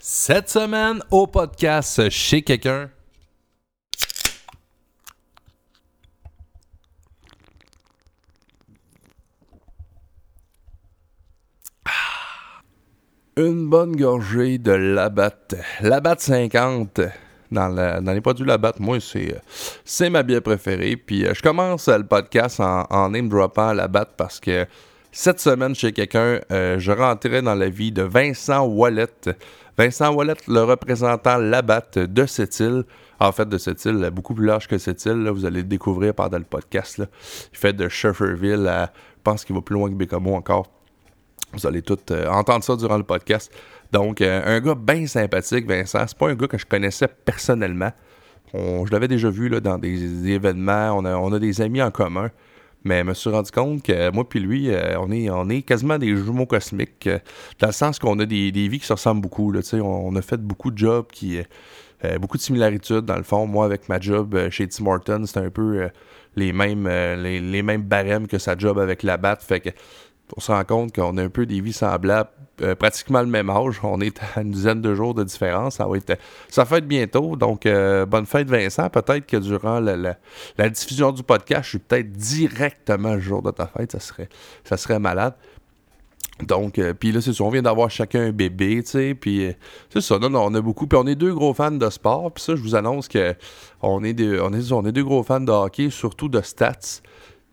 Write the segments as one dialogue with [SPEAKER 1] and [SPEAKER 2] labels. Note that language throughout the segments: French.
[SPEAKER 1] Cette semaine, au podcast chez quelqu'un. Une bonne gorgée de Labatt. Labatt 50. Dans, la- dans les produits Labatt, moi, c'est, euh, c'est ma bière préférée. Puis euh, je commence euh, le podcast en, en name droppant Labatt parce que cette semaine, chez quelqu'un, euh, je rentrais dans la vie de Vincent Wallet. Vincent Wallet, le représentant Labatt de cette île. En fait, de cette île, euh, beaucoup plus large que cette île. là, vous allez le découvrir pendant le podcast. là. Il fait de Shefferville à. Je pense qu'il va plus loin que Bécamo encore. Vous allez tous euh, entendre ça durant le podcast. Donc, euh, un gars bien sympathique, Vincent. C'est pas un gars que je connaissais personnellement. On- je l'avais déjà vu là, dans des, des événements. On a, on a des amis en commun. Mais je me suis rendu compte que moi puis lui, euh, on, est, on est quasiment des jumeaux cosmiques. euh, dans le sens qu'on a des, des vies qui se ressemblent beaucoup. là. Tu sais, on, on a fait beaucoup de jobs qui. euh, euh, beaucoup de similarités dans le fond. Moi, avec ma job euh, chez Tim Hortons, c'était un peu euh, les, mêmes, euh, les, les mêmes barèmes que sa job avec la batte. Fait que on se rend compte qu'on a un peu des vies semblables, euh, pratiquement le même âge. On est à une dizaine de jours de différence. Ça va être ça fête bientôt. Donc, euh, bonne fête, Vincent. Peut-être que durant la, la- la diffusion du podcast, je suis peut-être directement le jour de ta fête. Ça serait, ça serait malade. Donc, euh, puis là, c'est sûr, on vient d'avoir chacun un bébé, tu sais, puis euh, c'est ça, non, non, on a beaucoup, puis on est deux gros fans de sport, puis ça, je vous annonce que on est, des- on, est, on est deux gros fans de hockey, surtout de stats,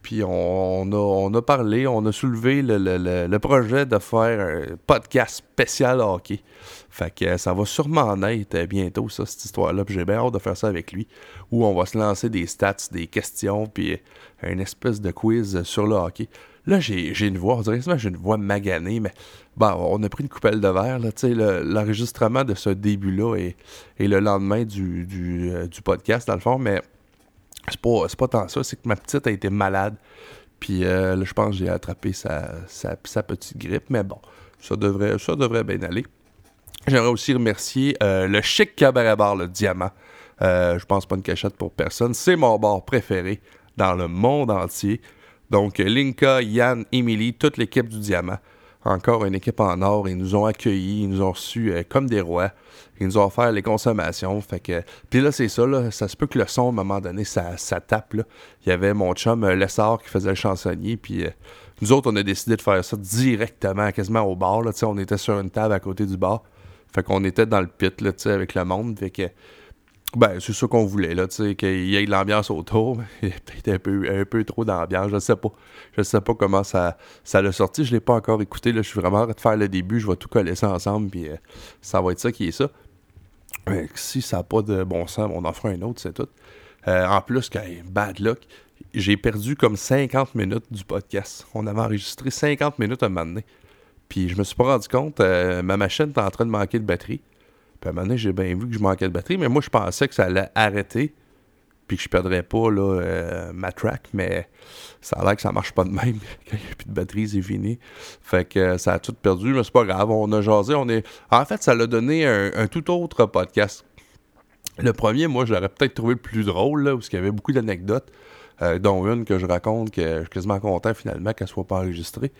[SPEAKER 1] puis on, on a, on a parlé, on a soulevé le, le- le- le projet de faire un podcast spécial hockey. Fait que euh, ça va sûrement naître euh, bientôt, ça, cette histoire-là. Puis j'ai bien hâte de faire ça avec lui. Où on va se lancer des stats, des questions, puis euh, une espèce de quiz euh, sur le hockey. Là, j'ai j'ai une voix, on dirait que j'ai une voix maganée, mais bon, on a pris une coupelle de verre. là, tu sais, le- L'enregistrement de ce début-là est, est le lendemain du, du, euh, du podcast, dans le fond, mais c'est pas, c'est pas tant ça, c'est que ma petite a été malade. Puis euh, là, je pense que j'ai attrapé sa, sa, sa petite grippe, mais bon, ça devrait, ça devrait bien aller. J'aimerais aussi remercier euh, le chic cabaret bar, le diamant. Euh, je pense pas une cachette pour personne. C'est mon bar préféré dans le monde entier. Donc, euh, Linka, Yann, Émilie, toute l'équipe du diamant. Encore une équipe en or. Ils nous ont accueillis, ils nous ont reçus euh, comme des rois. Ils nous ont offert les consommations. Fait que... Puis là, c'est ça. Là, ça se peut que le son, à un moment donné, ça, ça tape. là. Il y avait mon chum euh, Lessard qui faisait le chansonnier. Puis euh, nous autres, on a décidé de faire ça directement, quasiment au bar. Là, Tu sais, on était sur une table à côté du bar. Fait qu'on était dans le pit, là, tu sais, avec le monde. Fait que, ben, c'est ça qu'on voulait, là, tu sais, qu'il y ait de l'ambiance autour. mais Il y a peut-être un peu, un peu trop d'ambiance, je sais pas. Je sais pas comment ça, ça l'a sorti. Je l'ai pas encore écouté, là. Je suis vraiment en train de faire le début. Je vais tout coller ça ensemble, puis euh, ça va être ça qui est ça. Euh, si ça n'a pas de bon sens, on en fera un autre, c'est tout. Euh, en plus, quand bad luck, j'ai perdu comme 50 minutes du podcast. On avait enregistré 50 minutes à un moment donné. Puis je me suis pas rendu compte, euh, ma machine était en train de manquer de batterie. Puis à un moment donné, j'ai bien vu que je manquais de batterie, mais moi, je pensais que ça allait arrêter, puis que je perdrais pas là, euh, ma track, mais ça a l'air que ça marche pas de même. Quand il n'y a plus de batterie, c'est fini. Fait que euh, ça a tout perdu, mais c'est pas grave, on a jasé. On est... En fait, ça l'a donné un, un tout autre podcast. Le premier, moi, je l'aurais peut-être trouvé le plus drôle, là, parce qu'il y avait beaucoup d'anecdotes, euh, dont une que je raconte que je suis quasiment content finalement qu'elle soit pas enregistrée.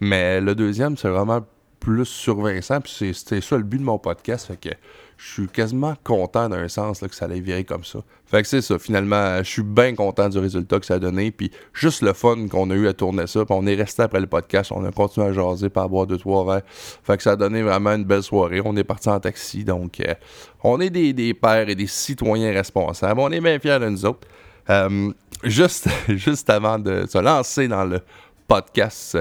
[SPEAKER 1] Mais le deuxième, c'est vraiment plus sur Vincent, puis c'est- c'était ça le but de mon podcast, fait que je suis quasiment content d'un sens là, que ça allait virer comme ça. Fait que c'est ça, finalement, je suis bien content du résultat que ça a donné, puis juste le fun qu'on a eu à tourner ça, puis on est resté après le podcast, on a continué à jaser, par boire deux, trois verres, fait que ça a donné vraiment une belle soirée, on est parti en taxi, donc euh, on est des, des pères et des citoyens responsables, on est bien fiers de nous autres. Euh, juste, juste avant de se lancer dans le podcast,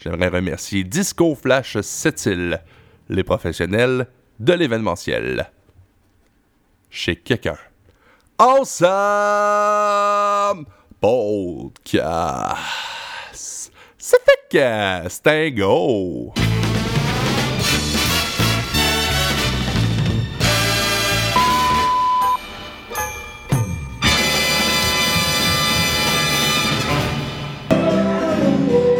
[SPEAKER 1] J'aimerais remercier Disco Flash Sept-Îles, les professionnels de l'événementiel. Chez quelqu'un. Awesome Podcast. C'est fait que c'est un go.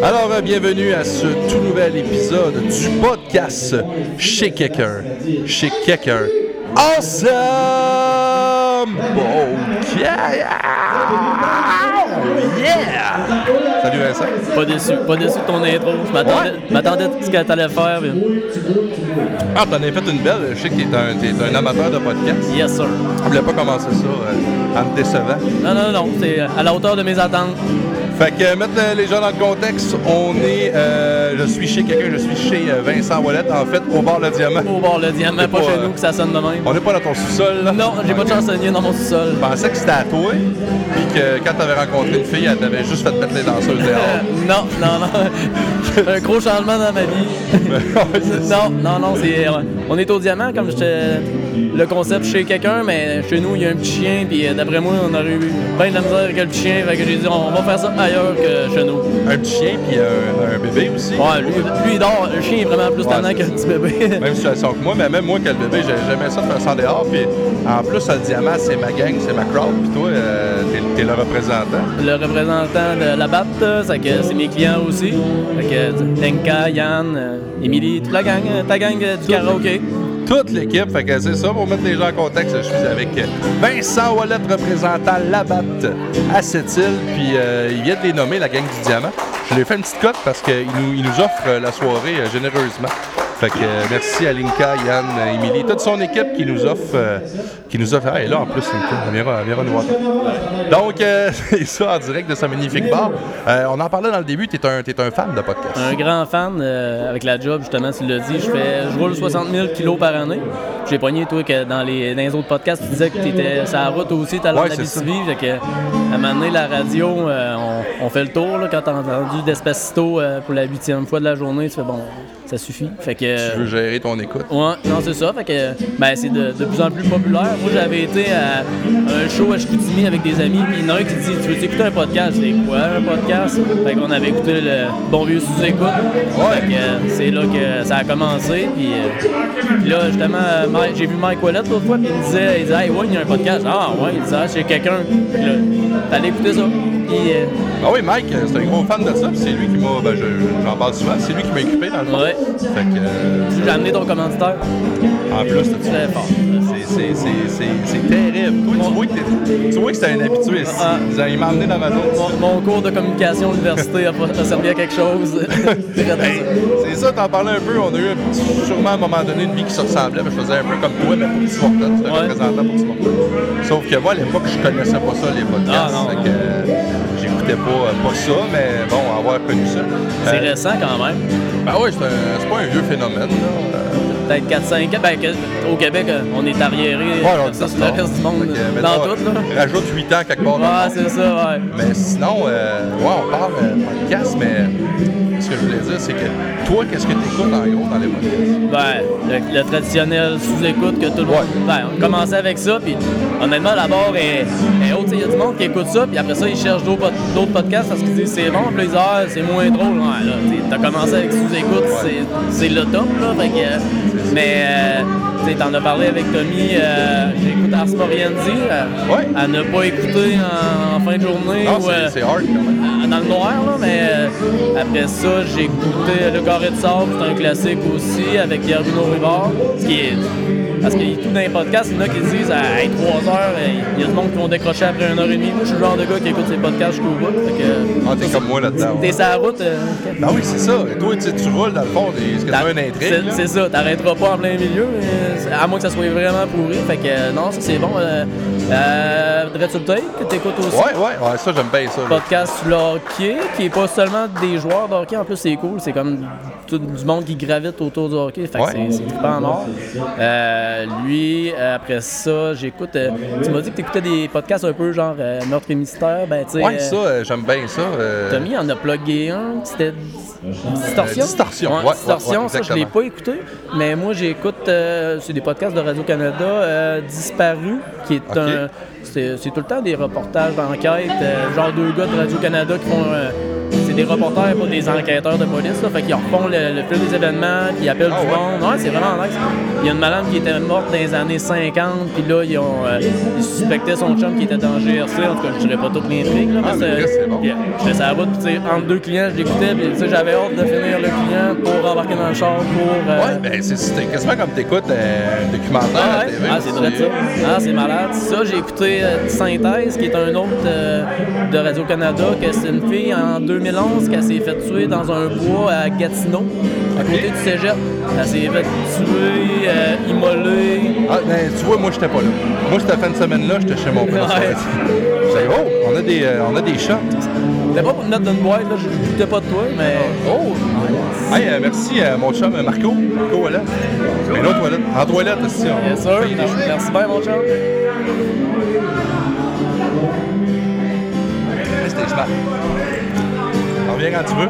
[SPEAKER 1] Alors, euh, bienvenue à ce tout nouvel épisode du podcast Chez quelqu'un. Chez quelqu'un. Awesome Tom Boca. Yeah! Salut Vincent.
[SPEAKER 2] Pas déçu, pas déçu de ton intro. Je m'attendais-
[SPEAKER 1] Ouais.
[SPEAKER 2] je m'attendais à ce que t'allais faire. puis-
[SPEAKER 1] Ah, t'en as fait une belle. Je sais que t'es un, t'es un amateur de podcast.
[SPEAKER 2] Yes, sir.
[SPEAKER 1] Je voulais pas commencer ça euh, en me décevant.
[SPEAKER 2] Non, non, non, c'est à la hauteur de mes attentes.
[SPEAKER 1] Fait que euh, mettre euh, les gens dans le contexte, on est. euh, je suis chez quelqu'un, je suis chez euh, Vincent Wallet, en fait, au bar Le Diamant.
[SPEAKER 2] Au bord le diamant,
[SPEAKER 1] C'est
[SPEAKER 2] pas
[SPEAKER 1] pas,
[SPEAKER 2] chez
[SPEAKER 1] euh,
[SPEAKER 2] nous que ça sonne de même.
[SPEAKER 1] On n'est pas dans ton sous-sol, là.
[SPEAKER 2] Non, j'ai pas de chance de venir dans mon sous-sol.
[SPEAKER 1] Je pensais que c'était à toi, puis que quand t'avais rencontré une fille, elle t'avait juste fait mettre les danseuses
[SPEAKER 2] Euh,
[SPEAKER 1] dehors.
[SPEAKER 2] non, non, non. Un gros changement dans ma vie.
[SPEAKER 1] Ouais, c'est ça.
[SPEAKER 2] Non, non, non, c'est. euh, On est au diamant, comme je te- Le concept chez quelqu'un, mais chez nous, il y a un petit chien, puis euh, d'après moi, on aurait eu bien de la misère avec le petit chien, fait que j'ai dit, on va faire ça ailleurs que chez nous.
[SPEAKER 1] un petit chien, puis euh, un, un bébé aussi.
[SPEAKER 2] Ouais, lui, lui, il dort. Le chien est vraiment plus
[SPEAKER 1] Ouais,
[SPEAKER 2] tannant
[SPEAKER 1] c'est
[SPEAKER 2] que le petit bébé.
[SPEAKER 1] Même situation que moi, mais même moi, que le bébé, j'ai- j'aimais ça de faire ça en dehors, puis en plus, le diamant, c'est ma gang, c'est ma crowd, puis toi, euh, t'es- t'es le représentant.
[SPEAKER 2] Le représentant de la BAPT, c'est que c'est mes clients aussi. Fait que Lenka, Yann, euh, Émilie, toute la gang, euh, ta gang euh, du karaoké.
[SPEAKER 1] toute l'équipe. Fait que c'est ça, pour mettre les gens en contexte, je suis avec Vincent Wallet, représentant Labatt à cette île. Puis euh, il vient de les nommer, la gang du diamant. Je lui ai fait une petite cote parce qu'il nous, il nous offre euh, la soirée euh, généreusement. Fait que euh, merci à Linka, Yann, euh, Émilie, toute son équipe qui nous offre. euh, qui nous offre. Ah, et là en plus, Linka, elle viendra, elle viendra nous voir. Donc, euh, c'est ça en direct de sa magnifique bar. Euh, on en parlait dans le début, t'es un, t'es un fan de podcast.
[SPEAKER 2] Un grand fan euh, avec la job, justement, tu l'as dit. Je, fais, je roule 60 000 kilos par année. J'ai pogné, toi, que dans les, dans les autres podcasts, tu disais que tu étais sur la route aussi, tu allais
[SPEAKER 1] Ouais,
[SPEAKER 2] la
[SPEAKER 1] c'est ça.
[SPEAKER 2] BTB. Fait que, à un moment donné, la radio, euh, on, on fait le tour. Là, quand t'as entendu Despacito euh, pour la huitième fois de la journée, tu fais bon, ça suffit. Fait que,
[SPEAKER 1] Tu veux gérer ton écoute.
[SPEAKER 2] Ouais, non, c'est ça. Fait que, ben, c'est de, de plus en plus populaire. Moi, j'avais été à un show à Chicoutimi avec des amis, puis il y en a un qui dit Tu veux écouter un podcast C'est quoi un podcast Fait qu'on avait écouté le Bon Vieux Sous-Écoute. Fait que euh, c'est là que ça a commencé. Puis euh, puis là, justement, euh, Mike- j'ai vu Mike Wallet l'autre fois, puis il disait, il disait Hey, ouais, il y a un podcast. Ah, ouais, il disait Ah, c'est quelqu'un. Fait que là, T'allais écouter ça. Puis, euh,
[SPEAKER 1] Ah oui, Mike, euh, c'est un gros fan de ça. puis C'est lui qui m'a. Ben, je- je- j'en parle souvent. C'est lui qui m'a équipé dans le fond.
[SPEAKER 2] Ouais.
[SPEAKER 1] Fait que. euh,
[SPEAKER 2] j'ai amené ton commanditaire.
[SPEAKER 1] en plus,
[SPEAKER 2] Très
[SPEAKER 1] t'as-
[SPEAKER 2] fort.
[SPEAKER 1] c'est- c'est- c'est- c'est- c'est terrible. Toi, tu vois que t'es- tu vois que c'est un habitué. ici.
[SPEAKER 2] Ah.
[SPEAKER 1] Il a- Il m'a emmené dans ma zone.
[SPEAKER 2] Mon, mon cours de communication à l'université a, pas- a servi à quelque chose.
[SPEAKER 1] Hey, c'est ça, t'en parlais un peu. On a eu un petit- sûrement à un moment donné une vie qui se ressemblait. mais je faisais un peu comme toi, mais pour petit Morton. C'était
[SPEAKER 2] Ouais.
[SPEAKER 1] représentant pour petit Morton. Sauf que moi, à l'époque, je connaissais pas ça, les podcasts.
[SPEAKER 2] Ah, non,
[SPEAKER 1] Fait
[SPEAKER 2] non.
[SPEAKER 1] que, euh, j'écoutais pas, pas ça, mais bon, avoir connu ça.
[SPEAKER 2] C'est
[SPEAKER 1] Euh,
[SPEAKER 2] récent quand même.
[SPEAKER 1] Ben oui, c'est un- c'est pas un vieux phénomène. Là. Euh,
[SPEAKER 2] Peut-être 4-5 ans. Ben, que- au Québec, euh, on est arriéré
[SPEAKER 1] Ouais,
[SPEAKER 2] comme ça sur le reste du monde. euh,
[SPEAKER 1] Fait que,
[SPEAKER 2] dans
[SPEAKER 1] mettons,
[SPEAKER 2] tout, là.
[SPEAKER 1] Rajoute 8 ans quelque part. hein.
[SPEAKER 2] Ouais, c'est ça, ouais.
[SPEAKER 1] Mais sinon, euh, ouais, on parle euh, podcast, mais ce que je voulais dire, c'est que toi, qu'est-ce que t'écoutes en gros dans les podcasts?
[SPEAKER 2] Ben, le, le traditionnel sous-écoute que tout le monde.
[SPEAKER 1] Ouais.
[SPEAKER 2] Ben, on commençait avec ça, puis honnêtement, la barre est, est haute. Il y a du monde qui écoute ça, puis après ça, ils cherchent d'autres pod- d'autres podcasts parce qu'ils disent c'est bon, puis là, ils disent ah, c'est moins drôle. Ouais, là, t'sais, t'as commencé avec sous-écoute,
[SPEAKER 1] Ouais.
[SPEAKER 2] c'est- c'est le top, là. Fait que, euh, mais, euh, t'sais, t'en as parlé avec Tommy, euh, j'écoute Ars Morienzi, euh,
[SPEAKER 1] Ouais.
[SPEAKER 2] à ne pas écouter en, en fin de journée.
[SPEAKER 1] Non,
[SPEAKER 2] ou,
[SPEAKER 1] c'est-
[SPEAKER 2] euh,
[SPEAKER 1] c'est hard quand même.
[SPEAKER 2] euh, dans le noir, là, mais euh, après ça, j'ai écouté Le Carré de Sable, c'est un classique aussi, avec Pierre Bruno Rivard, ce qui est. Parce qu'il tout dans les podcasts, il y en a qui disent à 3 heures, euh, il y a du monde qui vont décrocher après 1 heure et demie. Moi, je suis le genre de gars qui écoute ses podcasts jusqu'au bout. Fait que,
[SPEAKER 1] Ah, t'es comme moi là-dedans. ouais.
[SPEAKER 2] t'es sur la route. euh,
[SPEAKER 1] Ben oui, c'est ça. Et toi, tu sais, tu roules dans le fond, est-ce que tu as une intrigue?
[SPEAKER 2] c'est-
[SPEAKER 1] là?
[SPEAKER 2] C'est ça, t'arrêteras pas en plein milieu, euh, c'est- à moins que ça soit vraiment pourri. Fait que euh, non, ça c'est bon. Euh, euh, Dread Sub Tape, que t'écoutes aussi.
[SPEAKER 1] Ouais, ouais, ouais, ça, j'aime bien ça. là.
[SPEAKER 2] podcast sur le hockey, qui est pas seulement des joueurs de hockey, en plus c'est cool, c'est comme tout du monde qui gravite autour du hockey, fait que
[SPEAKER 1] Ouais.
[SPEAKER 2] c'est- c'est pas en mort. Euh, lui, euh, après ça, j'écoute, euh, tu m'as dit que t'écoutais des podcasts un peu genre euh, Meurtre et Mystère, ben tu sais,
[SPEAKER 1] Ouais, ça,
[SPEAKER 2] euh,
[SPEAKER 1] euh, j'aime bien ça. euh,
[SPEAKER 2] Tommy en a plugué un, c'était Distorsion.
[SPEAKER 1] Euh, Distorsion, ouais, ouais,
[SPEAKER 2] Distorsion,
[SPEAKER 1] ouais,
[SPEAKER 2] ça je l'ai
[SPEAKER 1] exactement.
[SPEAKER 2] pas écouté, mais moi j'écoute, euh, c'est des podcasts de Radio-Canada, euh, Disparu, qui est
[SPEAKER 1] Ok.
[SPEAKER 2] un... C'est c'est tout le temps des reportages d'enquête, euh, genre deux gars de Radio-Canada qui font... euh, c'est des reporters, pas des enquêteurs de police. Là, fait qu'ils refont le, le film des événements, puis ils appellent
[SPEAKER 1] Ah
[SPEAKER 2] du
[SPEAKER 1] ouais?
[SPEAKER 2] monde. Ouais, c'est vraiment nice. Il y a une madame qui était morte dans les années 50, puis là, ils, ont, euh, ils suspectaient son chum qui était dans GRC. En tout cas, je dirais pas toute l'intrigue. là,
[SPEAKER 1] Ah,
[SPEAKER 2] mais
[SPEAKER 1] mais
[SPEAKER 2] c'est-
[SPEAKER 1] c'est bon.
[SPEAKER 2] puis, euh, J'étais sur la route, puis tu sais, entre deux clients, je l'écoutais, puis tu sais, j'avais hâte de finir le client pour embarquer dans le char pour. euh,
[SPEAKER 1] Ouais, ben c'est- c'est quasiment comme t'écoutes euh, un documentaire à
[SPEAKER 2] ah,
[SPEAKER 1] la
[SPEAKER 2] ouais.
[SPEAKER 1] TV.
[SPEAKER 2] Ah, c'est vrai ça. Ah, c'est malade. Ça, j'ai écouté euh, Synthèse, qui est un autre euh, de Radio-Canada, que c'est une fille en 2011 qu'elle s'est fait tuer dans un bois à Gatineau, à côté du cégep. Elle s'est fait tuer, euh, immolée.
[SPEAKER 1] Ah, ben, tu vois, moi, j'étais pas là. Moi, cette fin de semaine-là, j'étais chez mon père.
[SPEAKER 2] Ouais.
[SPEAKER 1] Je disais, oh, on a des, euh, on a des shots.
[SPEAKER 2] C'était pas pour me mettre dans une boîte, là, je doutais pas de toi, mais.
[SPEAKER 1] Oh! Hey, euh, merci, euh, mon chum euh, Marco. Marco, voilà. Mais là, toilette. En toilette aussi. on-
[SPEAKER 2] Bien sûr. Merci bien, mon chum.
[SPEAKER 1] Restez smart. On revient quand tu veux.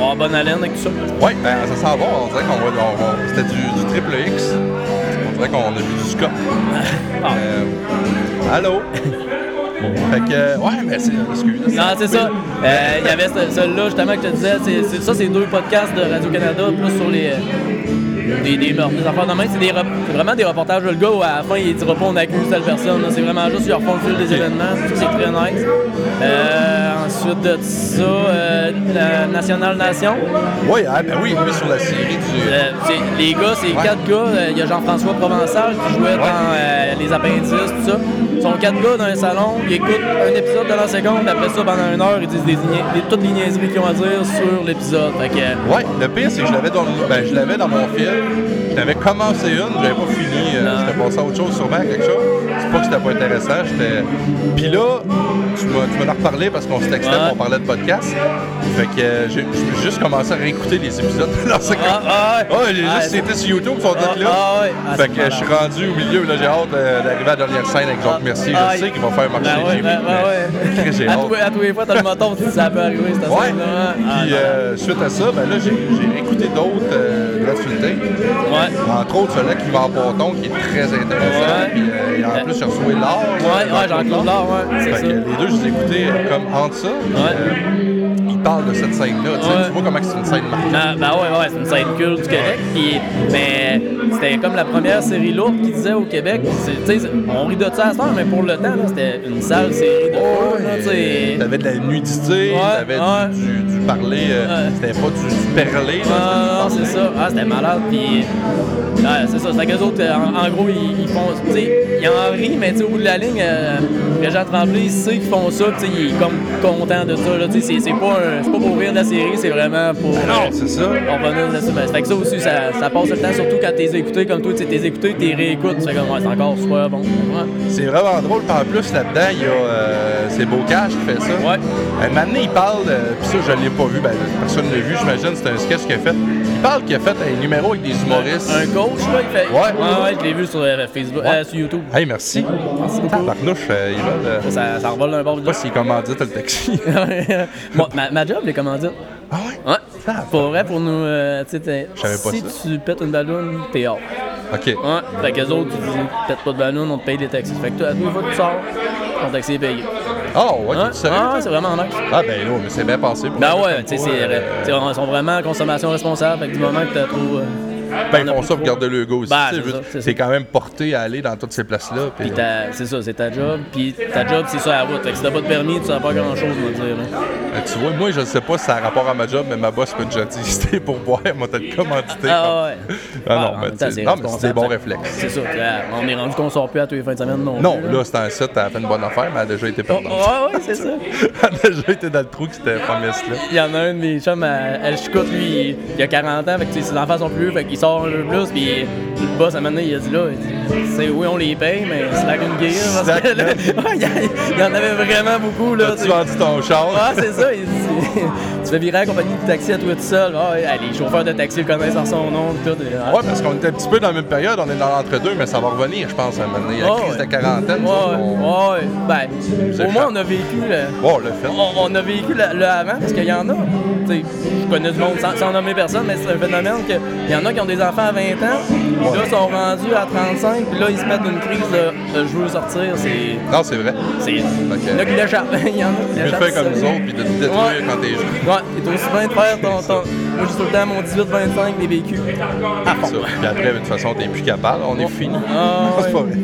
[SPEAKER 2] Oh, bonne haleine avec tout ça.
[SPEAKER 1] Ouais, ben, ça s'en va. On dirait qu'on va. on va- C'était du, du triple X. On dirait qu'on a vu du Scott.
[SPEAKER 2] Ah.
[SPEAKER 1] Euh, allô? fait que, euh, ouais, mais c'est. Excuse.
[SPEAKER 2] Non, c'est ça. Euh, Il y avait ce- celui-là, justement, que je te disais. c'est- c'est- ça, c'est deux podcasts de Radio-Canada, plus sur les. euh, Des, des meurtres, des affaires de même. C'est des rep- c'est vraiment des reportages. Le gars, à la fin, il dira pas on accuse telle personne. là. C'est vraiment juste, ils refont le fil des événements. C'est très nice. Euh, ensuite de ça, euh, la National Nation.
[SPEAKER 1] Ouais, ah, ben oui, oui, sur la série du.
[SPEAKER 2] Euh, c'est- les gars, c'est
[SPEAKER 1] Ouais.
[SPEAKER 2] quatre gars. Euh, Il y a Jean-François Provençal qui jouait dans euh, Les Appendices, tout ça. Ils sont quatre gars dans un salon, ils écoutent un épisode de la seconde, puis après ça, pendant une heure, ils disent des, nia- des- toutes les niaiseries qu'ils ont à dire sur l'épisode. Fait que, euh,
[SPEAKER 1] Ouais, le pire, c'est que je l'avais dans, ben, je l'avais dans mon fil. Je l'avais commencé une, j'avais pas fini. euh,
[SPEAKER 2] Non.
[SPEAKER 1] j'étais passé à autre chose, sûrement, à quelque chose. C'est pas que c'était pas intéressant. J'étais... Puis là, tu m'as, tu m'en as reparlé parce qu'on se textait,
[SPEAKER 2] Ouais.
[SPEAKER 1] on parlait de podcast. Fait que euh, j'ai, j'ai juste commencé à réécouter les épisodes. Là, c'est
[SPEAKER 2] Ah, ah, ouais.
[SPEAKER 1] comme- Ouais, j'ai
[SPEAKER 2] Ah,
[SPEAKER 1] juste
[SPEAKER 2] c'est-
[SPEAKER 1] été sur YouTube, ils sont
[SPEAKER 2] Ah,
[SPEAKER 1] tous là.
[SPEAKER 2] ah, ouais. Ah,
[SPEAKER 1] fait
[SPEAKER 2] c'est
[SPEAKER 1] que euh, je suis rendu au milieu, là, j'ai hâte euh, d'arriver à la dernière scène avec Jacques Mercier.
[SPEAKER 2] Ah,
[SPEAKER 1] Je sais qu'il va faire marcher
[SPEAKER 2] ben
[SPEAKER 1] les
[SPEAKER 2] ouais,
[SPEAKER 1] Jimmy,
[SPEAKER 2] ben- ben
[SPEAKER 1] mais-
[SPEAKER 2] ouais.
[SPEAKER 1] J'ai
[SPEAKER 2] à,
[SPEAKER 1] hâte.
[SPEAKER 2] tous, à tous les fois, t'as le moton, tu dis, ça peut arriver, c'est
[SPEAKER 1] Ouais.
[SPEAKER 2] vraiment- Ah,
[SPEAKER 1] Puis
[SPEAKER 2] non.
[SPEAKER 1] euh, suite à ça, ben là, j'ai, j'ai écouté d'autres euh, gratuités. euh,
[SPEAKER 2] Ouais.
[SPEAKER 1] Entre autres, celui-là qui va en ponton, qui est très intéressant.
[SPEAKER 2] Ouais.
[SPEAKER 1] Puis, euh, et en
[SPEAKER 2] Ouais.
[SPEAKER 1] plus, j'ai reçu l'art.
[SPEAKER 2] Ouais, ouais, Jean-Claude Lard, ouais, c'est
[SPEAKER 1] Fait
[SPEAKER 2] ça.
[SPEAKER 1] que les deux, je les ai écoutés euh, comme entre ça. puis,
[SPEAKER 2] Ouais.
[SPEAKER 1] euh, ils parlent de cette scène-là. Tu sais,
[SPEAKER 2] Ouais.
[SPEAKER 1] Tu vois comment c'est une scène marquante.
[SPEAKER 2] Ah, ben ouais, ouais, c'est une scène culte du Québec. Puis, mais c'était comme la première série lourde qu'ils disaient au Québec. C'est- tu sais, On rit de ça à cette heure, mais pour le temps, là, c'était une sale série de lourde, là, tu sais.
[SPEAKER 1] T'avais de la nudité,
[SPEAKER 2] Ouais,
[SPEAKER 1] t'avais du-
[SPEAKER 2] ouais.
[SPEAKER 1] du, du parler, euh,
[SPEAKER 2] Ouais.
[SPEAKER 1] c'était pas du, du perlé. là,
[SPEAKER 2] Ah, non,
[SPEAKER 1] c'était
[SPEAKER 2] c'est
[SPEAKER 1] du parler.
[SPEAKER 2] ça. Ah, c'était malade. Puis, ah, c'est ça. C'est qu'eux autres, euh, en, en gros, ils, ils font. Tu sais, ils en rient, mais tu sais, au bout de la ligne, euh, Régent Tremblay, il sait qu'ils font ça. Tu sais, il est comme content de ça. là. Tu sais, c'est- c'est pas, un- c'est pas pour rire de la série, c'est vraiment pour.
[SPEAKER 1] Non,
[SPEAKER 2] euh,
[SPEAKER 1] c'est ça.
[SPEAKER 2] On va venir là-dessus. Ben, fait que ça aussi, ça, ça passe le temps, surtout quand t'es écouté comme toi, tu sais, t'es écouté, t'es réécoutes, tu fais comme, ouais, c'est encore super bon. Ouais.
[SPEAKER 1] C'est vraiment drôle. Puis en plus, là-dedans, il y a. euh, c'est Bocage qui fait ça.
[SPEAKER 2] Ouais.
[SPEAKER 1] Euh, maintenant, il parle. euh, Puis ça, je l'ai pas vu. Ben, personne ne l'a vu, j'imagine. C'est un sketch qu'il a fait. Il parle qu'il a fait un numéro avec des humoristes.
[SPEAKER 2] Un coach, là, il fait.
[SPEAKER 1] Ouais.
[SPEAKER 2] ouais, je l'ai vu sur euh, Facebook, euh, sur YouTube.
[SPEAKER 1] Hey, merci.
[SPEAKER 2] Merci beaucoup.
[SPEAKER 1] Marnouche, euh, ils veulent. euh, je sais
[SPEAKER 2] Ça, ça revole d'un bord du
[SPEAKER 1] pas s'il commandait le taxi.
[SPEAKER 2] Moi, ma, ma job, les commandites.
[SPEAKER 1] ah ouais?
[SPEAKER 2] Ouais.
[SPEAKER 1] Ça,
[SPEAKER 2] Pour vrai, pour nous, euh, tu sais, t'es-
[SPEAKER 1] Je savais pas
[SPEAKER 2] si
[SPEAKER 1] ça.
[SPEAKER 2] tu pètes une ballonne, t'es hors.
[SPEAKER 1] Ah, Ok.
[SPEAKER 2] Ouais. Fait qu'eux autres, tu dis, pète pas de ballon, on te paye des taxis. Fait que toi, à deux fois que tu sors, ton taxi est payé.
[SPEAKER 1] Oh, ouais,
[SPEAKER 2] Ouais.
[SPEAKER 1] tu savais?
[SPEAKER 2] Ah, c'est vraiment nice.
[SPEAKER 1] Ah, ben là, mais c'est bien passé. Pour
[SPEAKER 2] Ben
[SPEAKER 1] eux,
[SPEAKER 2] ouais,
[SPEAKER 1] comme
[SPEAKER 2] tu sais,
[SPEAKER 1] quoi,
[SPEAKER 2] c'est-
[SPEAKER 1] euh,
[SPEAKER 2] t'sais, on- ils sont vraiment en consommation responsable. Fait que du moment que t'as trop. euh,
[SPEAKER 1] Ben,
[SPEAKER 2] t'en
[SPEAKER 1] ils font
[SPEAKER 2] as plus
[SPEAKER 1] ça
[SPEAKER 2] trop.
[SPEAKER 1] pour garder le go aussi.
[SPEAKER 2] Ben,
[SPEAKER 1] tu sais,
[SPEAKER 2] c'est
[SPEAKER 1] je veux
[SPEAKER 2] ça,
[SPEAKER 1] dire,
[SPEAKER 2] c'est ça.
[SPEAKER 1] c'est quand même porté à aller dans toutes ces places-là. puis-
[SPEAKER 2] Puis ta- c'est ça, c'est ta job. Puis ta job, c'est ça à la route. Fait que si t'as pas de permis, tu sais pas grand chose, on va dire. là.
[SPEAKER 1] Euh, Tu vois, moi, je sais pas si ça a rapport à ma job, mais ma boss m'a déjà dit c'était pour boire, moi, t'as le commandité.
[SPEAKER 2] Ah ouais.
[SPEAKER 1] Ah non,
[SPEAKER 2] Ouais, en
[SPEAKER 1] mais
[SPEAKER 2] même temps,
[SPEAKER 1] tu- non, mais c'est des bons
[SPEAKER 2] responsable,
[SPEAKER 1] réflexes.
[SPEAKER 2] C'est ça. tu vois, On est rendu qu'on sort plus à tous les fins de semaine, non?
[SPEAKER 1] Non,
[SPEAKER 2] plus,
[SPEAKER 1] là, c'est un site, t'as fait une bonne affaire, mais elle a déjà été
[SPEAKER 2] Oh,
[SPEAKER 1] perdante.
[SPEAKER 2] ouais, ouais, c'est ça.
[SPEAKER 1] elle a déjà été dans le trou que c'était premier là.
[SPEAKER 2] Il y en a un de mes chums à, à Chicoute, lui, il, il a 40 ans, fait que tu sais, ses enfants sont plus vieux, fait qu'il sort un peu plus, puis le boss, à un moment donné, il a dit là, il dit, c'est oui, on les paye, mais slack une guerre, parce que là, ouais, il y a- il y en avait vraiment beaucoup, là. tu
[SPEAKER 1] T'as-tu
[SPEAKER 2] sais.
[SPEAKER 1] vendu ton char?
[SPEAKER 2] Ah, c'est ça, il dit, tu fais virer la compagnie de taxi à toi tout seul. Ah, ouais, les chauffeurs de taxi le connaissent par son nom, tout. et, ah,
[SPEAKER 1] Ouais, parce qu'on était un petit peu dans la même période, on est dans l'entre-deux, mais ça va revenir, je pense, à un moment donné. Il y a
[SPEAKER 2] Ah,
[SPEAKER 1] la crise de
[SPEAKER 2] ouais.
[SPEAKER 1] la quarantaine.
[SPEAKER 2] Ouais,
[SPEAKER 1] ça, on-
[SPEAKER 2] ouais, ouais. Ben, au
[SPEAKER 1] échappe.
[SPEAKER 2] moins, on a vécu le,
[SPEAKER 1] Ouais, on l'a fait.
[SPEAKER 2] on, on a vécu le, le avant, parce qu'il y en a. tu sais, Je connais du monde sans, sans nommer personne, mais c'est un phénomène qu'il y en a qui ont des enfants à 20 ans, puis là, sont rendus à 35, puis là, ils se mettent dans une crise de, de je veux sortir. C'est.
[SPEAKER 1] Non, c'est vrai.
[SPEAKER 2] c'est- Il y en a
[SPEAKER 1] que-
[SPEAKER 2] qui l'échappent. Il y en a qui
[SPEAKER 1] Mieux de
[SPEAKER 2] l'échappent.
[SPEAKER 1] faire comme
[SPEAKER 2] c'est-
[SPEAKER 1] nous autres, puis de
[SPEAKER 2] Ouais,
[SPEAKER 1] détruire quand t'es jeune.
[SPEAKER 2] Ouais, t'es aussi bien de faire ton. ton... Moi, j'ai tout le temps mon 18-25 des vécus. À fond.
[SPEAKER 1] Ça. Puis après, de toute façon, t'es plus capable, on est fini.
[SPEAKER 2] Ah,
[SPEAKER 1] c'est pas
[SPEAKER 2] ouais.
[SPEAKER 1] vrai.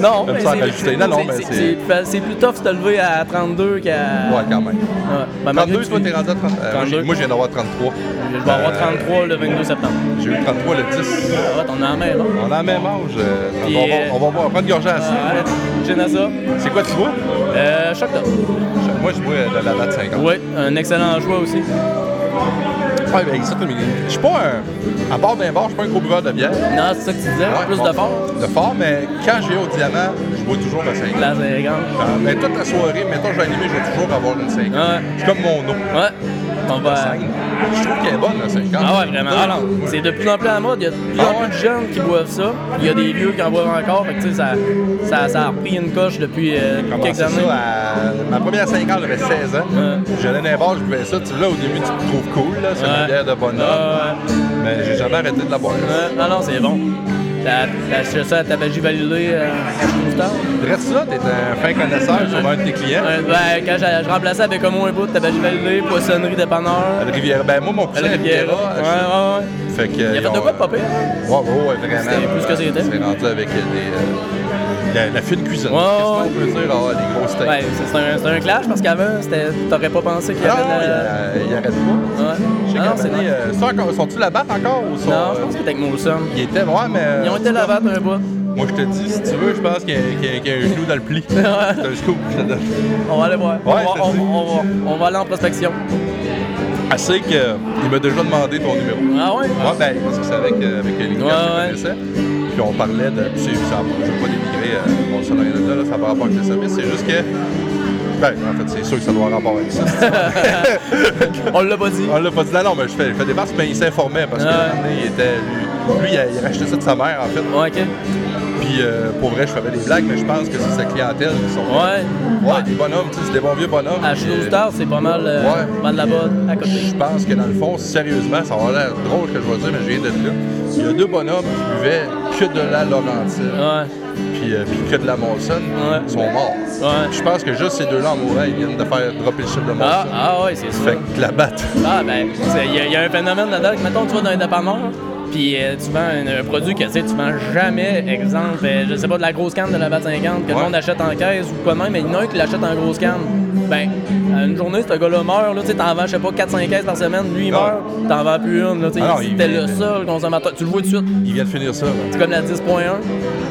[SPEAKER 2] Non,
[SPEAKER 1] Comme
[SPEAKER 2] mais
[SPEAKER 1] ça,
[SPEAKER 2] c'est-
[SPEAKER 1] rajouter. Non, non,
[SPEAKER 2] c'est-
[SPEAKER 1] mais
[SPEAKER 2] c'est-
[SPEAKER 1] c'est-
[SPEAKER 2] c'est plus- c'est plus tough de te lever à 32 qu'à.
[SPEAKER 1] Ouais, quand même.
[SPEAKER 2] Ouais. Ben, malgré
[SPEAKER 1] 32,
[SPEAKER 2] que
[SPEAKER 1] toi,
[SPEAKER 2] tu-
[SPEAKER 1] t'es rendu à 30. euh, moi, j'ai-
[SPEAKER 2] 32.
[SPEAKER 1] moi, je viens d'avoir 33.
[SPEAKER 2] Je vais avoir 33 le 22 septembre.
[SPEAKER 1] J'ai eu 33 le 10.
[SPEAKER 2] Ah, ouais, t'en as en main, là.
[SPEAKER 1] On a le même âge. euh,
[SPEAKER 2] Puis,
[SPEAKER 1] on, va,
[SPEAKER 2] euh,
[SPEAKER 1] on va voir. On prend une gorgée à ça.
[SPEAKER 2] Ouais, Gêne à Ah, ça.
[SPEAKER 1] C'est quoi, tu vois?
[SPEAKER 2] Euh, Choc Top.
[SPEAKER 1] Moi, je bois euh, de la date 50.
[SPEAKER 2] Oui, un excellent joueur aussi.
[SPEAKER 1] Ouais, ben, ça, t'as mis- Je suis pas un. À part d'un bar, je suis pas un gros buveur de bière.
[SPEAKER 2] Non, c'est ça que tu disais,
[SPEAKER 1] Ouais,
[SPEAKER 2] plus
[SPEAKER 1] bon,
[SPEAKER 2] de fort.
[SPEAKER 1] De fort, mais quand je vais au diamant, je bois toujours la 50.
[SPEAKER 2] La 50.
[SPEAKER 1] Euh, Mais toute la soirée, mettons, je vais animer, je vais toujours avoir une 50.
[SPEAKER 2] Ouais.
[SPEAKER 1] C'est comme mon nom.
[SPEAKER 2] Ouais, on va.
[SPEAKER 1] Je trouve qu'elle est bonne, la 50.
[SPEAKER 2] Ah ouais, vraiment. Ah non,
[SPEAKER 1] Ouais.
[SPEAKER 2] c'est de plus en plus à la mode. Il y a de plus en
[SPEAKER 1] Ah ouais?
[SPEAKER 2] plus de jeunes qui boivent ça. Il y a des vieux qui en boivent encore. Fait que, tu sais, ça, ça, ça a repris une coche depuis euh,
[SPEAKER 1] J'ai commencé
[SPEAKER 2] quelques années.
[SPEAKER 1] Ah, ça à- Ma première 50, j'avais 16 ans.
[SPEAKER 2] Ouais.
[SPEAKER 1] J'allais dans les bars, je buvais ça. Tu, là, au début, tu te trouves cool, là. C'est
[SPEAKER 2] Ouais.
[SPEAKER 1] une bière de bonhomme.
[SPEAKER 2] Ouais, ouais.
[SPEAKER 1] Mais j'ai jamais arrêté de la boire.
[SPEAKER 2] Ouais, non, non, c'est bon. T'as t'as acheté ça à Tabagie Validé euh, plus tard?
[SPEAKER 1] Reste là, t'es un fin connaisseur, sûrement un de tes clients.
[SPEAKER 2] Euh, ben, quand j'ai- je remplaçais avec Homo un bout de Tabagie Validé, Poissonnerie
[SPEAKER 1] À
[SPEAKER 2] Dépanneur,
[SPEAKER 1] la Rivière. Ben, moi, mon cousin, à la
[SPEAKER 2] Riviera.
[SPEAKER 1] Riviera.
[SPEAKER 2] Ouais,
[SPEAKER 1] je-
[SPEAKER 2] ouais, ouais.
[SPEAKER 1] Fait que, euh,
[SPEAKER 2] Il a fait de quoi de pas pire?
[SPEAKER 1] Ouais, ouais, ouais, vraiment.
[SPEAKER 2] C'était plus que c'était.
[SPEAKER 1] C'est rendu avec euh, des, euh, la, la fine cuisine.
[SPEAKER 2] Ouais, ouais,
[SPEAKER 1] Qu'est-ce qu'on peut dire? Ah, des grosses steaks.
[SPEAKER 2] Ouais, c'est c'est un, c'est un clash parce qu'avant, c'était- t'aurais pas pensé qu'il y
[SPEAKER 1] non,
[SPEAKER 2] avait de la.
[SPEAKER 1] il, il arrête pas.
[SPEAKER 2] Ouais.
[SPEAKER 1] Ah Je sais
[SPEAKER 2] Ah
[SPEAKER 1] qu'à
[SPEAKER 2] non,
[SPEAKER 1] un
[SPEAKER 2] c'est
[SPEAKER 1] moment donné,
[SPEAKER 2] nice.
[SPEAKER 1] euh, ça encore- Sont-tu la batte encore ou sont,
[SPEAKER 2] Non, je
[SPEAKER 1] euh,
[SPEAKER 2] pense que c'était avec Molson.
[SPEAKER 1] Ils étaient, ouais, mais. euh,
[SPEAKER 2] Ils ont été lavés un bout.
[SPEAKER 1] Moi, je te dis, si tu veux, je pense qu'il y, a- qu'il y a- qu'il y a un genou dans le pli. C'est un scoop, je te donne.
[SPEAKER 2] On va aller voir. on,
[SPEAKER 1] Ouais,
[SPEAKER 2] va,
[SPEAKER 1] c'est
[SPEAKER 2] on,
[SPEAKER 1] ça.
[SPEAKER 2] on va, on va aller en prospection.
[SPEAKER 1] Assez qu'il m'a déjà demandé ton numéro.
[SPEAKER 2] Ah ouais?
[SPEAKER 1] Ouais, ben, parce que c'est avec, euh, avec les gars que
[SPEAKER 2] ouais.
[SPEAKER 1] je connaissais. Puis on parlait de. Puis c'est- ça, je veux pas démigrer euh, mon salarié là, là, ça n'a pas rapport avec le service. C'est juste que. Ben, en fait, c'est sûr que ça doit avoir rapport avec ça. Ah,
[SPEAKER 2] On l'a pas dit.
[SPEAKER 1] on l'a pas dit, non, non, mais je fais, je fais des passes, mais il s'informait parce que
[SPEAKER 2] Ouais.
[SPEAKER 1] un moment donné, il était. Lui, lui, il, a- il rachetait ça de sa mère, en fait.
[SPEAKER 2] Ouais, ok.
[SPEAKER 1] Puis euh, pour vrai, je faisais des blagues, mais je pense que c'est sa clientèle qui sont.
[SPEAKER 2] Ouais.
[SPEAKER 1] Ouais, des bonhommes, tu sais, c'est des bons vieux bonhommes.
[SPEAKER 2] À
[SPEAKER 1] Puis,
[SPEAKER 2] Chino
[SPEAKER 1] euh,
[SPEAKER 2] Star, c'est pas mal, euh,
[SPEAKER 1] Ouais.
[SPEAKER 2] pas mal de la botte à côté.
[SPEAKER 1] Je pense que dans le fond, sérieusement, ça va l'air drôle que je vais dire, mais je viens d'être là. Il y a deux bonhommes qui buvaient que de la Laurentine,
[SPEAKER 2] Ouais.
[SPEAKER 1] puis, euh, puis que de la Molson,
[SPEAKER 2] Ah. Ouais.
[SPEAKER 1] ils sont morts.
[SPEAKER 2] Ouais.
[SPEAKER 1] Je pense que juste ces deux-là en mourant, ils viennent de faire dropper le chiffre de Molson.
[SPEAKER 2] Ah, ah ouais, c'est sûr.
[SPEAKER 1] Fait que la batte.
[SPEAKER 2] Ah ben, il y, a- y a un phénomène là-dedans. Mettons, tu vas dans un dépanneur, puis euh, tu vends un, un produit que tu sais, tu vends jamais. Exemple, euh, je sais pas, de la grosse canne de la BAT 50 que le
[SPEAKER 1] Ouais.
[SPEAKER 2] monde achète en caisse ou quoi de même, mais il y en a un qui l'achète en grosse canne. Ben, à une journée, ce gars-là meurt, là, tu sais, t'en vends, je sais pas, 4-5 caisses par semaine, lui, il
[SPEAKER 1] Ouais.
[SPEAKER 2] meurt, t'en vends plus une, là, tu sais,
[SPEAKER 1] Ah non, Ah. il-
[SPEAKER 2] c'était le
[SPEAKER 1] il-
[SPEAKER 2] seul consommateur. Tu le vois tout de suite,
[SPEAKER 1] Ils viennent de finir ça. là.
[SPEAKER 2] c'est comme la 10.1.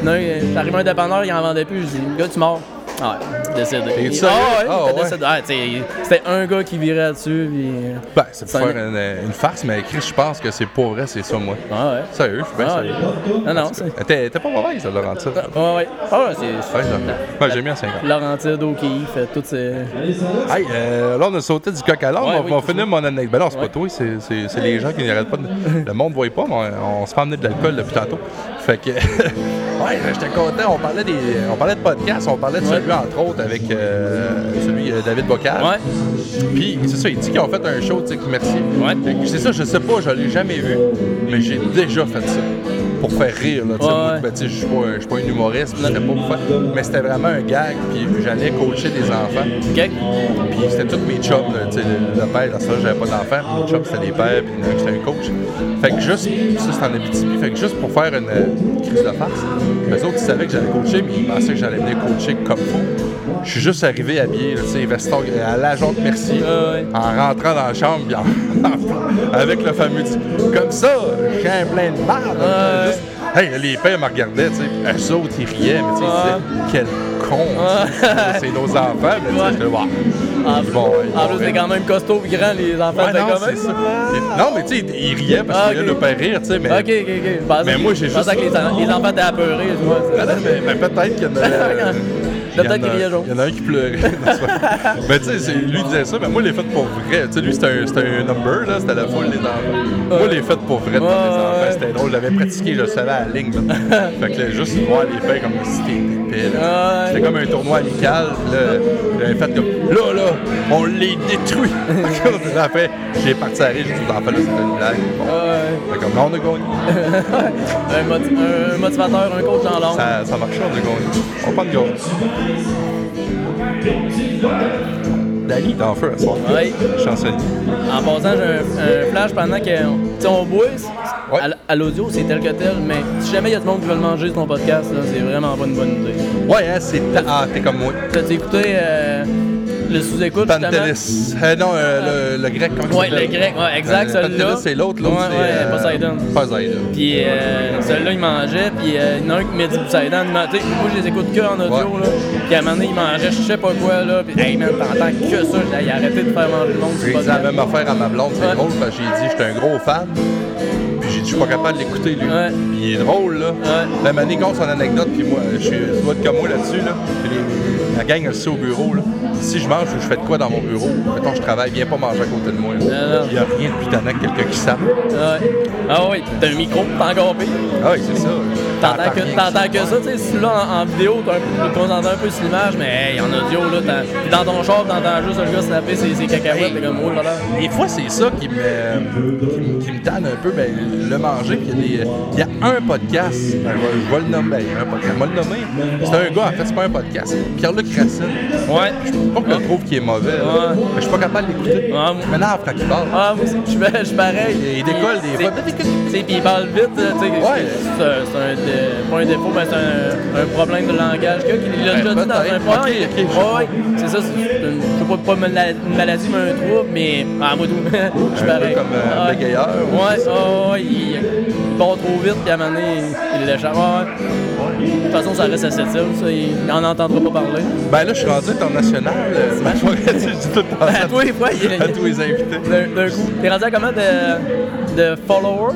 [SPEAKER 2] Il y en a un, euh, J'arrive à un dépanneur, il en vendait plus, je dis, gars, tu meurs. Ah ouais, décède. Ah
[SPEAKER 1] T'es
[SPEAKER 2] ouais,
[SPEAKER 1] sérieux? Ah
[SPEAKER 2] t'as
[SPEAKER 1] ouais.
[SPEAKER 2] décédé. Ah, tu sais, c'était un gars qui virait là-dessus, puis. euh,
[SPEAKER 1] Ben, c'est pour
[SPEAKER 2] Ça-
[SPEAKER 1] faire une, une farce, mais Chris, je pense que c'est pas vrai, c'est ça, moi.
[SPEAKER 2] Ah ouais.
[SPEAKER 1] Sérieux, je suis bien
[SPEAKER 2] Ah,
[SPEAKER 1] sérieux.
[SPEAKER 2] non, non, c'est.
[SPEAKER 1] Elle était- elle était pas mauvaise, la Laurentine. Ouais,
[SPEAKER 2] Ouais, ouais. Ah, ouais, c'est.
[SPEAKER 1] je l'ai fait. Ouais, j'ai mis un 50.
[SPEAKER 2] Laurentide, O'Keefe, euh, toutes ces.
[SPEAKER 1] Hey, euh, là, on a sauté du coq à l'âne.
[SPEAKER 2] Ouais,
[SPEAKER 1] on
[SPEAKER 2] oui,
[SPEAKER 1] va
[SPEAKER 2] tout
[SPEAKER 1] finir mon anecdote. Ben non, c'est pas toi, c'est, c'est- c'est les gens qui n'arrêtent pas. de- Le monde ne voit pas, mais on, on se fait emmener de l'alcool depuis tantôt. Fait que. ouais, j'étais content. On parlait, des, on parlait de podcast, on parlait de
[SPEAKER 2] Ouais.
[SPEAKER 1] celui, entre autres, avec euh, celui euh, David Bocal.
[SPEAKER 2] Ouais.
[SPEAKER 1] Puis, c'est ça, il dit qu'ils ont fait un show, tu sais, qui merci.
[SPEAKER 2] Ouais.
[SPEAKER 1] Fait que C'est ça, je sais pas, je l'ai jamais vu, mais j'ai déjà fait ça. Pour faire rire, là, tu sais,
[SPEAKER 2] Ouais,
[SPEAKER 1] moi,
[SPEAKER 2] ouais.
[SPEAKER 1] ben, tu sais, je suis pas, un- je suis pas un humoriste, puis je serais pas pour faire. Mais c'était vraiment un gag, puis j'allais coacher des enfants.
[SPEAKER 2] Ok?
[SPEAKER 1] Puis c'était tous mes chums, là, tu sais, le, le père, dans ça, j'avais pas d'enfants. Mes chums, c'était des pères, puis il y en a un qui était un coach. Fait que juste, ça, c'était en Abitibi. Fait que juste pour faire une euh, crise de farce, eux autres, ils savaient que j'allais coacher, mais ils pensaient que j'allais venir coacher comme faut. Je suis juste arrivé habillé, là, tu sais, veston, euh, à la jonque merci,
[SPEAKER 2] Ah, Ouais, ouais.
[SPEAKER 1] en rentrant dans la chambre, puis en- avec le fameux dit, comme ça, j'ai un plein de barbe.
[SPEAKER 2] Ah, Ouais.
[SPEAKER 1] Juste, hey, les pères me regardaient, tu sais, eux autres, ils riaient, mais tu sais, ils disaient, quel con, tu sais, c'est nos enfants, mais tu sais,
[SPEAKER 2] Ouais.
[SPEAKER 1] j'étais, Wow.
[SPEAKER 2] En,
[SPEAKER 1] Ils vont- ils
[SPEAKER 2] en
[SPEAKER 1] vont
[SPEAKER 2] plus,
[SPEAKER 1] rire.
[SPEAKER 2] c'est quand même costaud et grand, les enfants
[SPEAKER 1] Ouais,
[SPEAKER 2] de
[SPEAKER 1] non,
[SPEAKER 2] quand
[SPEAKER 1] c'est
[SPEAKER 2] même.
[SPEAKER 1] ça. Et- Non, mais tu sais, il il riait parce
[SPEAKER 2] Ah,
[SPEAKER 1] qu'il voulait
[SPEAKER 2] ok.
[SPEAKER 1] le faire rire, tu sais, mais.
[SPEAKER 2] Ok, ok, ok. Je pensais
[SPEAKER 1] Mais
[SPEAKER 2] que-
[SPEAKER 1] moi, j'ai
[SPEAKER 2] je pensais
[SPEAKER 1] juste-
[SPEAKER 2] que les, en- les enfants étaient apeurés, je vois.
[SPEAKER 1] Ah Non, non, mais, mais peut-être qu'il y en a. euh,
[SPEAKER 2] Il a
[SPEAKER 1] il y
[SPEAKER 2] peut-être
[SPEAKER 1] en a-
[SPEAKER 2] crié jaune.
[SPEAKER 1] Il y en a un qui pleurait. Non, c'est pas- mais tu sais, c'est- lui disait ça, mais moi, les fêtes pour vrai. Tu sais, lui, c'était un, c'était un number, là, c'était la foule des enfants. Moi, les fêtes pour vrai de mes
[SPEAKER 2] Ouais,
[SPEAKER 1] enfants,
[SPEAKER 2] ouais.
[SPEAKER 1] c'était drôle. J'avais pratiqué, je le savais à la ligne. là. fait que là, juste voir les fêtes comme si c'était épais. là.
[SPEAKER 2] Ouais.
[SPEAKER 1] C'était comme un tournoi amical. puis Là, j'avais fait comme là, là, on les détruit. Après, j'ai parti à rire, j'ai dit aux enfants, là, c'était une blague. Bon.
[SPEAKER 2] Ouais.
[SPEAKER 1] Fait comme, non, on a gagné.
[SPEAKER 2] Un, moti- un- un motivateur, un coach dans l'ombre.
[SPEAKER 1] Ça, hein, ça marche, on a gagné. On prend une gauche. Dali est en feu à ce moment.
[SPEAKER 2] Ouais.
[SPEAKER 1] Chancelier.
[SPEAKER 2] En passant, j'ai un, un flash pendant qu'on on boit.
[SPEAKER 1] Ouais.
[SPEAKER 2] À, l- à l'audio, c'est tel que tel, mais si jamais il y a du monde qui veut le manger sur ton podcast, là, c'est vraiment pas une bonne idée.
[SPEAKER 1] Ouais, hein, c'est. ta- Ah, t'es comme moi.
[SPEAKER 2] T'as écouté euh, le sous-écoute justement?
[SPEAKER 1] Pantelis. Euh, non, euh, le, le grec, comment il
[SPEAKER 2] Ouais, le
[SPEAKER 1] s'appelle?
[SPEAKER 2] grec, ouais, exact,
[SPEAKER 1] Euh,
[SPEAKER 2] celui-là.
[SPEAKER 1] Pantelis, c'est l'autre, l'autre,
[SPEAKER 2] Ouais,
[SPEAKER 1] c'est. euh,
[SPEAKER 2] ouais, Poseidon.
[SPEAKER 1] Poseidon.
[SPEAKER 2] Puis euh, celui-là, il mangeait, puis euh, il y en a un qui m'a dit Poseidon. il m'a- tu sais, Moi, je les écoute que en audio,
[SPEAKER 1] Ouais.
[SPEAKER 2] là. Puis à un moment donné, il mangeait, je sais pas quoi, là. Puis, hey man, t'entends que ça, là, il a arrêté de faire manger le monde.
[SPEAKER 1] J'ai dit
[SPEAKER 2] c'est pas
[SPEAKER 1] la
[SPEAKER 2] grave.
[SPEAKER 1] même affaire à ma blonde, c'est
[SPEAKER 2] Ouais.
[SPEAKER 1] drôle, parce que j'ai dit, j'étais un gros fan. Puis j'ai dit, je suis pas capable de l'écouter, lui.
[SPEAKER 2] Ouais.
[SPEAKER 1] Puis il est drôle, là.
[SPEAKER 2] Ouais.
[SPEAKER 1] La manée compte son anecdote, puis moi, je suis tu dois être comme moi là-dessus, là. Puis les- la gang, elle le sait au bureau, là. Si je mange ou je fais de quoi dans mon bureau, mettons, je travaille, viens pas manger à côté de moi. là.
[SPEAKER 2] Non, non.
[SPEAKER 1] Il y a rien de putain que quelqu'un qui sape.
[SPEAKER 2] Ouais. Ah oui, t'as un micro, t'es encore pire.
[SPEAKER 1] Ah oui, c'est ça.
[SPEAKER 2] T'entends
[SPEAKER 1] rien
[SPEAKER 2] que, t'entends que ça, tu sais, si là en, en vidéo, t'as un peu, t'entends un peu sur l'image, mais hey, en audio, là, t'en- puis dans ton char, t'entends juste le gars snapper ses, ses cacahuètes, t'es comme, oh là là.
[SPEAKER 1] Des fois, c'est ça qui me, qui me, qui me tanne un peu, ben, le manger. Puis il y, a des- il y a un podcast, ben, je, vais, je vais le nommer, ben, il y a un podcast, je vais le nommer. C'est un gars, en fait, c'est pas un podcast. Pierre-Luc Racine.
[SPEAKER 2] Ouais.
[SPEAKER 1] Pas que je trouve qu'il est mauvais, là,
[SPEAKER 2] Ouais.
[SPEAKER 1] mais je suis pas capable de l'écouter.
[SPEAKER 2] Ouais, moi-
[SPEAKER 1] Maintenant, quand il parle.
[SPEAKER 2] Ah, moi aussi, je suis- je suis pareil.
[SPEAKER 1] Il- il décolle des
[SPEAKER 2] C'est-
[SPEAKER 1] fois.
[SPEAKER 2] Tu sais, puis il parle vite, là, tu sais.
[SPEAKER 1] Ouais.
[SPEAKER 2] C'est un, c'est un dé- pas un défaut, mais c'est un, un problème de langage. qu'il a, qu'il l'a
[SPEAKER 1] Ben,
[SPEAKER 2] déjà dit dans un
[SPEAKER 1] peut-être.
[SPEAKER 2] point.
[SPEAKER 1] Ok, ok, je-
[SPEAKER 2] Ouais, ouais. C'est ça, c'est une- je sais pas, pas une mala- une maladie, mais un trouble, mais ah, moi, tout,
[SPEAKER 1] Un
[SPEAKER 2] je suis
[SPEAKER 1] peu
[SPEAKER 2] pareil.
[SPEAKER 1] comme, euh,
[SPEAKER 2] Ouais.
[SPEAKER 1] Bégailleur, ou-
[SPEAKER 2] Ouais, ouais, ouais, il, il part trop vite, puis à un moment donné, il, il l'échappe. Ouais, ouais. De toute façon, ça reste à cette île, ça, il, il en entendra pas parler.
[SPEAKER 1] Ben là, je suis rendu international. euh, ma foi, je dis tout le temps
[SPEAKER 2] À
[SPEAKER 1] ça
[SPEAKER 2] tous les fois, il
[SPEAKER 1] à tous les invités.
[SPEAKER 2] d'un d'un coup. T'es rendu à comment de, de followers?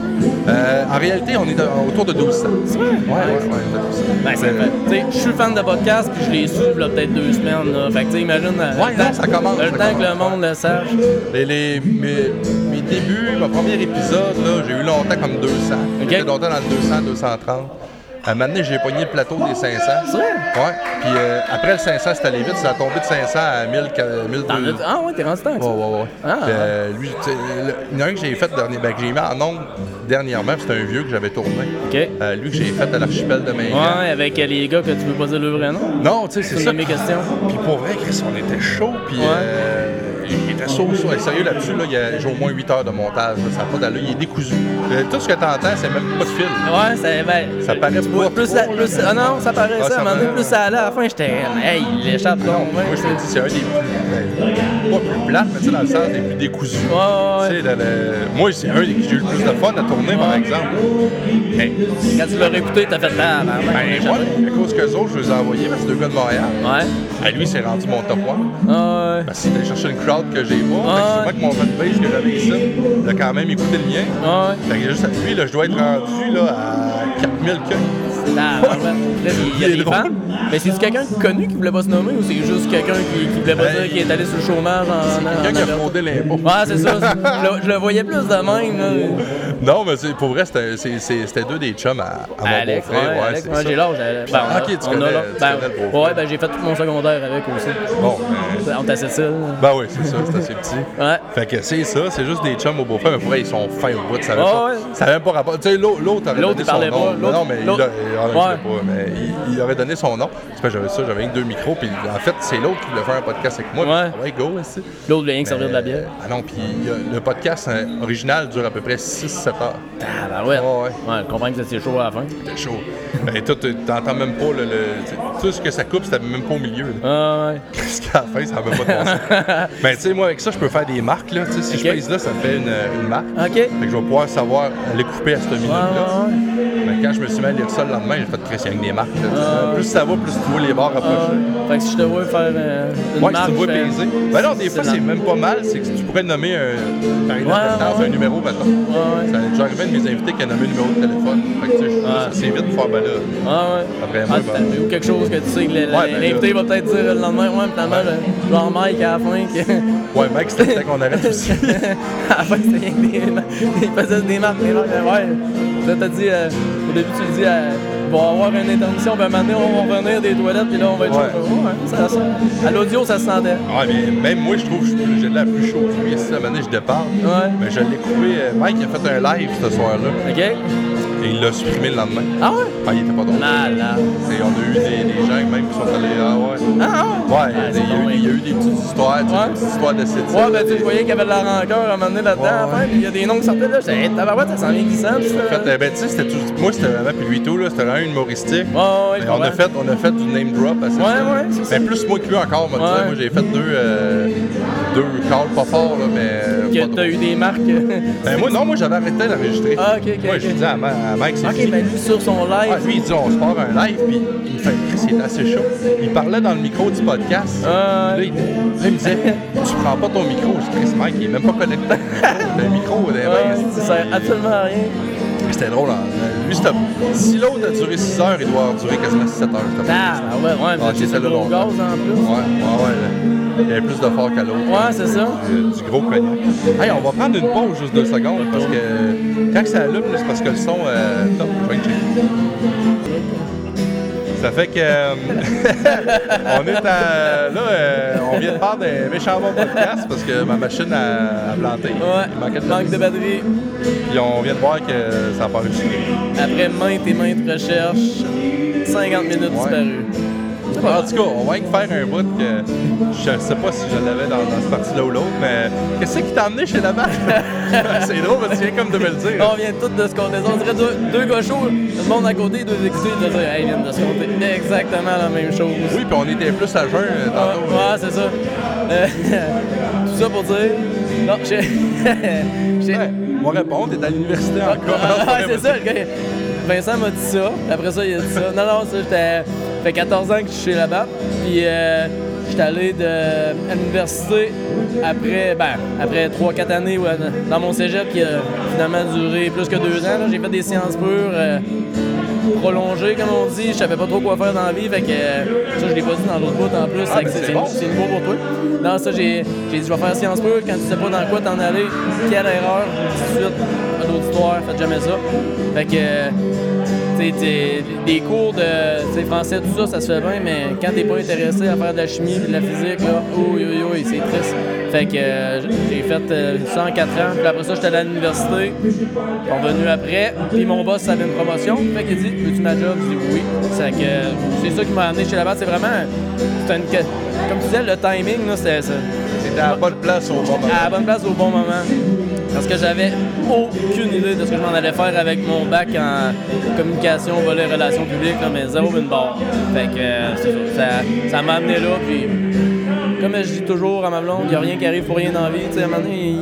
[SPEAKER 1] Euh, en réalité, on est dans- autour de 1200.
[SPEAKER 2] C'est vrai?
[SPEAKER 1] Ouais, ouais, ouais, de 1200.
[SPEAKER 2] Ben, ça
[SPEAKER 1] Mais-
[SPEAKER 2] fait. Tu sais, je suis fan de podcast, puis je les suis, là, peut-être deux semaines, là. Fait que, tu sais, imagine. euh,
[SPEAKER 1] Ouais,
[SPEAKER 2] le
[SPEAKER 1] non,
[SPEAKER 2] temps-
[SPEAKER 1] ça commence,
[SPEAKER 2] Le
[SPEAKER 1] ça
[SPEAKER 2] temps que le
[SPEAKER 1] commence.
[SPEAKER 2] monde le sache.
[SPEAKER 1] Les, les- mes, mes débuts, mon premier épisode, là, j'ai eu longtemps comme 200.
[SPEAKER 2] Ok.
[SPEAKER 1] J'étais longtemps dans le 200, 230. À un moment donné, j'ai pogné le plateau des 500.
[SPEAKER 2] C'est vrai?
[SPEAKER 1] Ouais. Puis euh, après le 500, c'était allé vite. Ça a tombé de 500 à 1000, euh, 1200.
[SPEAKER 2] T'en as. Ah, ouais, t'es rendu tant que
[SPEAKER 1] Ouais,
[SPEAKER 2] ça.
[SPEAKER 1] ouais, ouais.
[SPEAKER 2] Ah.
[SPEAKER 1] Puis, euh, lui, tu sais, le- il y en a un que j'ai fait dernier, ben, que j'ai mis en ondes dernièrement, puis c'était un vieux que j'avais tourné.
[SPEAKER 2] Ok.
[SPEAKER 1] Euh, lui que j'ai fait à l'archipel de Maine.
[SPEAKER 2] Ouais, avec euh, les gars que tu veux pas dire le vrai nom.
[SPEAKER 1] Non, tu sais, c'est
[SPEAKER 2] C'est une de
[SPEAKER 1] ça.
[SPEAKER 2] mes questions.
[SPEAKER 1] Puis pour vrai, Chris, on était chaud, puis
[SPEAKER 2] Ouais.
[SPEAKER 1] euh, il était saut, saut. Et Sérieux, là-dessus, là, il y a- j'ai au moins 8 heures de montage. là, ça n'a pas d'allure, il est décousu. Euh, tout ce que t'entends, c'est même pas de fil.
[SPEAKER 2] Ouais, ça, ben,
[SPEAKER 1] Ça paraît
[SPEAKER 2] tu vois,
[SPEAKER 1] pas
[SPEAKER 2] plus,
[SPEAKER 1] trop,
[SPEAKER 2] ça-
[SPEAKER 1] là.
[SPEAKER 2] plus, Ah non, ça paraît
[SPEAKER 1] Ah,
[SPEAKER 2] ça,
[SPEAKER 1] ça
[SPEAKER 2] à un moment donné,
[SPEAKER 1] paraît.
[SPEAKER 2] plus ça allait à la fin, j'étais. Hey, il l'échappe non,
[SPEAKER 1] Moi, je me dis, c'est un des plus, ben, pas plus plates, mais tu sais, dans le sens des plus décousus.
[SPEAKER 2] ouais, ouais.
[SPEAKER 1] Tu sais, dans le- Moi, c'est un des- que j'ai eu le plus de fun à tourner, par exemple. Mais,
[SPEAKER 2] Quand tu l'as réécouté, t'as fait hein, là,
[SPEAKER 1] ben, moi, à cause qu'eux autres, je les ai envoyés, parce que deux gars de Montréal.
[SPEAKER 2] Ouais.
[SPEAKER 1] À lui, c'est rendu mon top 1.
[SPEAKER 2] Ah, ouais.
[SPEAKER 1] Parce qu'il allait chercher une crowd que j'ai pas.
[SPEAKER 2] Ah.
[SPEAKER 1] Fait que souvent que mon fanbase que j'avais ici, il a quand même écouté le mien.
[SPEAKER 2] Ah, ouais.
[SPEAKER 1] Fait que juste à lui, là, je dois être rendu là, à 4000 que.
[SPEAKER 2] Ah, vraiment. Là, Il y a
[SPEAKER 1] Il est
[SPEAKER 2] des
[SPEAKER 1] drôle.
[SPEAKER 2] fans. Mais c'est-tu quelqu'un de connu qui voulait pas se nommer ou c'est juste quelqu'un qui, qui voulait pas
[SPEAKER 1] Ben,
[SPEAKER 2] dire qu'il est allé sur le chômage en. en-
[SPEAKER 1] Quelqu'un qui a
[SPEAKER 2] en-
[SPEAKER 1] fraudé l'impôt.
[SPEAKER 2] Ouais, c'est ça. c'est- je le- Je le voyais plus de même. Là.
[SPEAKER 1] Non, mais c'est- pour vrai, c'était c'est- c'est- c'était deux des chums à, à Ah, mon
[SPEAKER 2] Alex, ouais,
[SPEAKER 1] beau-frère. Ouais,
[SPEAKER 2] Alex,
[SPEAKER 1] c'est
[SPEAKER 2] ouais,
[SPEAKER 1] ça.
[SPEAKER 2] j'ai l'âge. euh, Ben, on a-
[SPEAKER 1] Ok, tu
[SPEAKER 2] on a
[SPEAKER 1] connais-
[SPEAKER 2] l'âge.
[SPEAKER 1] tu
[SPEAKER 2] Ben,
[SPEAKER 1] connais le beau-frère.
[SPEAKER 2] Ouais, ben j'ai fait tout mon secondaire avec aussi.
[SPEAKER 1] Bon, euh,
[SPEAKER 2] On était à cette île.
[SPEAKER 1] ben oui, c'est ça, c'est assez petit.
[SPEAKER 2] Ouais.
[SPEAKER 1] Fait que c'est ça, c'est juste des chums au beau-frère, mais pour vrai, ils sont fins au bout, ça avait,
[SPEAKER 2] Ouais,
[SPEAKER 1] pas,
[SPEAKER 2] ouais.
[SPEAKER 1] ça avait même pas rapport. Tu sais, l'autre, l'autre aurait
[SPEAKER 2] L'autre,
[SPEAKER 1] donné
[SPEAKER 2] il parlait
[SPEAKER 1] son nom.
[SPEAKER 2] pas. L'autre-
[SPEAKER 1] non, mais il,
[SPEAKER 2] l'autre-
[SPEAKER 1] aurait- il aurait- je
[SPEAKER 2] Ouais.
[SPEAKER 1] sais pas, mais il, il aurait donné son nom. C'est pas j'avais ça, j'avais que deux micros, puis en fait, c'est l'autre qui voulait faire un podcast avec moi.
[SPEAKER 2] Ouais.
[SPEAKER 1] puis, ouais go, ici.
[SPEAKER 2] L'autre voulait rien que servir de la
[SPEAKER 1] Mais,
[SPEAKER 2] bière.
[SPEAKER 1] Ah non, puis il y a- le podcast hein, original dure à peu près 6-7 heures.
[SPEAKER 2] Ah, ben ouais.
[SPEAKER 1] Ouais, ouais.
[SPEAKER 2] Ouais, je comprends que c'était chaud à la fin.
[SPEAKER 1] C'était chaud. Et toi, tu- t'entends même pas le. le- tu sais, tout ce que ça coupe, c'était même pas au milieu. là.
[SPEAKER 2] Ah, ouais.
[SPEAKER 1] Parce qu'à la fin, ça veut pas de bon sens. Mais tu sais, moi, avec ça, je peux faire des marques. Là. Tu sais, Si
[SPEAKER 2] Ok.
[SPEAKER 1] je pèse là, ça fait une, euh, une marque.
[SPEAKER 2] Ok.
[SPEAKER 1] Fait que je vais pouvoir savoir aller couper à cette minute-là.
[SPEAKER 2] ouais,
[SPEAKER 1] Mais quand je me suis mis à lire ça le lendemain, j'ai fait Christian avec des marques. là, tu sais. Plus ça va, plus tu vois les barres
[SPEAKER 2] Ah,
[SPEAKER 1] approcher.
[SPEAKER 2] ouais. Fait que si je te vois faire euh, une
[SPEAKER 1] Ouais, si
[SPEAKER 2] marche,
[SPEAKER 1] tu vois
[SPEAKER 2] euh,
[SPEAKER 1] baiser. Ben non, des fois,
[SPEAKER 2] c'est
[SPEAKER 1] c'est même pas mal. C'est que tu pourrais nommer un, par exemple,
[SPEAKER 2] Ouais,
[SPEAKER 1] dans
[SPEAKER 2] ouais.
[SPEAKER 1] un numéro, maintenant.
[SPEAKER 2] Ouais, ouais.
[SPEAKER 1] Ça a déjà arrivé à un de mes invités qui a nommé le numéro de téléphone. Fait que tu sais, je- ça, c'est vite de faire ben là.
[SPEAKER 2] Ah ouais.
[SPEAKER 1] Après,
[SPEAKER 2] ah,
[SPEAKER 1] moi,
[SPEAKER 2] tu
[SPEAKER 1] ben-
[SPEAKER 2] t'as- ou quelque chose que tu sais que le- le-
[SPEAKER 1] Ouais, ben
[SPEAKER 2] l'invité va peut-être dire le lendemain, ouais, mais finalement, je- genre Mike à la fin, que...
[SPEAKER 1] Ouais, mec, c'était le temps qu'on arrête aussi.
[SPEAKER 2] à la fin c'était rien que des marques, il faisait des marques, des marques, ouais. Là t'as dit, euh, au début tu dis, euh, il va y avoir une intermission, ben maintenant on va revenir des toilettes, puis là on va être
[SPEAKER 1] Ouais.
[SPEAKER 2] chaud. Ouais, ouais, ça, ça- À l'audio ça se sentait.
[SPEAKER 1] Ouais, mais même moi, je trouve que je suis- j'ai de la plus chaude. Puis, si la manière, je départ.
[SPEAKER 2] Ouais.
[SPEAKER 1] Mais je l'ai coupé. euh, Mike a fait un live ce soir-là.
[SPEAKER 2] Ok?
[SPEAKER 1] Et il l'a supprimé le lendemain.
[SPEAKER 2] Ah ouais?
[SPEAKER 1] Ah, il était pas drôle.
[SPEAKER 2] Malade.
[SPEAKER 1] C'est- On a eu des, des gens même qui sont allés. Ah ouais.
[SPEAKER 2] Ah ouais?
[SPEAKER 1] Ouais, il y a des-
[SPEAKER 2] c'est
[SPEAKER 1] il y, a
[SPEAKER 2] bon,
[SPEAKER 1] eu- il y a eu des petites histoires, tu sais,
[SPEAKER 2] Ouais.
[SPEAKER 1] des petites histoires de cette
[SPEAKER 2] Ouais, ben tu sais, je voyais qu'il y avait de la rancœur à un moment donné là-dedans.
[SPEAKER 1] Ouais,
[SPEAKER 2] après,
[SPEAKER 1] ouais.
[SPEAKER 2] puis il y a des noms qui sortaient là. J'étais, hey, tabarouette, ça sent bien glissant. puis
[SPEAKER 1] En
[SPEAKER 2] ça.
[SPEAKER 1] fait, euh, ben, tu sais, c'était tout. Moi, c'était vraiment, puis lui et tout, là, c'était vraiment humoristique.
[SPEAKER 2] Ouais, ouais, je
[SPEAKER 1] Mais on, a
[SPEAKER 2] comprends.
[SPEAKER 1] fait, on a fait du name drop à cette
[SPEAKER 2] Ouais, ouais, c'est ça.
[SPEAKER 1] Mais plus moi que lui encore, on va te
[SPEAKER 2] Ouais.
[SPEAKER 1] dire. Moi, j'ai fait deux, euh, deux calls pas forts, là, mais. euh, pas
[SPEAKER 2] Que t'as
[SPEAKER 1] drôles.
[SPEAKER 2] eu des marques. ah,
[SPEAKER 1] Ben, moi, non, moi, j'avais arrêté d'enregistrer.
[SPEAKER 2] Ah, ok, ok,
[SPEAKER 1] Moi, j'ai
[SPEAKER 2] ok.
[SPEAKER 1] dit à, Ma- à Mike, c'est
[SPEAKER 2] Ok,
[SPEAKER 1] fini.
[SPEAKER 2] ben lui sur son live.
[SPEAKER 1] Ah, lui, il dit, on se part un live, puis il me fait Chris, il est assez chaud. Il parlait dans le micro du podcast.
[SPEAKER 2] Ah,
[SPEAKER 1] Puis là, il, là, il me disait, tu prends pas ton micro. Je dis, Chris, Mike, il est même pas connecté. le micro, il est
[SPEAKER 2] ouais,
[SPEAKER 1] bien-
[SPEAKER 2] ça sert absolument à rien.
[SPEAKER 1] C'était drôle. hein. Lui, c'était- si l'autre a duré 6 heures, il doit durer quasiment 7 heures. c'était
[SPEAKER 2] Ah,
[SPEAKER 1] pas-
[SPEAKER 2] ouais, ouais,
[SPEAKER 1] Ah,
[SPEAKER 2] mais c'est
[SPEAKER 1] c'était
[SPEAKER 2] du
[SPEAKER 1] le
[SPEAKER 2] gros
[SPEAKER 1] long.
[SPEAKER 2] gaz en plus.
[SPEAKER 1] Ouais, ouais, ouais. Il y avait plus de fort qu'à l'autre.
[SPEAKER 2] Ouais, c'est ça.
[SPEAKER 1] Euh, Du gros cognac. Hey, on va prendre une pause juste deux secondes parce que quand ça allume, c'est parce que le son. euh, top, je vais le checker. Ça fait que. euh, on est à. Là, euh, on vient de faire des méchants bons podcasts parce que ma machine a, a planté. Il manquait
[SPEAKER 2] Ouais,
[SPEAKER 1] de
[SPEAKER 2] manque de batterie.
[SPEAKER 1] Puis on vient de voir que ça a pas réussi.
[SPEAKER 2] Après maintes et maintes recherches, 50 minutes disparues. C'est pas
[SPEAKER 1] En
[SPEAKER 2] grave.
[SPEAKER 1] tout cas, on va y faire un bout que je sais pas si je l'avais dans, dans cette partie-là ou l'autre, mais qu'est-ce qui t'a amené chez la barre? c'est drôle, parce que tu viens comme de me le dire.
[SPEAKER 2] On vient tout de se compter. On dirait deux, deux gars chauds, le monde à côté, deux écoutés, ils disent Hey, ils viennent de se compter exactement la même chose.
[SPEAKER 1] Oui, puis on était plus à jeun euh,
[SPEAKER 2] Ouais,
[SPEAKER 1] tantôt.
[SPEAKER 2] ouais, c'est ça. Euh, tout ça pour dire. Non, j'ai. j'ai-
[SPEAKER 1] Ouais, on répond, t'es à l'université
[SPEAKER 2] Ah,
[SPEAKER 1] encore.
[SPEAKER 2] ah, ouais, c'est ça, le gars. il- Vincent m'a dit ça. Après ça, il a dit ça. Non, non, ça, j'étais. Ça fait 14 ans que je suis chez la BAP. Puis, euh, j'étais allé de, à l'université après, ben, après 3-4 années ouais, dans- dans mon cégep qui a finalement duré plus que 2 ans. là. J'ai fait des sciences pures. euh, prolongées, comme on dit, je savais pas trop quoi faire dans la vie, fait que euh, ça je l'ai pas dit dans l'autre bout en plus,
[SPEAKER 1] Ah,
[SPEAKER 2] fait que
[SPEAKER 1] ben,
[SPEAKER 2] c'est
[SPEAKER 1] c'est
[SPEAKER 2] c'est-
[SPEAKER 1] bon.
[SPEAKER 2] c'est nouveau pour toi. Non, ça j'ai j'ai dit je vais faire sciences pures, quand tu sais pas dans quoi t'en aller, quelle erreur, tout de suite, à l'auditoire, faites jamais ça. Fait que euh, T'sais, t'sais, des cours de t'sais, français, tout ça, ça se fait bien, mais quand t'es pas intéressé à faire de la chimie et de la physique, là, oui, oui, oui, c'est triste. Fait que euh, j'ai fait euh, ça en 4 ans, puis après ça, j'étais allé à l'université, on est revenu après, puis mon boss avait une promotion, fait qu'il dit « Veux-tu ma job? » J'ai dit « Oui ». Fait que euh, c'est ça qui m'a amené chez la base, c'est vraiment, c'est une que- comme tu disais, le timing, là, c'est... c'est-
[SPEAKER 1] T'étais à la bonne place au bon moment.
[SPEAKER 2] à la bonne place au bon moment. Parce que j'avais aucune idée de ce que je m'en allais faire avec mon bac en communication, volet, relations publiques, là, mais zéro une barre. Fait que euh, c'est ça, ça, ça m'a amené là, puis comme je dis toujours à ma blonde, il n'y a rien qui arrive pour rien dans la vie. Tu sais, à un moment donné, il-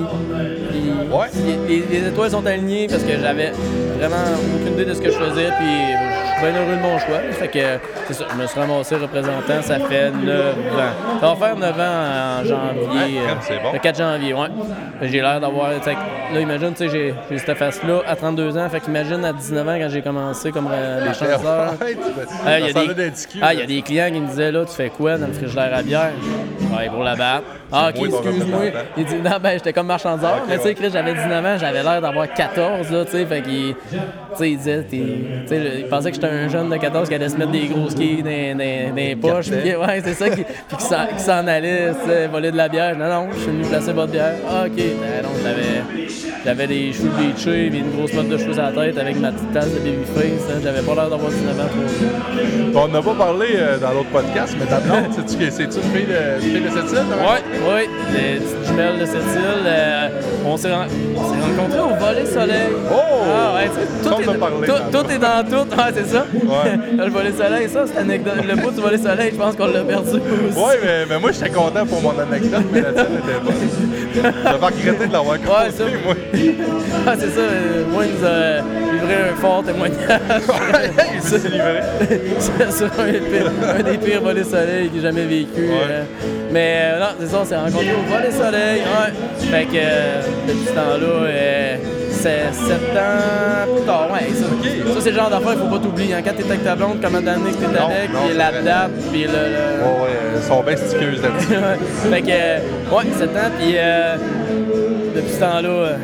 [SPEAKER 2] il-
[SPEAKER 1] Ouais.
[SPEAKER 2] il- les, les étoiles sont alignées parce que j'avais vraiment aucune idée de ce que je faisais, puis je suis bien heureux de mon choix. Fait que c'est ça, je me suis ramassé représentant, ça fait 9 ans. Ça va faire 9 ans en janvier. euh,
[SPEAKER 1] Ouais, crème, c'est bon.
[SPEAKER 2] le 4 janvier, ouais. Fait que J'ai l'air d'avoir. tu sais, Là, imagine, tu sais, j'ai- j'ai cette face-là à 32 ans. Fait qu'imagine à 19 ans quand j'ai commencé comme euh,
[SPEAKER 1] Ouais,
[SPEAKER 2] chanteur.
[SPEAKER 1] tu fais-
[SPEAKER 2] Ah, il y a
[SPEAKER 1] ça
[SPEAKER 2] des-
[SPEAKER 1] en d'un petit cul,
[SPEAKER 2] ah, il y a
[SPEAKER 1] là.
[SPEAKER 2] des clients qui me disaient là, tu fais quoi dans le frigidaire à bière? Ouais, pour la barre. Ah, ok,
[SPEAKER 1] moi, ton
[SPEAKER 2] excuse-moi.
[SPEAKER 1] représentant.
[SPEAKER 2] Il dit, non, ben, j'étais comme marchandeur, mais tu sais,
[SPEAKER 1] ouais.
[SPEAKER 2] Chris, j'avais 19 ans, j'avais l'air d'avoir 14, là, tu sais, fait qu'il. Tu sais, il disait, t'es- tu sais, le- il pensait que j'étais un jeune de 14 qui allait se mettre des gros skis dans, dans, dans les poches,
[SPEAKER 1] cartels.
[SPEAKER 2] puis ouais, c'est ça, qui, puis qui s'en- qui s'en allait, tu sais, voler de la bière. Non, non, je suis venu placer votre bière. Ah, ok. Ben, non, j'avais, j'avais des cheveux bleachés, puis une grosse mode de cheveux à la tête avec ma petite tasse de babyface, hein. j'avais pas l'air d'avoir 19 ans, trop.
[SPEAKER 1] On n'a pas parlé euh, dans l'autre podcast, mais ta blonde, sais-tu que- c'est-tu une fille de, une fille de cette île? hein?
[SPEAKER 2] Oui, oui, les petites jumelles de cette île. euh, on s'est ren- on s'est rencontrés au volet soleil.
[SPEAKER 1] Oh!
[SPEAKER 2] Ah, ouais, tu sais,
[SPEAKER 1] Ça, on
[SPEAKER 2] tout,
[SPEAKER 1] en a
[SPEAKER 2] est,
[SPEAKER 1] parlé,
[SPEAKER 2] tout-
[SPEAKER 1] dans
[SPEAKER 2] tout est dans tout, ouais, c'est ça.
[SPEAKER 1] Ouais.
[SPEAKER 2] le volet soleil, ça, c'est anecdote. Le bout du volet soleil, je pense qu'on l'a perdu aussi.
[SPEAKER 1] Ouais, mais, mais moi, j'étais content pour mon anecdote, mais la tienne était bonne. Je vais regretter de l'avoir compté,
[SPEAKER 2] ça-
[SPEAKER 1] moi.
[SPEAKER 2] Ah, c'est ça, euh, moi, il nous a livré un fort témoignage.
[SPEAKER 1] Je me suis livré.
[SPEAKER 2] C'est sur un, des pires- un des pires volets soleil que j'ai jamais vécu. euh. mais euh, non, c'est ça, on s'est rencontrés au volet soleil. Ouais. Fait que euh, depuis ce temps-là, euh, c'est sept ans plus tard. Ouais, ça,
[SPEAKER 1] Ok.
[SPEAKER 2] ça, c'est le genre d'affaires qu'il faut pas t'oublier. hein. Quand t'es avec ta blonde, comment d'années que t'es
[SPEAKER 1] Non,
[SPEAKER 2] avec,
[SPEAKER 1] non,
[SPEAKER 2] puis
[SPEAKER 1] c'est
[SPEAKER 2] la
[SPEAKER 1] vrai.
[SPEAKER 2] date, puis le- le,
[SPEAKER 1] Ouais, ouais, elles sont bien stiqueuses là-dessus.
[SPEAKER 2] fait que, euh, ouais, 7 ans, puis euh, depuis ce temps-là, euh,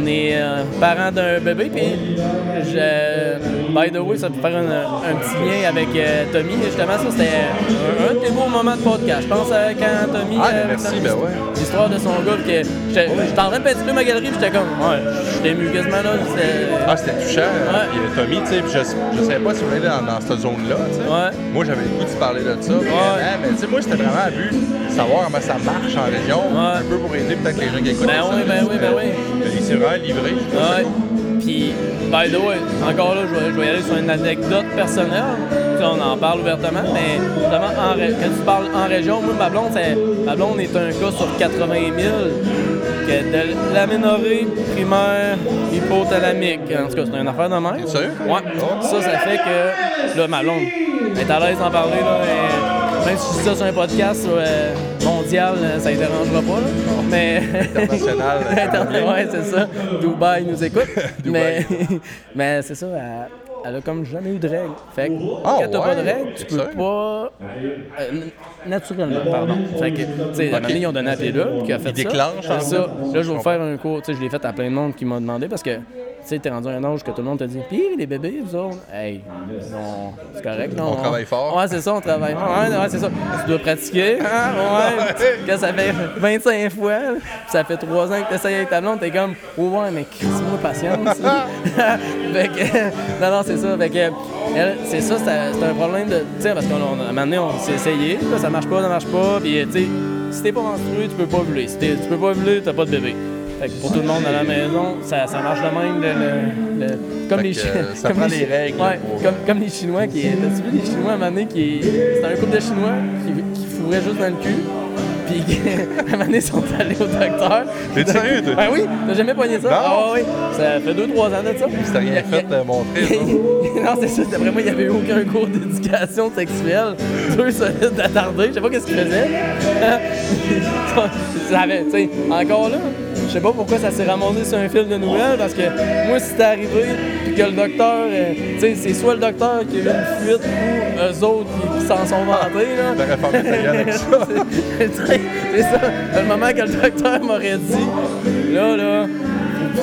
[SPEAKER 2] on est euh, parents d'un bébé, puis je, by the way, ça peut faire un, un petit lien avec euh, Tommy. Justement, ça, c'était un, un des beaux moments de podcast. Je pense euh, quand Tommy.
[SPEAKER 1] Ah,
[SPEAKER 2] euh,
[SPEAKER 1] merci,
[SPEAKER 2] quand-
[SPEAKER 1] ben ouais.
[SPEAKER 2] L'histoire de son gars, puis que j'étais j'étais en train de peinturer ma galerie, puis j'étais comme, ouais, j'étais ému quasiment là. puis c'était-
[SPEAKER 1] Ah, c'était touchant. hein.
[SPEAKER 2] Ouais.
[SPEAKER 1] Puis, euh, Tommy, tu sais, puis je, je savais pas si on allait dans, dans cette zone-là. tu sais.
[SPEAKER 2] Ouais.
[SPEAKER 1] Moi, j'avais le goût de parler de ça. puis,
[SPEAKER 2] Ouais.
[SPEAKER 1] euh, mais tu sais, moi, c'était vraiment à but de savoir comment ça marche en région. Un peu pour aider peut-être les gens qui écoutent.
[SPEAKER 2] Ben
[SPEAKER 1] ça,
[SPEAKER 2] oui, ben
[SPEAKER 1] là,
[SPEAKER 2] oui, ben
[SPEAKER 1] euh,
[SPEAKER 2] oui.
[SPEAKER 1] Il s'est vraiment livré. je trouve ça
[SPEAKER 2] Ouais.
[SPEAKER 1] cool.
[SPEAKER 2] Puis, by the way, encore là, je vais, je vais y aller sur une anecdote personnelle. Tu sais, on en parle ouvertement, mais justement, en ré- quand tu parles en région, moi, ma blonde, c'est- ma blonde est un cas sur 80 000 que de l'aménorrhée primaire hypothalamique. En tout cas, c'est une affaire de même.
[SPEAKER 1] T'es sûr?
[SPEAKER 2] Ouais. Ça, ça fait que, là, ma blonde est à l'aise d'en parler, là. mais Même si je dis ça sur un podcast euh, mondial, euh, ça ne dérangera pas. là. Mais...
[SPEAKER 1] International, euh,
[SPEAKER 2] Internet, ouais, c'est ça. Dubaï nous écoute.
[SPEAKER 1] Dubaï.
[SPEAKER 2] Mais, mais c'est ça, elle, elle a comme jamais eu de règles. Fait que
[SPEAKER 1] Ah,
[SPEAKER 2] quand t'as pas de
[SPEAKER 1] ouais?
[SPEAKER 2] règles, tu
[SPEAKER 1] C'est
[SPEAKER 2] peux
[SPEAKER 1] ça?
[SPEAKER 2] pas. euh, n- naturellement, pardon. Fait que, tu sais, à un moment donné, ils ont donné la pilule, qui a fait
[SPEAKER 1] Ils
[SPEAKER 2] ça.
[SPEAKER 1] déclenchent, en
[SPEAKER 2] C'est
[SPEAKER 1] fait.
[SPEAKER 2] ça. Là, je vais
[SPEAKER 1] comprends.
[SPEAKER 2] vous faire un cours. Tu sais, je l'ai fait à plein de monde qui m'a demandé parce que, tu sais, t'es rendu à un âge que tout le monde te dit, pis les bébés, vous autres. Hey, non, c'est correct, non.
[SPEAKER 1] On travaille fort.
[SPEAKER 2] Ouais, c'est ça, on travaille fort. Ouais, ouais, c'est ça. Tu dois pratiquer. hein, ouais. Quand ça fait 25 fois, pis ça fait 3 ans que tu essayes avec ta blonde, t'es comme, oh ouais, mais crisse-moi patience. fait que, non, non, c'est ça. Fait que, elle, c'est ça, c'est c'est un problème de. Tu sais, parce qu'on on- à un moment donné, on s'est essayé, là, ça marche pas, ça marche pas, puis euh, tu sais, si t'es pas menstrué, tu peux pas voler. Si t'es- tu peux pas voler, t'as pas de bébé. Fait que pour tout le monde à la maison, ça, ça marche de même. le- le- le- comme
[SPEAKER 1] Fait
[SPEAKER 2] les
[SPEAKER 1] que,
[SPEAKER 2] Chi-
[SPEAKER 1] euh, ça
[SPEAKER 2] comme
[SPEAKER 1] prend
[SPEAKER 2] les
[SPEAKER 1] des
[SPEAKER 2] Chi-
[SPEAKER 1] règles
[SPEAKER 2] Ouais,
[SPEAKER 1] pour-
[SPEAKER 2] comme, comme les Chinois qui. T'as-tu vu les Chinois à un moment donné qui. C'était un couple de Chinois qui, qui fourraient juste dans le cul. Puis qui, à un moment donné, sont allés au docteur.
[SPEAKER 1] T'es sérieux, toi?
[SPEAKER 2] Ben oui, t'as jamais poigné ça?
[SPEAKER 1] Non.
[SPEAKER 2] Ah ouais, ouais. Ça fait 2-3 ans de ça.
[SPEAKER 1] C'était rien fait euh, de montrer. ça.
[SPEAKER 2] non, c'est ça. D'après moi, il n'y avait eu aucun cours d'éducation sexuelle. Deux solides attardés. Je sais pas qu'est-ce qu'ils faisaient. ça avait, tu sais, encore là, je sais pas pourquoi ça s'est ramassé sur un fil de nouvelles parce que moi, si c'était arrivé puis que le docteur, euh, tu sais, c'est soit le docteur qui a eu une fuite ou eux autres qui, qui s'en sont vantés, là.
[SPEAKER 1] T'aurais fermé ta gueule avec ça.
[SPEAKER 2] C'est- c'est c'est ça. Le moment que le docteur m'aurait dit, là, là,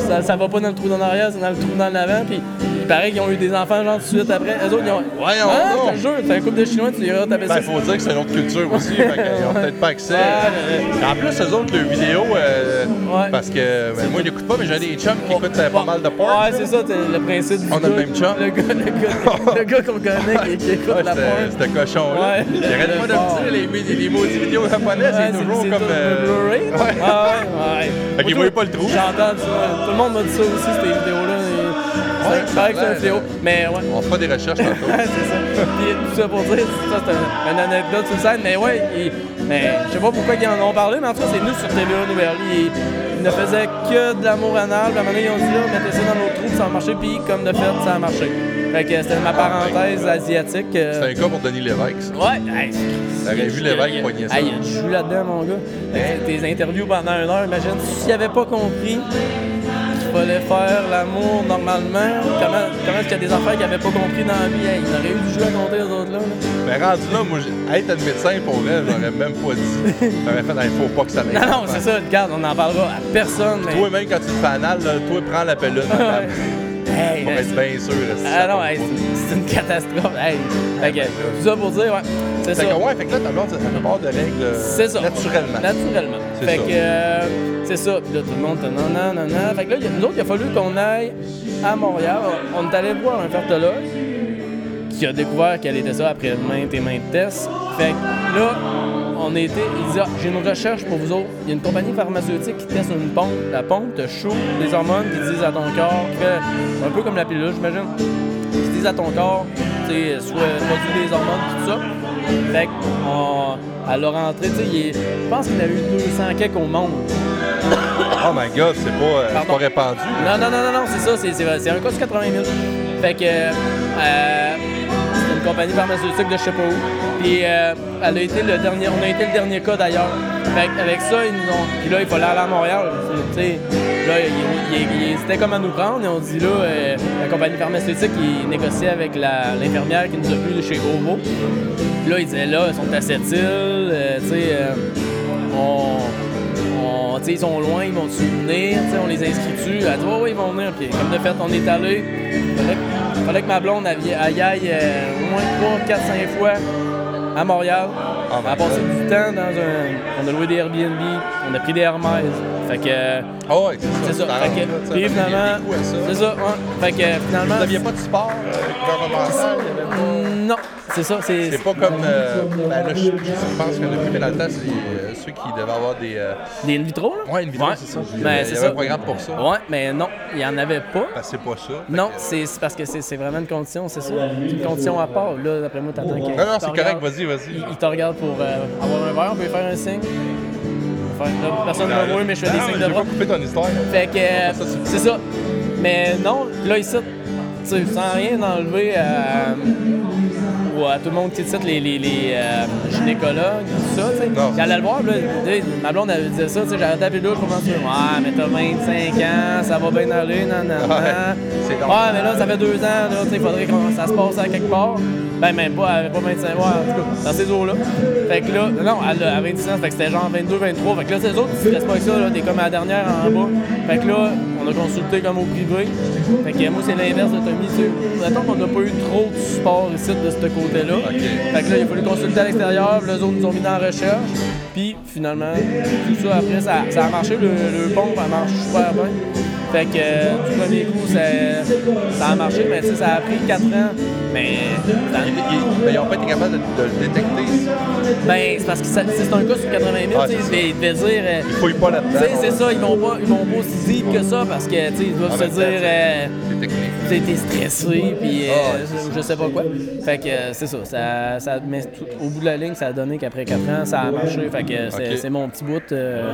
[SPEAKER 2] ça, ça va pas dans le trou d'en arrière, c'est dans le trou d'en avant. Puis il paraît qu'ils ont eu des enfants, genre, tout de suite après. Eux autres, ils ont.
[SPEAKER 1] Voyons
[SPEAKER 2] ah,
[SPEAKER 1] donc!
[SPEAKER 2] je te jure, t'as un couple de Chinois, tu iras taper
[SPEAKER 1] Ben,
[SPEAKER 2] ça.
[SPEAKER 1] faut dire que c'est une autre culture aussi, fait qu'ils ont peut-être pas accès.
[SPEAKER 2] Ouais.
[SPEAKER 1] En plus, eux autres, leurs vidéos, euh,
[SPEAKER 2] Ouais.
[SPEAKER 1] parce que ben, moi, je n'écoute pas, mais j'ai des chums qui écoutent euh, pas mal de porn.
[SPEAKER 2] Ouais, c'est ça, t'es- le principe du
[SPEAKER 1] On a le
[SPEAKER 2] gars-
[SPEAKER 1] même chum.
[SPEAKER 2] Le gars, le gars, le gars qu'on connaît qui, qui écoute
[SPEAKER 1] Ouais,
[SPEAKER 2] la
[SPEAKER 1] c'est-
[SPEAKER 2] porte.
[SPEAKER 1] c'est un cochon là.
[SPEAKER 2] Ouais.
[SPEAKER 1] Il arrête pas de me dire les, les, les maudites vidéos japonaises, c'est toujours comme. euh,
[SPEAKER 2] Blu-ray. Ah.
[SPEAKER 1] ouais.
[SPEAKER 2] ouais.
[SPEAKER 1] Fait qu'ils voyaient
[SPEAKER 2] Moi, tout-
[SPEAKER 1] pas le trou.
[SPEAKER 2] J'entends ça. Tout le monde m'a dit ça aussi, ces vidéos-là. Et-
[SPEAKER 1] Ouais,
[SPEAKER 2] c'est- C'est vrai que c'est
[SPEAKER 1] ça a
[SPEAKER 2] un
[SPEAKER 1] l'air,
[SPEAKER 2] fléau.
[SPEAKER 1] là.
[SPEAKER 2] Mais ouais.
[SPEAKER 1] On fera des recherches tantôt.
[SPEAKER 2] Ouais, c'est ça. Puis tout ça pour dire, ça c'est un- une anecdote sur scène, mais ouais, il- mais je sais pas pourquoi ils en ont parlé, mais en tout cas c'est nous sur TVA Nouvelle. Ils, ils ne faisaient que de l'amour anal, puis à un moment donné ils ont dit là, mettez ça dans nos trous, puis ça a marché, puis comme de fait, ça a marché. Fait que c'était ma parenthèse asiatique. euh,
[SPEAKER 1] C'est un gars pour Denis Lévesque. ça.
[SPEAKER 2] Ouais, hey,
[SPEAKER 1] T'aurais vu l'évêque poigner ça. Hein?
[SPEAKER 2] Hey, il y a du jus là-dedans, mon gars. Fait que Tes interviews pendant une heure, imagine, s'il avait pas compris qu'il fallait faire l'amour normalement, comment, comment est-ce qu'il y a des affaires qu'il avait pas compris dans la vie? Hey, il aurait eu du jus à compter aux autres là. là.
[SPEAKER 1] Mais rendu là, moi, j'ai- hey, t'as le médecin pour vrai, j'aurais même pas dit. J'aurais fait, hey, faut pas que ça m'aille.
[SPEAKER 2] Non, non, c'est ça, regarde, on n'en parlera à personne. Mais...
[SPEAKER 1] Toi, même quand tu te fais anal, là, toi, prends la pelote, madame.
[SPEAKER 2] Hey,
[SPEAKER 1] Pour
[SPEAKER 2] hey,
[SPEAKER 1] être bien sûr. si ça
[SPEAKER 2] Ah non,
[SPEAKER 1] tombe
[SPEAKER 2] hey,
[SPEAKER 1] pas.
[SPEAKER 2] c'est c'est une catastrophe. Hey, fait que, tout ça pour dire, ouais, c'est ça.
[SPEAKER 1] Fait que, ouais, fait que là, ta blonde, ça fait part de règles euh,
[SPEAKER 2] C'est ça.
[SPEAKER 1] naturellement.
[SPEAKER 2] Naturellement.
[SPEAKER 1] C'est
[SPEAKER 2] fait
[SPEAKER 1] ça.
[SPEAKER 2] que euh, c'est ça. Puis là, tout le monde, t'as nan, nan, nan, nan. Fait que là, il y a- nous autres, il a fallu qu'on aille à Montréal. On on est allé voir un fertologue qui a découvert qu'elle était ça après maintes et maintes tests. Fait que là, on était. Il dit ah, j'ai une recherche pour vous autres. Il y a une compagnie pharmaceutique qui teste une pompe. La pompe te shoot des hormones qui disent à ton corps que. Un peu comme la pilule, j'imagine qui disent à ton corps, tu sais, soit produit des hormones, tout ça. Fait qu'on, à leur entrée, tu sais, il est- je pense qu'il y en a eu 200 quelques au monde.
[SPEAKER 1] Oh my god, c'est pas, euh, c'est
[SPEAKER 2] Pardon.
[SPEAKER 1] pas répandu.
[SPEAKER 2] Non, non, non, non, non, c'est ça, c'est, c'est, c'est un cas de 80 000. Fait que, euh, c'est une compagnie pharmaceutique de je sais pas où. Puis, euh, elle a été le dernier, on a été le dernier cas d'ailleurs. Fait qu'avec ça, ils nous ont. Puis là, il fallait aller à Montréal. Tu sais, là, ils, ils- ils- ils hésitaient comme à nous prendre. Ils ont dit là, euh, la compagnie pharmaceutique, ils négociaient avec la- l'infirmière qui nous a vus chez Grovo. Puis là, ils disaient là, ils sont à cette île, euh, tu sais, euh, on, on- on, tu sais, ils sont loin, ils vont-tu venir? Tu sais, on les inscrit dessus. Elle dit, oh, oui, ils vont venir. Puis, comme de fait, on est allé. Fallait, que- fallait que ma blonde elle, vi- elle y aille euh, au moins 3, 4, 5 fois à Montréal.
[SPEAKER 1] Ah,
[SPEAKER 2] elle a
[SPEAKER 1] my
[SPEAKER 2] passé
[SPEAKER 1] God.
[SPEAKER 2] du temps dans un. On a loué des Airbnb, on a pris des Hermès. Fait que. euh,
[SPEAKER 1] Ah ouais, c'est
[SPEAKER 2] C'est
[SPEAKER 1] ça.
[SPEAKER 2] ça.
[SPEAKER 1] t'arranges,
[SPEAKER 2] Fait
[SPEAKER 1] là, tu sais,
[SPEAKER 2] que, puis
[SPEAKER 1] parce qu'il y a
[SPEAKER 2] finalement,
[SPEAKER 1] des coûts à ça.
[SPEAKER 2] c'est ça. ouais. Fait que euh, finalement.
[SPEAKER 1] Vous n'aviez pas de sport euh, gouvernemental? il y avait pas-
[SPEAKER 2] Non, c'est ça. C'est
[SPEAKER 1] C'est pas comme. euh, ben là, je, je pense que depuis Pénalta, c'est euh, ceux qui devaient avoir des. euh,
[SPEAKER 2] des in vitro, là.
[SPEAKER 1] Ouais, une vidéo, c'est ça. Il y
[SPEAKER 2] Ben,
[SPEAKER 1] avait- il
[SPEAKER 2] c'est
[SPEAKER 1] y avait
[SPEAKER 2] ça.
[SPEAKER 1] un programme pour ça.
[SPEAKER 2] Ouais, mais non, il n'y en avait pas.
[SPEAKER 1] Ben, c'est pas ça. Fait
[SPEAKER 2] Non,
[SPEAKER 1] que-
[SPEAKER 2] c'est c'est parce que c'est c'est vraiment une condition, c'est ça. C'est une condition à part. Là, d'après moi, t'attends que.
[SPEAKER 1] Non, non,
[SPEAKER 2] ils te
[SPEAKER 1] c'est correct,
[SPEAKER 2] regardent-
[SPEAKER 1] vas-y, vas-y.
[SPEAKER 2] Ils ils te regardent pour euh, avoir un verre, on peut lui faire un signe. On peut faire- là, personne ne
[SPEAKER 1] Non,
[SPEAKER 2] me voit, mais je fais des
[SPEAKER 1] non,
[SPEAKER 2] signes
[SPEAKER 1] j'ai
[SPEAKER 2] de bras.
[SPEAKER 1] pas coupé ton histoire.
[SPEAKER 2] Fait que. euh,
[SPEAKER 1] Ah, Ça, c'est-
[SPEAKER 2] c'est ça. Mais non, là, ici, tu sais, sans rien enlever à. ou à tout le monde qui est ici, les, les, les euh, gynécologues, tout ça, tu sais.
[SPEAKER 1] Non.
[SPEAKER 2] J'allais le voir, là, tu sais, ma blonde, elle disait ça, tu sais, j'arrêtais à la douche, je commence à dire, ouais, mais t'as 25 ans, ça va bien aller, nan, nan, nan.
[SPEAKER 1] Ouais, c'est long.
[SPEAKER 2] Ouais, mais là, ça fait deux ans, là, tu sais, faudrait que ça se passe à quelque part. Ben, même pas, elle avait pas 25 ans, en tout cas, dans ces eaux-là. Fait que là, non, elle a à 26 ans, fait que c'était genre 22, 23. Fait que là, ces autres, tu te laisses pas avec ça, là, t'es comme à la dernière en bas. Fait que là, on a consulté comme au privé. Fait que moi, c'est l'inverse de Tommy, tu sais. Mettons qu'on n'a pas eu trop de support ici, de ce côté-là.
[SPEAKER 1] Ok.
[SPEAKER 2] Fait que là, il a fallu consulter à l'extérieur, puis les autres nous ont mis dans la recherche. Puis finalement, tout ça, après, ça, ça a marché, le, le pont, ça marche super bien. Fait que euh, du premier coup, ça, ça a marché, mais tu sais, ça a pris 4 ans. Mais dans-
[SPEAKER 1] Ben, ils ont pas été capables de, de le détecter.
[SPEAKER 2] ben, c'est parce que ça- c'est un cas sur 80 000,
[SPEAKER 1] Ah,
[SPEAKER 2] tu sais,
[SPEAKER 1] c'est ça. Ben,
[SPEAKER 2] ils devaient dire. euh,
[SPEAKER 1] Ils fouillent pas
[SPEAKER 2] tu
[SPEAKER 1] là-dedans.
[SPEAKER 2] sais, c'est ça, ils vont pas, ils vont pas aussi deep que ça parce que, tu sais, ils
[SPEAKER 1] En
[SPEAKER 2] doivent se
[SPEAKER 1] même temps,
[SPEAKER 2] dire. euh,
[SPEAKER 1] C'est technique.
[SPEAKER 2] T'es t'es stressé, puis euh,
[SPEAKER 1] Ah ouais, c'est
[SPEAKER 2] je sais pas quoi. Fait que euh, c'est ça, ça, ça mais tout- au bout de la ligne, ça a donné qu'après 4 ans, ça a marché. Fait que c'est
[SPEAKER 1] Ok.
[SPEAKER 2] c'est mon petit bout, euh,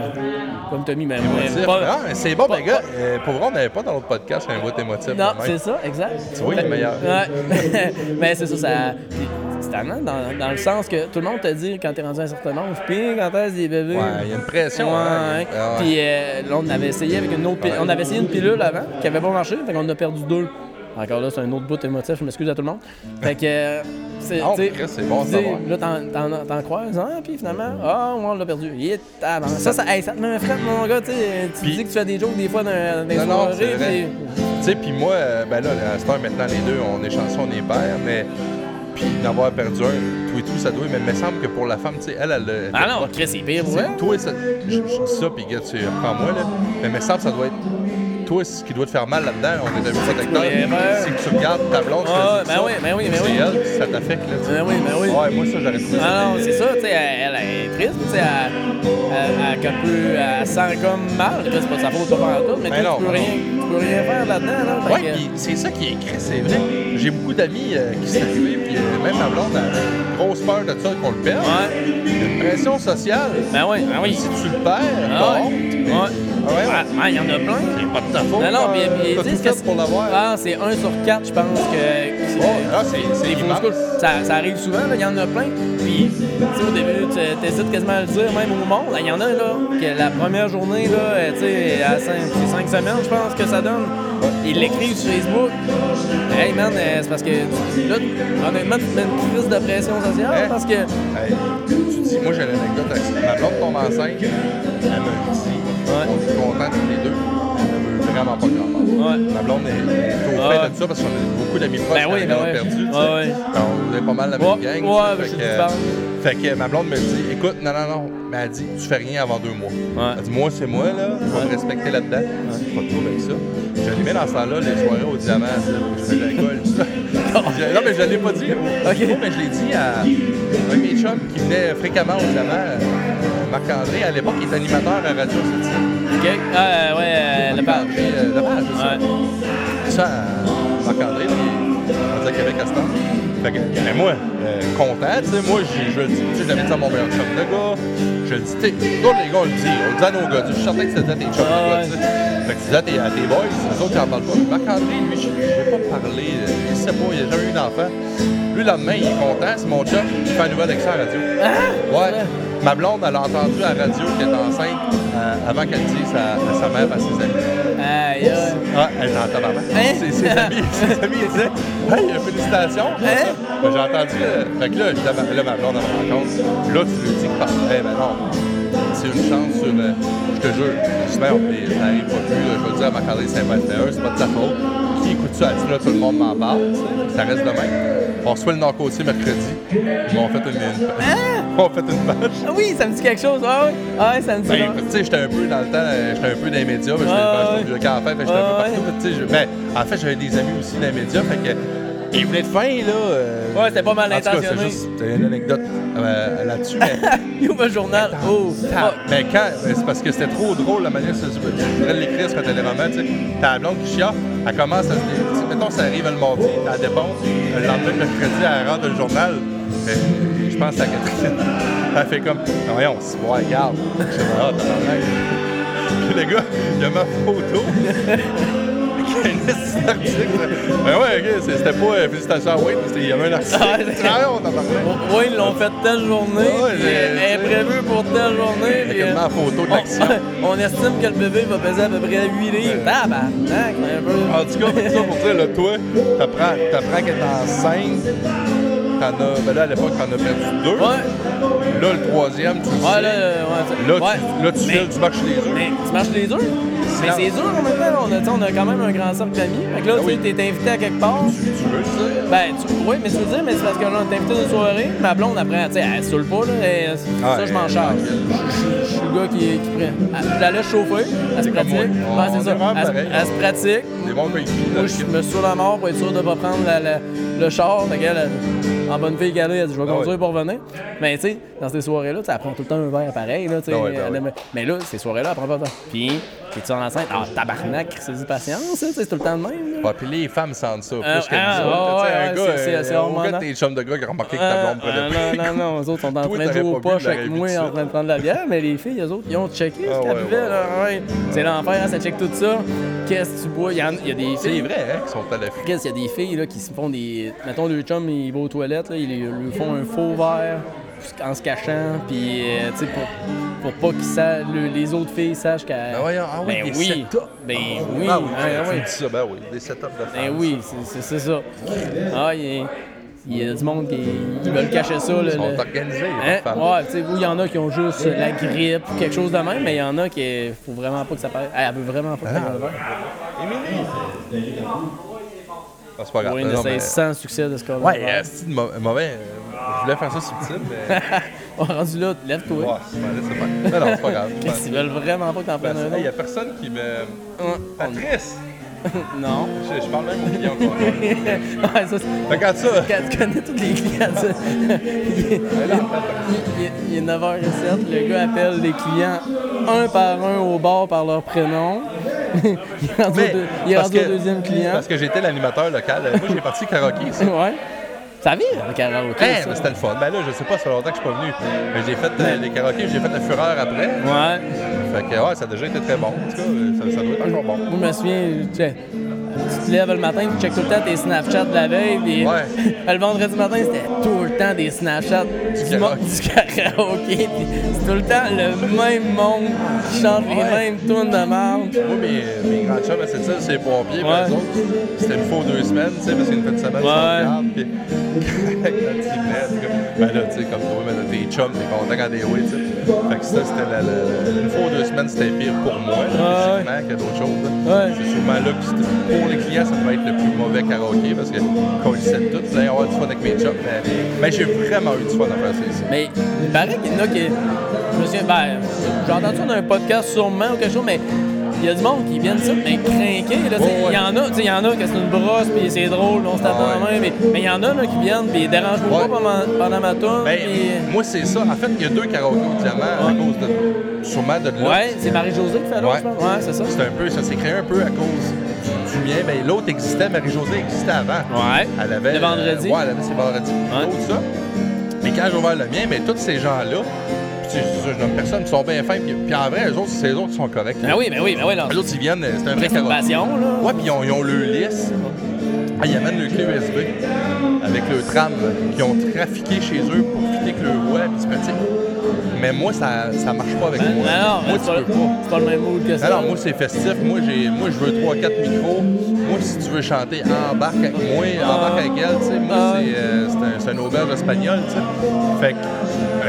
[SPEAKER 2] comme Tommy, mais
[SPEAKER 1] On va
[SPEAKER 2] mais
[SPEAKER 1] dire,
[SPEAKER 2] pas-
[SPEAKER 1] ah, mais c'est bon,
[SPEAKER 2] pas-
[SPEAKER 1] ben, gars.
[SPEAKER 2] pas-
[SPEAKER 1] euh, pour vrai, on n'avait pas dans l'autre podcast un bout émotif.
[SPEAKER 2] Non,
[SPEAKER 1] de même.
[SPEAKER 2] c'est ça, exact.
[SPEAKER 1] Tu vois, il est
[SPEAKER 2] Fait-
[SPEAKER 1] meilleur.
[SPEAKER 2] Ouais. mais c'est ça, ça. puis C'est tannant dans, dans le sens que tout le monde te dit quand t'es rendu à un certain âge, puis quand t'as des bébés.
[SPEAKER 1] Ouais, il y a une pression.
[SPEAKER 2] Ouais,
[SPEAKER 1] hein,
[SPEAKER 2] ouais.
[SPEAKER 1] il y a- ah, ouais.
[SPEAKER 2] Puis euh, là, on avait essayé avec une autre pilule.
[SPEAKER 1] Ouais.
[SPEAKER 2] On avait essayé une pilule avant qui avait pas marché, fait qu'on en a perdu deux. Encore là, c'est un autre bout émotif, je m'excuse à tout le monde. Fait que. euh, c'est
[SPEAKER 1] Ah,
[SPEAKER 2] tu sais,
[SPEAKER 1] Chris, c'est bon à
[SPEAKER 2] tu sais,
[SPEAKER 1] savoir.
[SPEAKER 2] Là, t'en- t'en- t'en croises, hein, puis finalement, ah, ouais, on l'a perdu. Hit, tabarnak. ça, ça, hey, ça te met un fret, mon gars, tu sais. Tu
[SPEAKER 1] Puis-
[SPEAKER 2] dis que tu fais des jokes des fois dans, dans les
[SPEAKER 1] Non, non,
[SPEAKER 2] soirées,
[SPEAKER 1] c'est vrai.
[SPEAKER 2] puis-
[SPEAKER 1] Tu sais, puis moi, euh, ben là, à cette heure, maintenant, les deux, on est chanceux, on est pères, mais. Puis d'avoir perdu un, tout et tout, ça doit. Mais il me semble que pour la femme, tu sais, elle, elle. elle-
[SPEAKER 2] Ah non, Chris, c'est pire,
[SPEAKER 1] Tu sais,
[SPEAKER 2] ouais.
[SPEAKER 1] Toi, ça- je, je dis ça, puis gars, tu reprends moi, là. Mais il me semble que ça doit être. Toi, ce qui doit te faire mal là-dedans, on est devenu protecteur.
[SPEAKER 2] Oui, ben-
[SPEAKER 1] C'est que tu regardes ta blonde, tu
[SPEAKER 2] Ah,
[SPEAKER 1] te dis
[SPEAKER 2] ben
[SPEAKER 1] ça,
[SPEAKER 2] oui, ben oui, ben
[SPEAKER 1] c'est
[SPEAKER 2] oui.
[SPEAKER 1] elle, puis ça t'affecte, là. tu sais.
[SPEAKER 2] Ben oui, ben oui.
[SPEAKER 1] Ouais, moi, ça, j'aurais trouvé
[SPEAKER 2] Ah non,
[SPEAKER 1] ça.
[SPEAKER 2] c'est ça, tu sais, elle, elle est triste, tu sais, elle, elle, elle, elle peut- elle sent comme mal, là, c'est pas de sa faute, pas par tout, mais
[SPEAKER 1] Ben
[SPEAKER 2] toi,
[SPEAKER 1] non,
[SPEAKER 2] tu, peux
[SPEAKER 1] ben
[SPEAKER 2] rien, tu peux rien faire là-dedans, là, fait
[SPEAKER 1] Ouais,
[SPEAKER 2] que-
[SPEAKER 1] puis c'est ça qui est écrit, c'est vrai. J'ai beaucoup d'amis euh, qui sont arrivés, puis euh, même ma blonde a une grosse peur de ça qu'on le perde.
[SPEAKER 2] Ouais,
[SPEAKER 1] Une pression sociale.
[SPEAKER 2] ben oui, ben oui.
[SPEAKER 1] Si tu le perds,
[SPEAKER 2] Ah
[SPEAKER 1] t'as
[SPEAKER 2] ouais,
[SPEAKER 1] honte. mais-
[SPEAKER 2] ouais.
[SPEAKER 1] Ah ouais,
[SPEAKER 2] Ah, ah, il y en a plein.
[SPEAKER 1] c'est pas de ta faute.
[SPEAKER 2] Non, non, puis
[SPEAKER 1] euh,
[SPEAKER 2] puis ils
[SPEAKER 1] t'as
[SPEAKER 2] disent
[SPEAKER 1] tout
[SPEAKER 2] que
[SPEAKER 1] fait pour l'avoir.
[SPEAKER 2] Ah, c'est 1 sur 4, je pense que. que c'est-
[SPEAKER 1] Oh, ah, c'est- c'est
[SPEAKER 2] des fausses
[SPEAKER 1] immense.
[SPEAKER 2] couches. Ça, ça arrive souvent, là, il y en a plein. Puis, tu sais, au début, tu hésites quasiment à le dire, même au monde. là, Il y en a, là, que la première journée, là, euh, tu sais, à 5 semaines, je pense que ça donne. Ils l'écrivent sur Facebook. Hey, man, euh, c'est parce que, là, honnêtement, tu te mets une crise de pression sociale
[SPEAKER 1] Hein?
[SPEAKER 2] parce que.
[SPEAKER 1] Hey, tu dis, moi j'ai une anecdote avec ça. ma blonde tombe enceinte, elle me dit, on est contents tous les deux, elle veut vraiment pas grand
[SPEAKER 2] Ouais.
[SPEAKER 1] Ma blonde est, est au
[SPEAKER 2] Ouais.
[SPEAKER 1] fait de ça parce qu'on a beaucoup d'amis proches
[SPEAKER 2] Ah. Ben
[SPEAKER 1] qui
[SPEAKER 2] oui, ben
[SPEAKER 1] en ont
[SPEAKER 2] oui.
[SPEAKER 1] perdu. tu sais.
[SPEAKER 2] Ouais, ouais.
[SPEAKER 1] Alors, On est pas mal la même
[SPEAKER 2] Ouais,
[SPEAKER 1] gang. tu
[SPEAKER 2] ouais,
[SPEAKER 1] sais,
[SPEAKER 2] ben, je
[SPEAKER 1] fait,
[SPEAKER 2] suis
[SPEAKER 1] que,
[SPEAKER 2] du bord.
[SPEAKER 1] fait que ma blonde me dit, écoute, non, non, non. Mais elle dit, tu fais rien avant deux mois.
[SPEAKER 2] Ouais.
[SPEAKER 1] Elle dit, moi c'est moi, là, faut me respecter là-dedans. Je Pas trop avec ça. Je l'ai mis dans ce temps-là, les soirées au diamant, là, où je faisais l'école. non, mais je l'ai pas dit.
[SPEAKER 2] Ok.
[SPEAKER 1] Oh, mais je l'ai dit à un de mes chums qui venait fréquemment au diamant, euh, Marc-André, à l'époque, il était animateur à Radio City.
[SPEAKER 2] Ok, Ah, ouais, euh, le page.
[SPEAKER 1] Marc-André, euh, Lepage, c'est ça.
[SPEAKER 2] Ouais.
[SPEAKER 1] Ça, euh, Marc-André, puis on dit Québec à ce temps. Fait que, mais moi, euh, content, tu sais, moi, j'ai- je le dis, tu sais, je l'avais dit à mon meilleur chum de gars, je le dis, tu sais, nous autres, les gars, on le dit, on le dit à nos gars, tu sais, je suis certain que c'était tes chums de gars,
[SPEAKER 2] Ouais,
[SPEAKER 1] tu sais. Fait que tu dis à tes, à tes boys, les autres, ils en parlent pas. Marc-André, lui, je n'ai pas parlé, euh, il sait pas, il a jamais eu d'enfant. Lui, le lendemain, il est content, c'est mon chum, il fait un nouvel accès à la radio. Ouais. Ma blonde, elle a entendu à la radio qu'elle était enceinte euh, avant qu'elle dise à, à sa mère, à ses amis.
[SPEAKER 2] Aïe, aïe.
[SPEAKER 1] Ah, elle l'entend maman.
[SPEAKER 2] Hein?
[SPEAKER 1] Ses, ses amis, ses amis, ils disaient Hey, félicitations!
[SPEAKER 2] Hein?
[SPEAKER 1] Ben, j'ai entendu. euh, fait que là, évidemment, là, ma blonde, elle me rencontre. Là, tu lui dis que par. Eh, ben non. si je chante sur. euh, je te jure, j'espère que ça n'arrive pas plus. là. je veux dire à ma carrière, c'est 21, c'est pas de sa faute. Qui écoute ça, elle dit là, tout le monde m'en parle. Ça reste demain. On reçoit le Nord-Côtier mercredi. Ils m'ont fait une, une-
[SPEAKER 2] Hein?
[SPEAKER 1] ils m'ont fait une page.
[SPEAKER 2] Ah oui, ça me dit quelque chose. Ah oui, ah, oui, ça me dit.
[SPEAKER 1] Ben,
[SPEAKER 2] non.
[SPEAKER 1] tu sais, j'étais un peu dans le temps, euh, j'étais un peu dans les médias, mais j'étais
[SPEAKER 2] Ah
[SPEAKER 1] ben,
[SPEAKER 2] ouais.
[SPEAKER 1] j'étais vieux qu'à faire, fait que j'étais
[SPEAKER 2] Ah
[SPEAKER 1] un peu partout. tu sais, je- ben, en fait, j'avais des amis aussi dans les médias, fait que. Ils venaient de fin, là. euh,
[SPEAKER 2] Ouais, c'était pas mal
[SPEAKER 1] en tout cas, c'est
[SPEAKER 2] intentionné.
[SPEAKER 1] juste- T'as une anecdote euh, là-dessus, mais.
[SPEAKER 2] Il ouvre le journal. Oh,
[SPEAKER 1] Ah,
[SPEAKER 2] ah,
[SPEAKER 1] ben quand, ben, c'est parce que c'était trop drôle la manière dont je voudrais l'écrire, ce téléroman. tu sais. T'as la blonde qui chiale, elle commence à se. tu sais, Mettons, ça arrive le mardi, elle dépense, le lendemain, le mercredi, elle rentre le journal. Ben, je pense à Catherine. Elle fait comme, Ah, voyons, si moi, regarde. Je fais, ah, tabarnak. Puis le gars, il a ma photo. Qui a un esti d'article. Ben ouais, ok, c'est- c'était pas euh, félicitations à Wade, mais c'était- il y avait un article.
[SPEAKER 2] Ah, c'est-
[SPEAKER 1] Ah, on tabarnak.
[SPEAKER 2] Oui, ils l'ont fait telle journée,
[SPEAKER 1] Ouais,
[SPEAKER 2] puis
[SPEAKER 1] j'ai-
[SPEAKER 2] elle est
[SPEAKER 1] tu sais.
[SPEAKER 2] prévue pour telle journée. puis,
[SPEAKER 1] Quelqu'un
[SPEAKER 2] euh,
[SPEAKER 1] met en photo de l'action.
[SPEAKER 2] on, on estime que le bébé va peser à peu près 8 livres. Ah, bah, un peu.
[SPEAKER 1] En tout cas, ça pour dire, là, toi, t'apprends, t'apprends qu'elle est enceinte. T'en as, ben là, à l'époque, t'en as perdu deux.
[SPEAKER 2] Ouais,
[SPEAKER 1] Là, le troisième, tu le
[SPEAKER 2] ouais, là,
[SPEAKER 1] sais.
[SPEAKER 2] euh, ouais.
[SPEAKER 1] Là,
[SPEAKER 2] ouais.
[SPEAKER 1] tu, là, tu
[SPEAKER 2] Mais-
[SPEAKER 1] files, tu marches les yeux.
[SPEAKER 2] Mais tu marches les deux? Mais c'est dur en même temps, on a, tu sais, on a quand même un grand cercle d'amis. Fait que là,
[SPEAKER 1] Ah
[SPEAKER 2] tu
[SPEAKER 1] oui.
[SPEAKER 2] sais, t'es invité à quelque part.
[SPEAKER 1] Tu, tu veux, ça?
[SPEAKER 2] Ben, tu, oui, mais tu veux dire, mais c'est parce que là, on t'a invité à une soirée. Ma blonde, après, tu sais, elle saoule pas, là. elle- ça,
[SPEAKER 1] Ouais,
[SPEAKER 2] je m'en charge.
[SPEAKER 1] tranquille.
[SPEAKER 2] Je- Je je suis le gars qui, qui prend. Elle- Je la laisse chauffer, elle se
[SPEAKER 1] comme
[SPEAKER 2] pratique.
[SPEAKER 1] moi.
[SPEAKER 2] Ben,
[SPEAKER 1] On
[SPEAKER 2] c'est
[SPEAKER 1] est
[SPEAKER 2] ça.
[SPEAKER 1] vraiment
[SPEAKER 2] Elle, se-
[SPEAKER 1] pareil.
[SPEAKER 2] elle se pratique.
[SPEAKER 1] Des bons pays.
[SPEAKER 2] Moi, je me suis la mort pour être sûr de pas prendre la- la- le char. Fait qu'elle, elle- en bonne fille qu'elle est, elle dit Je vais
[SPEAKER 1] Ah ouais.
[SPEAKER 2] conduire pour venir. Mais tu sais, dans ces soirées-là, tu sais, elle prend tout le temps un verre pareil. Là, tu sais.
[SPEAKER 1] Ah ouais, ben
[SPEAKER 2] Elle
[SPEAKER 1] ouais.
[SPEAKER 2] aime- Mais là, ces soirées-là, elle prend pas le temps. Puis, t'es-tu enceinte Ah, tabarnak, c'est du patience, hein, tu sais, c'est tout le temps de même. là.
[SPEAKER 1] Ouais, Ah, puis les femmes sentent ça, plus
[SPEAKER 2] Ah,
[SPEAKER 1] que nous
[SPEAKER 2] ah,
[SPEAKER 1] autres. Tu
[SPEAKER 2] ouais,
[SPEAKER 1] sais, un
[SPEAKER 2] ouais,
[SPEAKER 1] gars,
[SPEAKER 2] c'est- c'est-
[SPEAKER 1] euh,
[SPEAKER 2] c'est
[SPEAKER 1] au
[SPEAKER 2] hormonal.
[SPEAKER 1] gars, t'es chums de gars qui ont remarqué que ta
[SPEAKER 2] Ah,
[SPEAKER 1] blonde prenait
[SPEAKER 2] ah,
[SPEAKER 1] le
[SPEAKER 2] non, non, non, eux autres sont en
[SPEAKER 1] Toi,
[SPEAKER 2] train de jouer
[SPEAKER 1] t'aurais
[SPEAKER 2] aux
[SPEAKER 1] pas bu,
[SPEAKER 2] poches avec
[SPEAKER 1] j'aurais
[SPEAKER 2] moi,
[SPEAKER 1] vu ça.
[SPEAKER 2] en train de prendre la bière, mais les filles, eux autres, ils ont checké
[SPEAKER 1] Ah,
[SPEAKER 2] ce qu'elles
[SPEAKER 1] ouais,
[SPEAKER 2] buvaient,
[SPEAKER 1] ouais,
[SPEAKER 2] là, ouais. C'est l'enfer, ça check tout ça. Qu'est-ce que tu bois? Il y, en- il y a des
[SPEAKER 1] C'est
[SPEAKER 2] filles.
[SPEAKER 1] vrai, hein, qu'ils sont à la
[SPEAKER 2] Chris, il y a des filles là, qui se font des. Mettons, le chum, il va aux toilettes, là, ils lui font un faux verre en se cachant, puis, euh, tu sais, pour, pour pas qu'ils sachent, le- les autres filles sachent qu'elles.
[SPEAKER 1] Ben voyons, ah oui,
[SPEAKER 2] Ben
[SPEAKER 1] des
[SPEAKER 2] oui.
[SPEAKER 1] setups.
[SPEAKER 2] Ben
[SPEAKER 1] Ah,
[SPEAKER 2] oui,
[SPEAKER 1] ah oui,
[SPEAKER 2] ah
[SPEAKER 1] tu
[SPEAKER 2] oui.
[SPEAKER 1] me dis ça, ben oui, des setups de
[SPEAKER 2] Ben
[SPEAKER 1] femmes.
[SPEAKER 2] oui, c'est- c'est c'est ça. Ah, il y, a- il y a du monde qui, qui veulent cacher ça. Là,
[SPEAKER 1] Ils sont
[SPEAKER 2] le-
[SPEAKER 1] organisés,
[SPEAKER 2] Hein?
[SPEAKER 1] les femmes.
[SPEAKER 2] Ouais, tu sais, oui, il y en a qui ont juste euh, la grippe ou quelque chose de même, mais il y en a qui faut vraiment pas que ça paraisse. Elle, elle veut vraiment pas que ça paraisse.
[SPEAKER 1] Ah, c'est pas grave.
[SPEAKER 2] Oui,
[SPEAKER 1] Non,
[SPEAKER 2] mais
[SPEAKER 1] non,
[SPEAKER 2] c'est
[SPEAKER 1] mais-
[SPEAKER 2] sans succès de ce cas-là.
[SPEAKER 1] Ouais, euh, c'est de mau- mauvais. euh, Je voulais faire ça subtil, mais.
[SPEAKER 2] On est rendu là, lève-toi.
[SPEAKER 1] Ouais, c'est pas c'est pas- Non, non, c'est pas grave.
[SPEAKER 2] Qu'est-ce qu'ils veulent vraiment pas que t'en prennes un
[SPEAKER 1] Il n'y
[SPEAKER 2] autre?
[SPEAKER 1] a personne qui me.
[SPEAKER 2] Hein,
[SPEAKER 1] Patrice!
[SPEAKER 2] on- Non.
[SPEAKER 1] Je, je parle même au client. quoi.
[SPEAKER 2] ouais, ça, c'est-
[SPEAKER 1] Regarde ça!
[SPEAKER 2] Quand tu connais tous les clients, ça- il, est- il est- il est 9h07, le gars appelle les clients un par un au bar par leur prénom. il est rendu,
[SPEAKER 1] Mais,
[SPEAKER 2] au, deux- il est
[SPEAKER 1] parce
[SPEAKER 2] rendu au
[SPEAKER 1] que-
[SPEAKER 2] deuxième client.
[SPEAKER 1] Parce que j'étais l'animateur local. Euh, Moi, j'ai parti karaoké ici.
[SPEAKER 2] Ouais. Ça vire le karaoké.
[SPEAKER 1] Hey,
[SPEAKER 2] ça.
[SPEAKER 1] mais c'était le fun. Ben là, je sais pas, ça fait longtemps que je suis pas venu. Mais j'ai fait euh, les karaokés, j'ai fait la fureur après.
[SPEAKER 2] Ouais.
[SPEAKER 1] Fait que, ouais, ça a déjà été très bon. En tout cas, euh, ça, ça doit être encore bon.
[SPEAKER 2] Moi, je me souviens, tu sais, tu te lèves le matin, tu checkes tout le temps tes Snapchat de la veille. Puis
[SPEAKER 1] Ouais.
[SPEAKER 2] le vendredi matin, c'était tout le temps des Snapchats du, monde
[SPEAKER 1] karaoké.
[SPEAKER 2] du karaoké. Puis c'est tout le temps le même monde qui chante les
[SPEAKER 1] Ouais.
[SPEAKER 2] mêmes tunes de marde.
[SPEAKER 1] Moi, mes, mes grands chums à cette île, c'est les pompiers,
[SPEAKER 2] Ouais.
[SPEAKER 1] mais eux autres, c'était une faux deux semaines, tu sais, parce qu'une fin de semaine, ils sont
[SPEAKER 2] Ouais.
[SPEAKER 1] en garde, puis quand ils venaient, en tout cas, ben là, tu sais, comme toi, ben là, t'es chum, t'es content quand t'es oui, tu sais. Fait que ça, c'était la, la- la- une fois aux deux semaines, c'était pire pour moi, là,
[SPEAKER 2] Ouais.
[SPEAKER 1] physiquement, que d'autres choses. là.
[SPEAKER 2] Ouais.
[SPEAKER 1] C'est sûrement là que c'était- pour les clients, ça devait être le plus mauvais karaoké, parce que quand ils savent tout, tu sais, avoir du fun avec mes chums, mais, mais j'ai vraiment eu du fun à faire ça ici. Ben,
[SPEAKER 2] Mais il paraît qu'il y en a qui. Je me souviens, ben, j'ai entendu ça dans un podcast sûrement ou quelque chose, mais il y a du monde qui viennent ça, mais craquer. Là, tu sais,
[SPEAKER 1] Ouais, ouais.
[SPEAKER 2] il y en a, tu sais, il y en a que c'est une brosse, puis c'est drôle, on se tape dans la main, mais mais il y en a là, qui viennent, puis ils dérangent moi
[SPEAKER 1] Ouais.
[SPEAKER 2] pas pendant, pendant ma tourne.
[SPEAKER 1] Ben,
[SPEAKER 2] puis-
[SPEAKER 1] moi, c'est ça. En fait, il y a deux karaokés au diamant à cause de. Sûrement de là.
[SPEAKER 2] Ouais, c'est Marie-Josée qui fait l'autre,
[SPEAKER 1] Ouais.
[SPEAKER 2] je pense. Ouais, c'est ça.
[SPEAKER 1] C'est un peu, ça s'est créé un peu à cause du, du mien. Ben, l'autre existait, Marie-Josée existait avant.
[SPEAKER 2] Ouais.
[SPEAKER 1] Elle avait,
[SPEAKER 2] Le vendredi.
[SPEAKER 1] euh, ouais, elle avait ses vendredis.
[SPEAKER 2] Ouais.
[SPEAKER 1] L'autre, ça. Mais quand j'ai ouvert le mien, mais tous ces gens-là, puis tu sais, je, je nomme personne, ils sont bien fins. Puis, puis en vrai, eux autres, c'est les autres qui sont corrects.
[SPEAKER 2] Ben oui, ben oui, ben oui, là.
[SPEAKER 1] Les autres, ils viennent, euh, c'est un vrai
[SPEAKER 2] C'est une
[SPEAKER 1] karaoké.
[SPEAKER 2] passion, là.
[SPEAKER 1] Ouais, puis ils ont, ils ont leur liste. Ah, ils amènent le clé USB avec le tram qu'ils ont trafiqué chez eux pour fitter que le voie puis tu pratiques. Mais moi, ça, ça marche pas avec
[SPEAKER 2] Ben,
[SPEAKER 1] moi.
[SPEAKER 2] alors,
[SPEAKER 1] moi,
[SPEAKER 2] c'est
[SPEAKER 1] tu
[SPEAKER 2] pas,
[SPEAKER 1] peux pas.
[SPEAKER 2] c'est pas le même mood que ça.
[SPEAKER 1] Alors, moi, c'est festif. Moi, j'ai, moi, je veux 3-4 micros. Moi, si tu veux chanter, embarque avec moi, embarque avec elle. tu sais. Moi,
[SPEAKER 2] Ah.
[SPEAKER 1] c'est, euh, c'est un- c'est une auberge espagnole. tu sais. Fait que,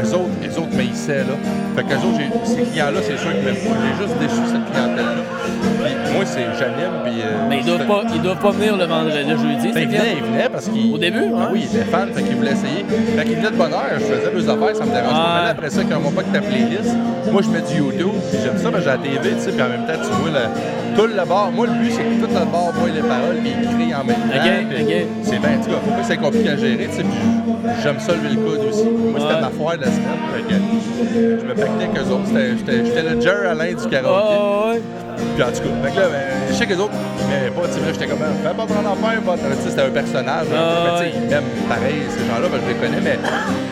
[SPEAKER 1] eux autres, eux autres m'haïssaient. Là. Fait que, eux autres, j'ai- ces clients-là, c'est sûr que même moi, j'ai juste déçu cette clientèle-là. Puis, moi, c'est j'anime. Puis, euh,
[SPEAKER 2] Mais Ben, ils doivent
[SPEAKER 1] c'est-
[SPEAKER 2] pas, ils doivent pas venir le vendredi, le jeudi.
[SPEAKER 1] ben,
[SPEAKER 2] c'est
[SPEAKER 1] il
[SPEAKER 2] clair.
[SPEAKER 1] venait, il venait parce qu'il.
[SPEAKER 2] Au début,
[SPEAKER 1] Ah
[SPEAKER 2] ouais.
[SPEAKER 1] oui, il était fan, fait qu'il voulait essayer. Fait qu'il venait de bonne heure, je faisais deux affaires, ça me dérange pas.
[SPEAKER 2] Ouais.
[SPEAKER 1] Mais là, après ça, quand on voit pas que ta playlist, moi je mets du YouTube, puis j'aime ça, mais j'ai la TV, tu sais, puis en même temps, tu vois le- tout le bord. Moi, le but, c'est que tout le bord voit les paroles, puis il crie en même temps.
[SPEAKER 2] Ok,
[SPEAKER 1] puis
[SPEAKER 2] ok.
[SPEAKER 1] C'est bien, en tout cas, faut pas que c'est compliqué à gérer, tu sais, puis j'aime ça lever le coude aussi. Moi, c'était
[SPEAKER 2] Ouais.
[SPEAKER 1] ma foire de la semaine, fait que je me pactais avec eux autres. C'était- J'étais j'étais le Jerry Alain du karaoké.
[SPEAKER 2] Ah, ouais.
[SPEAKER 1] Puis en tout cas, fait que là, ben, je sais que les autres, mais pas, tu sais, là, j'étais comme, euh, fais pas ton affaire, pas, tu sais, c'était un personnage, un
[SPEAKER 2] Ah,
[SPEAKER 1] peu, mais tu sais,
[SPEAKER 2] ouais.
[SPEAKER 1] même pareil, ces gens-là, ben, je les connais, mais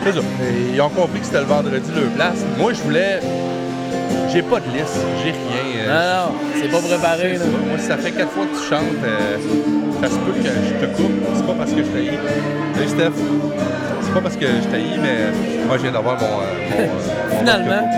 [SPEAKER 1] c'est ça. Et Ils ont compris que c'était le vendredi leur place. Moi, je voulais, j'ai pas de liste, j'ai rien. euh,
[SPEAKER 2] Non, non, c'est Ah, pas préparé.
[SPEAKER 1] c'est
[SPEAKER 2] Là.
[SPEAKER 1] ça. Moi, si ça fait quatre fois que tu chantes, euh, ça se peut que je te coupe. C'est pas parce que je t'haïs. Hey, Steph, c'est pas parce que je t'haïs, mais moi, je viens d'avoir mon. euh, mon, euh, mon
[SPEAKER 2] Finalement,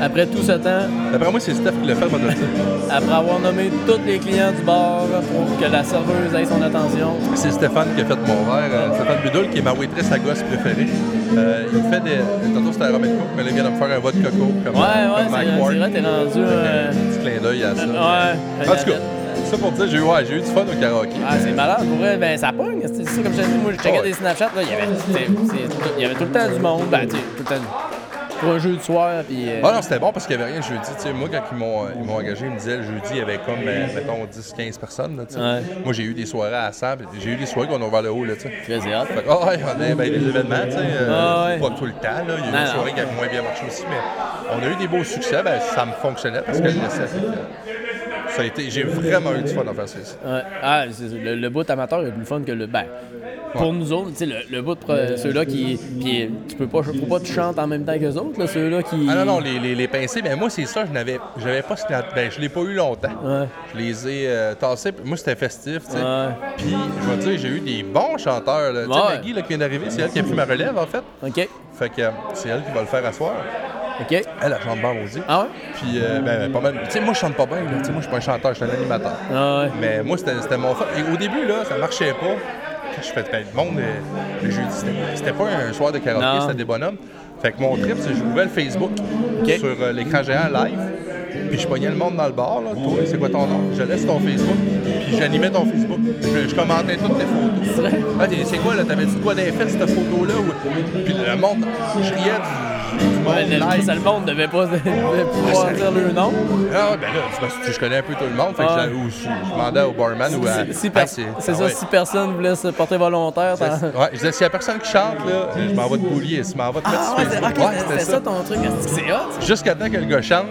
[SPEAKER 2] après tout ce temps,
[SPEAKER 1] D'après moi, c'est Steph qui l'a fait, moi, de le dire.
[SPEAKER 2] après avoir nommé tous les clients du bar pour que la serveuse ait son attention,
[SPEAKER 1] C'est Stéphane qui a fait mon verre. euh, Stéphane Budul, qui est ma waitress à gosse préférée. Euh, il fait des. Tantôt, c'était un Robin Cook, mais là, il vient de me faire un vodka coco. Comme,
[SPEAKER 2] Ouais, ouais,
[SPEAKER 1] comme
[SPEAKER 2] c'est
[SPEAKER 1] Mike Ward.
[SPEAKER 2] c'est vrai, t'es rendu. euh, Ah,
[SPEAKER 1] Un petit clin d'œil à ça.
[SPEAKER 2] ouais.
[SPEAKER 1] En tout cas, ça pour dire, j'ai eu, ouais, j'ai eu du fun au karaoké.
[SPEAKER 2] Ah, c'est malade, pour vrai, ben ça pogne, c'est ça, comme je te dis, moi je checkais
[SPEAKER 1] Ouais.
[SPEAKER 2] des Snapchats, là, il y avait, c'est- c'est- il y avait tout le temps du monde, ben tu sais, tout le temps, du- pour un jeu du soir, puis... euh,
[SPEAKER 1] Ah non, c'était bon parce qu'il n'y avait rien le jeudi. Tu sais, moi, quand ils m'ont, euh, ils m'ont engagé, ils me disaient le jeudi, il y avait comme, euh, mettons, 10-15 personnes. Là, tu sais.
[SPEAKER 2] Ouais.
[SPEAKER 1] Moi, j'ai eu des soirées à 100. puis J'ai eu des soirées qu'on a ouvert le haut. Là, tu sais.
[SPEAKER 2] Très hâte.
[SPEAKER 1] Fait que, ah ouais, on a ben, des événements, tu sais, euh,
[SPEAKER 2] Ah ouais.
[SPEAKER 1] pas tout le temps. Là. Il y a eu
[SPEAKER 2] Non,
[SPEAKER 1] des
[SPEAKER 2] non.
[SPEAKER 1] soirées qui avaient moins bien marché aussi, mais on a eu des beaux succès. Ben, ça me fonctionnait parce que je laissais. Fait que Ça a été, j'ai vraiment eu du fun à faire ça. ici.
[SPEAKER 2] Ouais. Ah, c'est- c'est- le, le bout amateur est plus fun que le. Ben, pour nous autres, tu sais, le, le bout, euh, ceux-là qui. Puis tu peux pas, faut pas que tu chantes en même temps que les autres, là, ceux-là qui.
[SPEAKER 1] Ah non, non, les, les, les pincées, mais moi, c'est ça, je n'avais j'avais pas ce client- Ben, je l'ai pas eu longtemps.
[SPEAKER 2] Ouais.
[SPEAKER 1] Je les ai euh, tassés. puis Moi, c'était festif, tu sais.
[SPEAKER 2] Ouais.
[SPEAKER 1] Puis, je vais te dire, j'ai eu des bons chanteurs. Là. Tu sais,
[SPEAKER 2] Ouais.
[SPEAKER 1] Maggie, là, qui vient d'arriver, c'est elle qui a pris ma relève, en fait.
[SPEAKER 2] Ok,
[SPEAKER 1] Fait que euh, c'est elle qui va le faire à soir.
[SPEAKER 2] ok.
[SPEAKER 1] Elle, ben, elle chante bien aussi.
[SPEAKER 2] Ah ouais?
[SPEAKER 1] Puis, euh, ben, pas mal. Tu sais, moi, je chante pas bien, là. Tu sais, moi, je suis pas un chanteur, je suis un animateur.
[SPEAKER 2] Ah ouais.
[SPEAKER 1] Mais moi, c'était c'était mon fun. Et au début, là, ça marchait pas. Quand je faisais le monde, euh, le jeudi, c'était- c'était pas un soir de
[SPEAKER 2] Non.
[SPEAKER 1] karaoké, c'était des bonhommes. Fait que mon trip, c'est que j'ouvrais le Facebook sur euh, l'écran géant live. Puis je pognais le monde dans le bar, là. Toi, c'est quoi ton nom? Je laisse ton Facebook. Puis j'animais ton Facebook. Je, je commentais toutes tes photos.
[SPEAKER 2] vrai?
[SPEAKER 1] Ah, t'es- c'est quoi, là? T'avais dit quoi dans les fesses, cette photo-là? Ou- Puis le monde, je riais du, du monde
[SPEAKER 2] Ouais, le,
[SPEAKER 1] live.
[SPEAKER 2] ça, le monde devait pas devait pouvoir
[SPEAKER 1] ça-
[SPEAKER 2] dire le nom.
[SPEAKER 1] Ah, ouais, ben là, c'est parce que je connais un peu tout le monde. Fait que
[SPEAKER 2] Ouais.
[SPEAKER 1] j'allais- ou je, je demandais au barman ou à.
[SPEAKER 2] Ah. Si- si
[SPEAKER 1] Ah,
[SPEAKER 2] per-
[SPEAKER 1] c'est-
[SPEAKER 2] c'est
[SPEAKER 1] ah,
[SPEAKER 2] ça,
[SPEAKER 1] ouais.
[SPEAKER 2] si personne voulait se porter volontaire, t'en-
[SPEAKER 1] Ouais, je disais, s'il y a personne qui chante, là, je m'en vais te boulier, je m'en vais te mettre
[SPEAKER 2] Ah
[SPEAKER 1] sur
[SPEAKER 2] ouais, c'est
[SPEAKER 1] Facebook.
[SPEAKER 2] ok, c'était ça ton truc, est-ce que c'est hot?
[SPEAKER 1] Jusqu'à temps que le gars chante,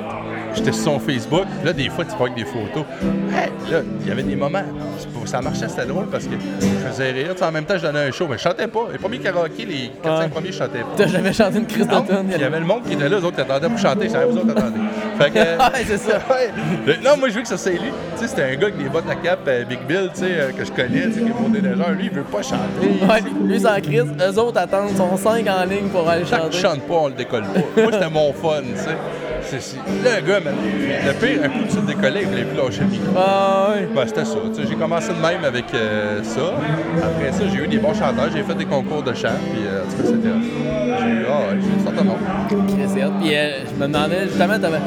[SPEAKER 1] j'étais sur son Facebook. Là, des fois, tu prends avec des photos. Hey, là, il y avait des moments. c'est pas- Ça marchait, c'était drôle parce que je faisais rire. Tu sais, en même temps, je donnais un show, mais je chantais pas. Les premiers karaokés, les 4-5
[SPEAKER 2] Ouais.
[SPEAKER 1] premiers, je chantais pas.
[SPEAKER 2] T'as jamais chanté une crise
[SPEAKER 1] Non,
[SPEAKER 2] d'automne?
[SPEAKER 1] Il y avait le monde qui était là, les autres qui attendaient pour chanter. Je savais, vous autres attendez. Fait que.
[SPEAKER 2] Ouais, c'est ça.
[SPEAKER 1] Ouais. Le- Non, moi, je veux que ça s'élue. Tu sais, c'était un gars avec des bottes à cap, euh, Big Bill, tu sais, euh, que je connais, tu sais, qui est mon déneigeur. Lui, il veut pas chanter.
[SPEAKER 2] Ouais, lui, c'est en crise, eux autres attendent, sont cinq en ligne pour aller
[SPEAKER 1] Tant que
[SPEAKER 2] chanter.
[SPEAKER 1] je chante pas, on le décolle pas. Moi, c'était mon fun, tu sais. C'est- c'est- Là, le gars, man, le pire, un coup de suite décollé, il voulait plus lâcher le micro.
[SPEAKER 2] Ah ouais.
[SPEAKER 1] Ben, c'était ça. tu sais, J'ai commencé de même avec euh, ça. Après ça, j'ai eu des bons chanteurs, j'ai fait des concours de chant, puis euh, en tout cas, c'était. J'ai eu, ah, ouais, j'ai eu une sorte de nom.
[SPEAKER 2] Chris Hill. Puis euh, je me demandais justement, t'avais-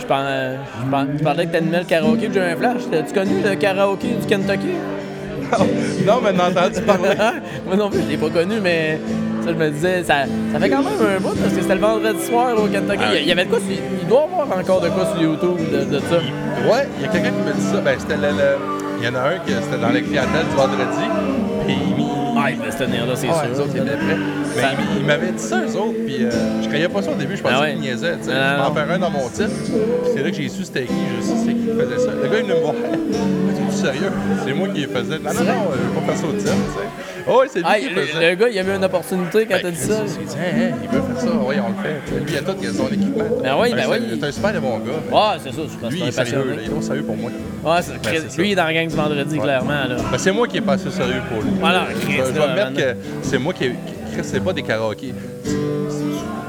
[SPEAKER 2] je, parlais, je par- tu parlais que t'animais le karaoké, puis j'ai eu un flash. T'as-tu connu le karaoké du Kentucky?
[SPEAKER 1] Non, mais on a entendu parler.
[SPEAKER 2] Moi non plus, je l'ai pas connu, mais ça, je me disais, ça, ça fait quand même un bout parce que c'était le vendredi soir au Kentucky.
[SPEAKER 1] Ah
[SPEAKER 2] Il y a- Il y avait de quoi sur- Il doit y avoir encore de quoi sur YouTube de, de ça.
[SPEAKER 1] Ouais, il y a quelqu'un qui me dit ça. Ben, c'était le. le- Il y en a un qui c'était dans la clientèle du vendredi. Puis il m'y-
[SPEAKER 2] Ah, il devait se tenir là, c'est
[SPEAKER 1] Ah, eux
[SPEAKER 2] sûr.
[SPEAKER 1] autres, ils étaient prêts. Mais
[SPEAKER 2] Ça-
[SPEAKER 1] il- il m'avait dit ça, eux autres. Puis euh, je croyais pas ça au début. Je pensais
[SPEAKER 2] Ah ouais.
[SPEAKER 1] qu'il niaisait. tu sais.
[SPEAKER 2] Ah
[SPEAKER 1] je vais en
[SPEAKER 2] non.
[SPEAKER 1] faire un dans mon titre. Puis c'est là que j'ai su c'était qui. Je sais c'est qui qui faisait ça. euh, Le gars, il est venu me voir. Il m'a dit, Es-tu sérieux? C'est moi qui le faisais. Non, non, non, je vais pas faire ça au titre. tu sais. Oh, c'est lui
[SPEAKER 2] Hey,
[SPEAKER 1] qui
[SPEAKER 2] le,
[SPEAKER 1] faisait.
[SPEAKER 2] le gars, il a eu une opportunité quand
[SPEAKER 1] Ben,
[SPEAKER 2] t'as dit
[SPEAKER 1] Chris,
[SPEAKER 2] ça.
[SPEAKER 1] Il s'est dit, Hey, hey, il veut faire ça, oui, on le fait. Puis Lui, il a tout son équipement.
[SPEAKER 2] Ben oui,
[SPEAKER 1] C'est un-
[SPEAKER 2] ben oui.
[SPEAKER 1] C'est un super de bon gars. mais
[SPEAKER 2] Ouais, c'est ça, je pense que
[SPEAKER 1] Lui, il
[SPEAKER 2] c'est un
[SPEAKER 1] est sérieux. là.
[SPEAKER 2] passionné.
[SPEAKER 1] Il est trop sérieux pour moi.
[SPEAKER 2] Ouais, c'est-
[SPEAKER 1] Ben, c'est ça.
[SPEAKER 2] lui, il est dans la gang du vendredi,
[SPEAKER 1] Ouais.
[SPEAKER 2] clairement. Là.
[SPEAKER 1] Ben, c'est moi qui ai pas assez sérieux pour lui.
[SPEAKER 2] Voilà,
[SPEAKER 1] Je-
[SPEAKER 2] Chris,
[SPEAKER 1] Ben, Je, vais
[SPEAKER 2] là,
[SPEAKER 1] admettre
[SPEAKER 2] maintenant.
[SPEAKER 1] que c'est moi qui. Chris, c'est pas des karaokés.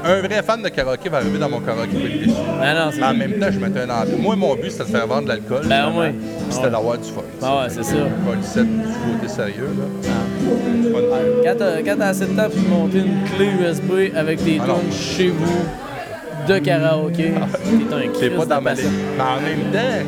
[SPEAKER 1] Un vrai fan de karaoké va arriver dans mon karaoké pour être déçu.
[SPEAKER 2] Ben non, c'est
[SPEAKER 1] Mais en
[SPEAKER 2] ça.
[SPEAKER 1] même temps, je mettais un ambiance. Moi, mon but, c'était de faire vendre de l'alcool.
[SPEAKER 2] Ben
[SPEAKER 1] finalement.
[SPEAKER 2] oui.
[SPEAKER 1] Puis c'était
[SPEAKER 2] Ouais.
[SPEAKER 1] d'avoir du fun.
[SPEAKER 2] Ah ouais, c'est ça.
[SPEAKER 1] Pas le set du côté sérieux, là. C'est pas une-
[SPEAKER 2] Quand t'as quand t'as assez de temps pour te monter une clé USB avec tes
[SPEAKER 1] Ah non.
[SPEAKER 2] tunes chez vous, de karaoké, t'es un
[SPEAKER 1] C'est
[SPEAKER 2] Christ
[SPEAKER 1] pas dans
[SPEAKER 2] de
[SPEAKER 1] ma
[SPEAKER 2] patient.
[SPEAKER 1] ligne. Mais en même temps,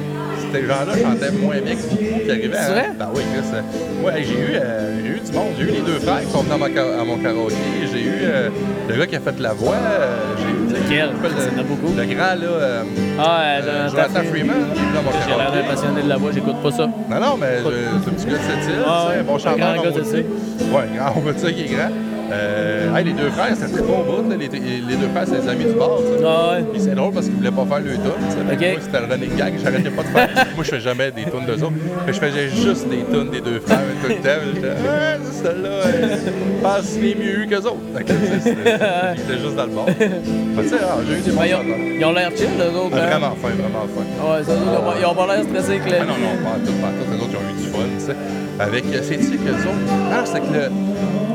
[SPEAKER 1] ces gens-là chantaient moins bien que ce qui arrivait.
[SPEAKER 2] C'est
[SPEAKER 1] à-
[SPEAKER 2] vrai?
[SPEAKER 1] Ben oui, Chris. euh, Moi, j'ai eu, euh, j'ai eu du monde. J'ai eu les deux frères qui sont venus à mon, ka- à mon karaoké. J'ai eu euh, le gars qui a fait la voix. euh, j'ai eu. tu sais,
[SPEAKER 2] Lequel?
[SPEAKER 1] je sais pas,
[SPEAKER 2] Il y en a beaucoup.
[SPEAKER 1] Le grand, là. euh,
[SPEAKER 2] Ah,
[SPEAKER 1] euh,
[SPEAKER 2] ouais,
[SPEAKER 1] Jonathan Freeman, qui est venu à mon
[SPEAKER 2] J'ai l'air d'un
[SPEAKER 1] karaoké.
[SPEAKER 2] passionné de la voix, j'écoute pas ça.
[SPEAKER 1] Non, non, mais je- c'est un petit gars de cette île. tu sais,
[SPEAKER 2] Ah, ouais,
[SPEAKER 1] bon
[SPEAKER 2] un
[SPEAKER 1] chanteur.
[SPEAKER 2] grand
[SPEAKER 1] on
[SPEAKER 2] gars
[SPEAKER 1] va
[SPEAKER 2] de
[SPEAKER 1] dire.
[SPEAKER 2] cette île.
[SPEAKER 1] Ouais, grand, on va dire qu'il est grand. Euh, hey, les deux frères, c'était très bon bout. là. Les, les deux frères, c'est les amis du bar. tu sais.
[SPEAKER 2] Ah ouais.
[SPEAKER 1] Puis c'est drôle parce qu'ils voulaient pas faire le tune. Fait que
[SPEAKER 2] Ok.
[SPEAKER 1] Moi, c'était le running gag, j'arrêtais pas de faire. moi, je fais jamais des tunes d'eux autres. Mais je faisais juste des tunes des deux frères tout le temps. J'étais, ah, c'est celle-là, elle passe les mieux qu'eux autres. Fait que, tu sais, c'était- J'étais juste dans le bord. Fait que, tu sais, ah, j'ai eu des bons
[SPEAKER 2] Ben, ils,
[SPEAKER 1] chanteurs.
[SPEAKER 2] ont, ils ont l'air chill, eux autres.
[SPEAKER 1] Ah,
[SPEAKER 2] hein? Ah
[SPEAKER 1] Vraiment fin, vraiment fin.
[SPEAKER 2] Ouais, ça, ils ont pas- ils ont pas l'air stressés avec la
[SPEAKER 1] Ah non, non, pas en tout, pas en tout. Les autres, ils ont eu du fun, tu sais. Avec, euh, c'est tu que autres. Ah, c'est que le.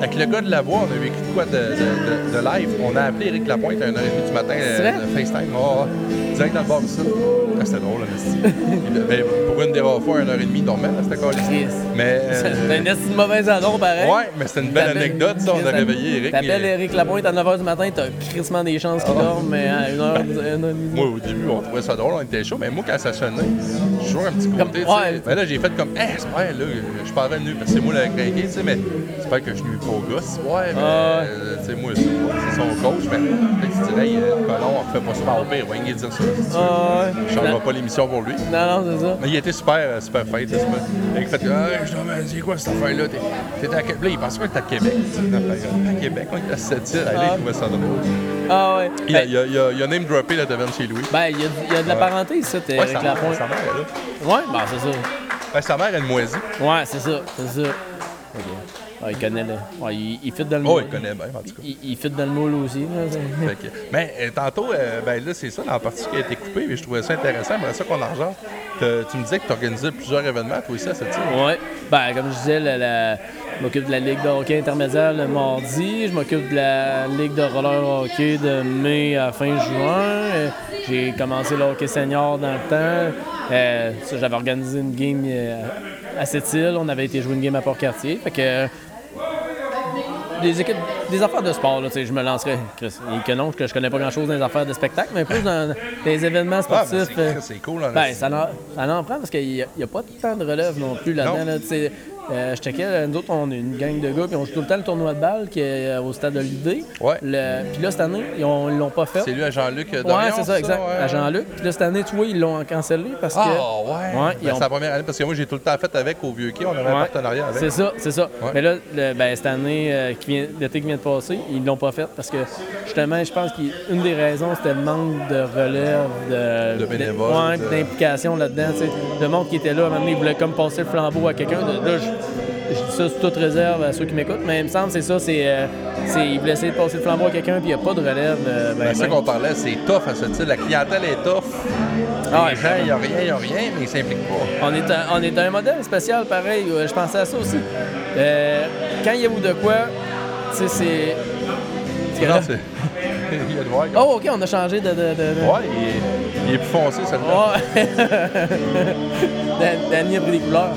[SPEAKER 1] Avec le gars de la voix, on a vécu de quoi de, de- de- de live. On a appelé Eric Lapointe à 1h30 du matin
[SPEAKER 2] C'est vrai?
[SPEAKER 1] euh, de FaceTime. Oh, direct dans le bar ici. Ah, c'était drôle, là, mais Pour une des rares fois, 1h30, il dormait, là, c'était quoi là?
[SPEAKER 2] Chris.
[SPEAKER 1] Mais. euh,
[SPEAKER 2] C'est une estime mauvaise annonce, pareil.
[SPEAKER 1] ouais, mais c'était une belle
[SPEAKER 2] T'appelles-
[SPEAKER 1] anecdote, ça. On a
[SPEAKER 2] Chris,
[SPEAKER 1] réveillé euh, Eric.
[SPEAKER 2] T'appelles
[SPEAKER 1] mais-
[SPEAKER 2] Eric Lapointe à 9h du matin, t'as crissement des chances qu'il dorme, mais à 1h30.
[SPEAKER 1] Moi, au début, on trouvait ça drôle, on était chaud, mais moi, quand ça sonnait, je jouais un petit
[SPEAKER 2] Comme-
[SPEAKER 1] côté, tu
[SPEAKER 2] ouais.
[SPEAKER 1] sais. Ben là, j'ai fait comme, eh, c'est vrai, là, je parais nu, parce que c'est moi le craqué, tu sais, mais c'est pas que je suis nu pour gosse, ouais, mais,
[SPEAKER 2] Ah ouais.
[SPEAKER 1] euh, tu sais, moi, c'est c'est son coach, mais peut-être qu'il dirait, hey, euh, Colin, on fait pas super au pire, voyez, dire ça, si tu veux.
[SPEAKER 2] Ah
[SPEAKER 1] Je
[SPEAKER 2] ouais.
[SPEAKER 1] changerai
[SPEAKER 2] Non,
[SPEAKER 1] pas l'émission pour lui.
[SPEAKER 2] non, c'est ça.
[SPEAKER 1] Mais il était super, euh, super fin, tu sais, super- Il fait que, ah, je dis, mais c'est quoi cette affaire-là? T'es- T'es à Québec? Là, il pensait pas que t'es à Québec. tu sais. Non, ben, À Québec, on est à cette île. Hey, là,
[SPEAKER 2] Ah.
[SPEAKER 1] il trouvait ça drôle.
[SPEAKER 2] Ah ouais.
[SPEAKER 1] Il a,
[SPEAKER 2] Ben,
[SPEAKER 1] il a- il a- il a name droppé la taverne chez Louis.
[SPEAKER 2] Ben, il y, a- il y a de la
[SPEAKER 1] Ouais.
[SPEAKER 2] parenté ici, t'es
[SPEAKER 1] Ouais,
[SPEAKER 2] Eric
[SPEAKER 1] sa mère,
[SPEAKER 2] Lapointe.
[SPEAKER 1] sa mère, là.
[SPEAKER 2] Ouais, ben c'est ça.
[SPEAKER 1] Ben, sa mère, elle moisit.
[SPEAKER 2] Ouais, c'est ça, c'est ça. Ok. Ah, il connaît le. Ouais, il, il fit dans le
[SPEAKER 1] Oh,
[SPEAKER 2] moule.
[SPEAKER 1] il connaît bien, en tout cas.
[SPEAKER 2] Il, il fit dans le moule aussi. Là, c'est-
[SPEAKER 1] Fait que- mais euh, tantôt, euh, ben là, c'est ça, la partie qui a été coupée, mais je trouvais ça intéressant. J'aimerais ça qu'on en rejasse. T'as- Tu me disais que tu organisais plusieurs événements, toi aussi, à cette île.
[SPEAKER 2] Ouais. Ben, comme je disais, la- la- je m'occupe de la Ligue de hockey intermédiaire le mardi. Je m'occupe de la Ligue de roller hockey de mai à fin juin. Euh, J'ai commencé le hockey senior dans le temps. Euh, ça, j'avais organisé une game euh, à cette île. On avait été jouer une game à Port-Cartier. Fait que. euh, Des, équipes, des affaires de sport, là, tu sais, je me lancerais. Chris, Il est que non, que je connais pas grand-chose dans les affaires de spectacle, mais plus dans les événements
[SPEAKER 1] Ah,
[SPEAKER 2] sportifs.
[SPEAKER 1] ben,
[SPEAKER 2] euh,
[SPEAKER 1] c'est- c'est cool, en
[SPEAKER 2] ben,
[SPEAKER 1] esti.
[SPEAKER 2] ça en, ça en prend parce qu'il n'y a, il y a pas tant de relève non plus là-dedans.
[SPEAKER 1] Non.
[SPEAKER 2] là. Tu sais, euh, je checkais, là, nous autres, on est une gang de gars, puis on joue tout le temps le tournoi de balle qui est euh, au stade de l'idée.
[SPEAKER 1] Ouais.
[SPEAKER 2] Puis là, cette année, ils ont- ils l'ont pas fait.
[SPEAKER 1] C'est lui à Jean-Luc euh, Dorion,
[SPEAKER 2] Ouais, c'est ça, exact.
[SPEAKER 1] ouais.
[SPEAKER 2] À Jean-Luc. Puis là, cette année, tu vois, ils l'ont cancellé parce
[SPEAKER 1] Ah,
[SPEAKER 2] que.
[SPEAKER 1] ouais.
[SPEAKER 2] Ouais, ils
[SPEAKER 1] Ben,
[SPEAKER 2] ont-
[SPEAKER 1] C'est la première année, parce que moi, j'ai tout le temps fait avec au Vieux-Quai. On avait
[SPEAKER 2] Ouais.
[SPEAKER 1] un partenariat avec.
[SPEAKER 2] C'est ça, c'est ça.
[SPEAKER 1] Ouais.
[SPEAKER 2] Mais là, le- ben, cette année, euh, qui vient- l'été qui vient de passer, ils l'ont pas fait parce que justement, je pense qu'une des raisons, c'était le manque de relève, de,
[SPEAKER 1] De bénévoles,
[SPEAKER 2] ouais,
[SPEAKER 1] de-
[SPEAKER 2] d'implication là-dedans. tu sais. Le monde qui était là, à un moment donné, il voulait comme passer le flambeau à quelqu'un. De- Là, je, je dis ça sous toute réserve à ceux qui m'écoutent, mais il me semble c'est ça, c'est, euh, c'est ils voulaient essayer de passer le flambeau à quelqu'un puis il n'y a pas de relève. euh, ben,
[SPEAKER 1] Ben, C'est ça
[SPEAKER 2] ben.
[SPEAKER 1] qu'on parlait, c'est tough à cette île. La clientèle est tough.
[SPEAKER 2] Ah,
[SPEAKER 1] les gens, ils n'ont rien, ils n'ont rien, mais ils s'impliquent pas.
[SPEAKER 2] On est, un, on est un modèle spécial, pareil. euh, Je pensais à ça aussi. Euh, quand il y a eu de quoi, tu sais, c'est. c'est
[SPEAKER 1] Non,
[SPEAKER 2] là-
[SPEAKER 1] c'est. Il y a de voir.
[SPEAKER 2] Oh, ok, on a changé de. de, de- de-
[SPEAKER 1] Ouais, il est, il est plus foncé, celui-là.
[SPEAKER 2] Ouais. Dan- Danny a pris des couleurs.